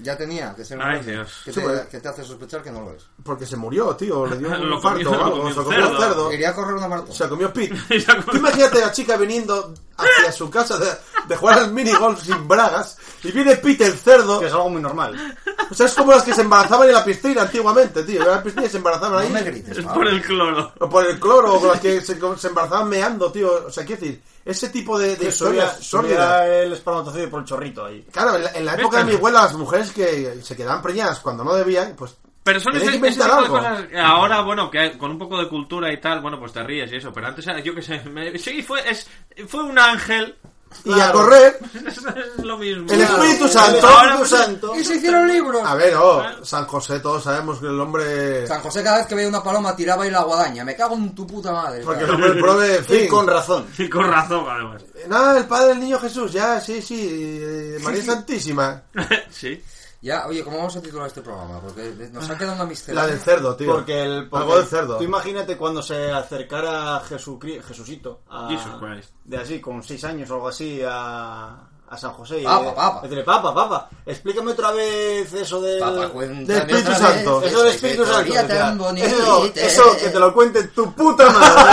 [SPEAKER 6] Ya tenía que ser un
[SPEAKER 9] Ay,
[SPEAKER 6] hombre
[SPEAKER 9] Dios.
[SPEAKER 6] Que,
[SPEAKER 8] Sí, pues.
[SPEAKER 6] te, que te hace sospechar que no lo es.
[SPEAKER 8] Porque se murió,
[SPEAKER 9] (laughs)
[SPEAKER 8] tío. Le dio un
[SPEAKER 9] Lo
[SPEAKER 8] infarto
[SPEAKER 9] comió-
[SPEAKER 8] o
[SPEAKER 9] lo
[SPEAKER 8] algo,
[SPEAKER 9] comió
[SPEAKER 8] Se
[SPEAKER 9] un
[SPEAKER 8] comió un
[SPEAKER 9] cerdo.
[SPEAKER 8] cerdo.
[SPEAKER 6] Iría a correr una maratón.
[SPEAKER 8] Se comió Pete.
[SPEAKER 9] (laughs) Y se comió-
[SPEAKER 8] Tú imagínate a la chica viniendo hacia su casa de, de jugar al minigolf sin bragas y viene Pete el cerdo.
[SPEAKER 7] Que es algo muy normal.
[SPEAKER 8] O sea, es como las que se embarazaban en la piscina antiguamente, tío. En la piscina y se embarazaban
[SPEAKER 6] No
[SPEAKER 8] ahí.
[SPEAKER 6] me grites,
[SPEAKER 9] (laughs) Es
[SPEAKER 6] Pablo.
[SPEAKER 9] por el cloro.
[SPEAKER 8] O por el cloro, o con las que se, se embarazaban meando, tío. O sea, quiero decir, ese tipo de, de
[SPEAKER 7] Que
[SPEAKER 8] historias
[SPEAKER 7] subía,
[SPEAKER 8] sórdidas.
[SPEAKER 7] subía el espermatozoide por el chorrito ahí.
[SPEAKER 8] Claro, en la, en la época de mi abuela, las mujeres que se quedaban preñadas cuando no debían, pues
[SPEAKER 9] Pero son
[SPEAKER 8] Tenéis
[SPEAKER 9] ese,
[SPEAKER 8] que
[SPEAKER 9] ese tipo
[SPEAKER 8] inventar
[SPEAKER 9] de
[SPEAKER 8] algo.
[SPEAKER 9] cosas. Ahora, bueno, que con un poco de cultura y tal, bueno, pues te ríes y eso. Pero antes, era- yo qué sé. me- sí, fue, es, fue un ángel. (laughs)
[SPEAKER 8] Y a correr,
[SPEAKER 9] Es, es lo mismo. Ah,
[SPEAKER 7] El Espíritu Santo, el
[SPEAKER 9] Ahora, pues,
[SPEAKER 7] Espíritu Santo.
[SPEAKER 6] Y se hicieron libros.
[SPEAKER 8] A ver, oh, San José, todos sabemos que el hombre.
[SPEAKER 6] San José cada vez que veía una paloma tiraba y la guadaña. Me cago en tu puta madre.
[SPEAKER 8] Porque el
[SPEAKER 6] claro.
[SPEAKER 8] hombre el pro de
[SPEAKER 7] Y
[SPEAKER 8] fin.
[SPEAKER 7] con razón.
[SPEAKER 9] (laughs) Y con razón, además. (laughs)
[SPEAKER 8] Nada, el padre del niño Jesús, ya, sí, sí. eh, María
[SPEAKER 6] Sí, sí.
[SPEAKER 8] Santísima.
[SPEAKER 9] sí.
[SPEAKER 6] Ya, oye, ¿cómo vamos a titular este programa? Porque nos ha quedado una misteria.
[SPEAKER 8] La del cerdo, tío.
[SPEAKER 7] Porque el. porque
[SPEAKER 8] Algo del cerdo.
[SPEAKER 7] Tú imagínate cuando se acercara Jesucri- Jesucito.
[SPEAKER 6] Ah.
[SPEAKER 7] A,
[SPEAKER 9] Jesus Christ.
[SPEAKER 7] De así, con seis años o algo así, a, a San José. y-
[SPEAKER 6] Papa, papa.
[SPEAKER 7] Decirle, papa, papa, explícame otra vez eso del.
[SPEAKER 6] Papá, cuéntame
[SPEAKER 8] del Espíritu
[SPEAKER 6] otra vez
[SPEAKER 8] Santo.
[SPEAKER 7] Eso del Espíritu
[SPEAKER 6] que
[SPEAKER 7] Santo.
[SPEAKER 6] todavía
[SPEAKER 7] decía.
[SPEAKER 6] tan bonito
[SPEAKER 7] eso,
[SPEAKER 6] y te-
[SPEAKER 7] eso que te lo cuente tu puta madre.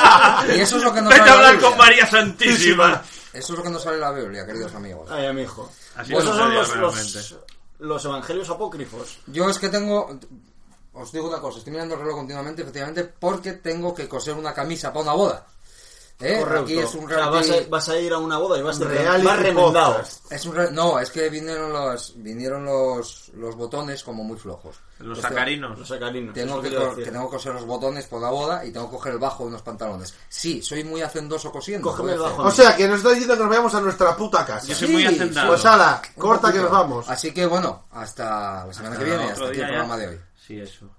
[SPEAKER 6] (laughs) Y eso es lo que nos
[SPEAKER 9] Vete
[SPEAKER 6] sale
[SPEAKER 9] a
[SPEAKER 6] en la
[SPEAKER 9] hablar con
[SPEAKER 6] Biblia.
[SPEAKER 9] María Santísima.
[SPEAKER 6] Eso es lo que nos sale en la Biblia, queridos amigos.
[SPEAKER 7] Ay, amigo.
[SPEAKER 9] Así
[SPEAKER 7] Pues
[SPEAKER 9] no
[SPEAKER 7] esos son
[SPEAKER 9] sería
[SPEAKER 7] los, los,
[SPEAKER 9] realmente.
[SPEAKER 7] los evangelios apócrifos.
[SPEAKER 6] Yo es que tengo... Os digo una cosa, estoy mirando el reloj continuamente, efectivamente, porque tengo que coser una camisa para una boda. ¿Eh? Aquí es un
[SPEAKER 7] O sea,
[SPEAKER 6] reality...
[SPEAKER 7] vas, a, vas a ir a una boda y vas, de
[SPEAKER 8] Reality
[SPEAKER 7] vas remendado.
[SPEAKER 8] podcast.
[SPEAKER 6] Es un re- No, es que vinieron los vinieron los, los botones como muy flojos.
[SPEAKER 9] Los
[SPEAKER 6] Entonces,
[SPEAKER 7] Los
[SPEAKER 9] sacarinos.
[SPEAKER 7] sacarinos.
[SPEAKER 6] Tengo
[SPEAKER 7] eso
[SPEAKER 6] que,
[SPEAKER 7] te iba a
[SPEAKER 6] co- que
[SPEAKER 7] decir.
[SPEAKER 6] tengo que coser los botones por la boda y tengo que coger el bajo de unos pantalones. Sí, soy muy hacendoso cosiendo. voy
[SPEAKER 7] Cógeme
[SPEAKER 6] a
[SPEAKER 7] el
[SPEAKER 6] hacer.
[SPEAKER 7] bajo.
[SPEAKER 8] O sea, que nos está diciendo que nos vayamos a nuestra puta casa.
[SPEAKER 9] Yo soy muy
[SPEAKER 6] Sí,
[SPEAKER 9] hacendado.
[SPEAKER 8] Pues ala,
[SPEAKER 6] Un
[SPEAKER 8] corta que
[SPEAKER 6] poquito.
[SPEAKER 8] nos vamos.
[SPEAKER 6] Así que bueno, hasta la semana que viene, hasta
[SPEAKER 9] Otro
[SPEAKER 6] aquí el
[SPEAKER 9] día ya.
[SPEAKER 6] programa de hoy.
[SPEAKER 9] Sí, eso.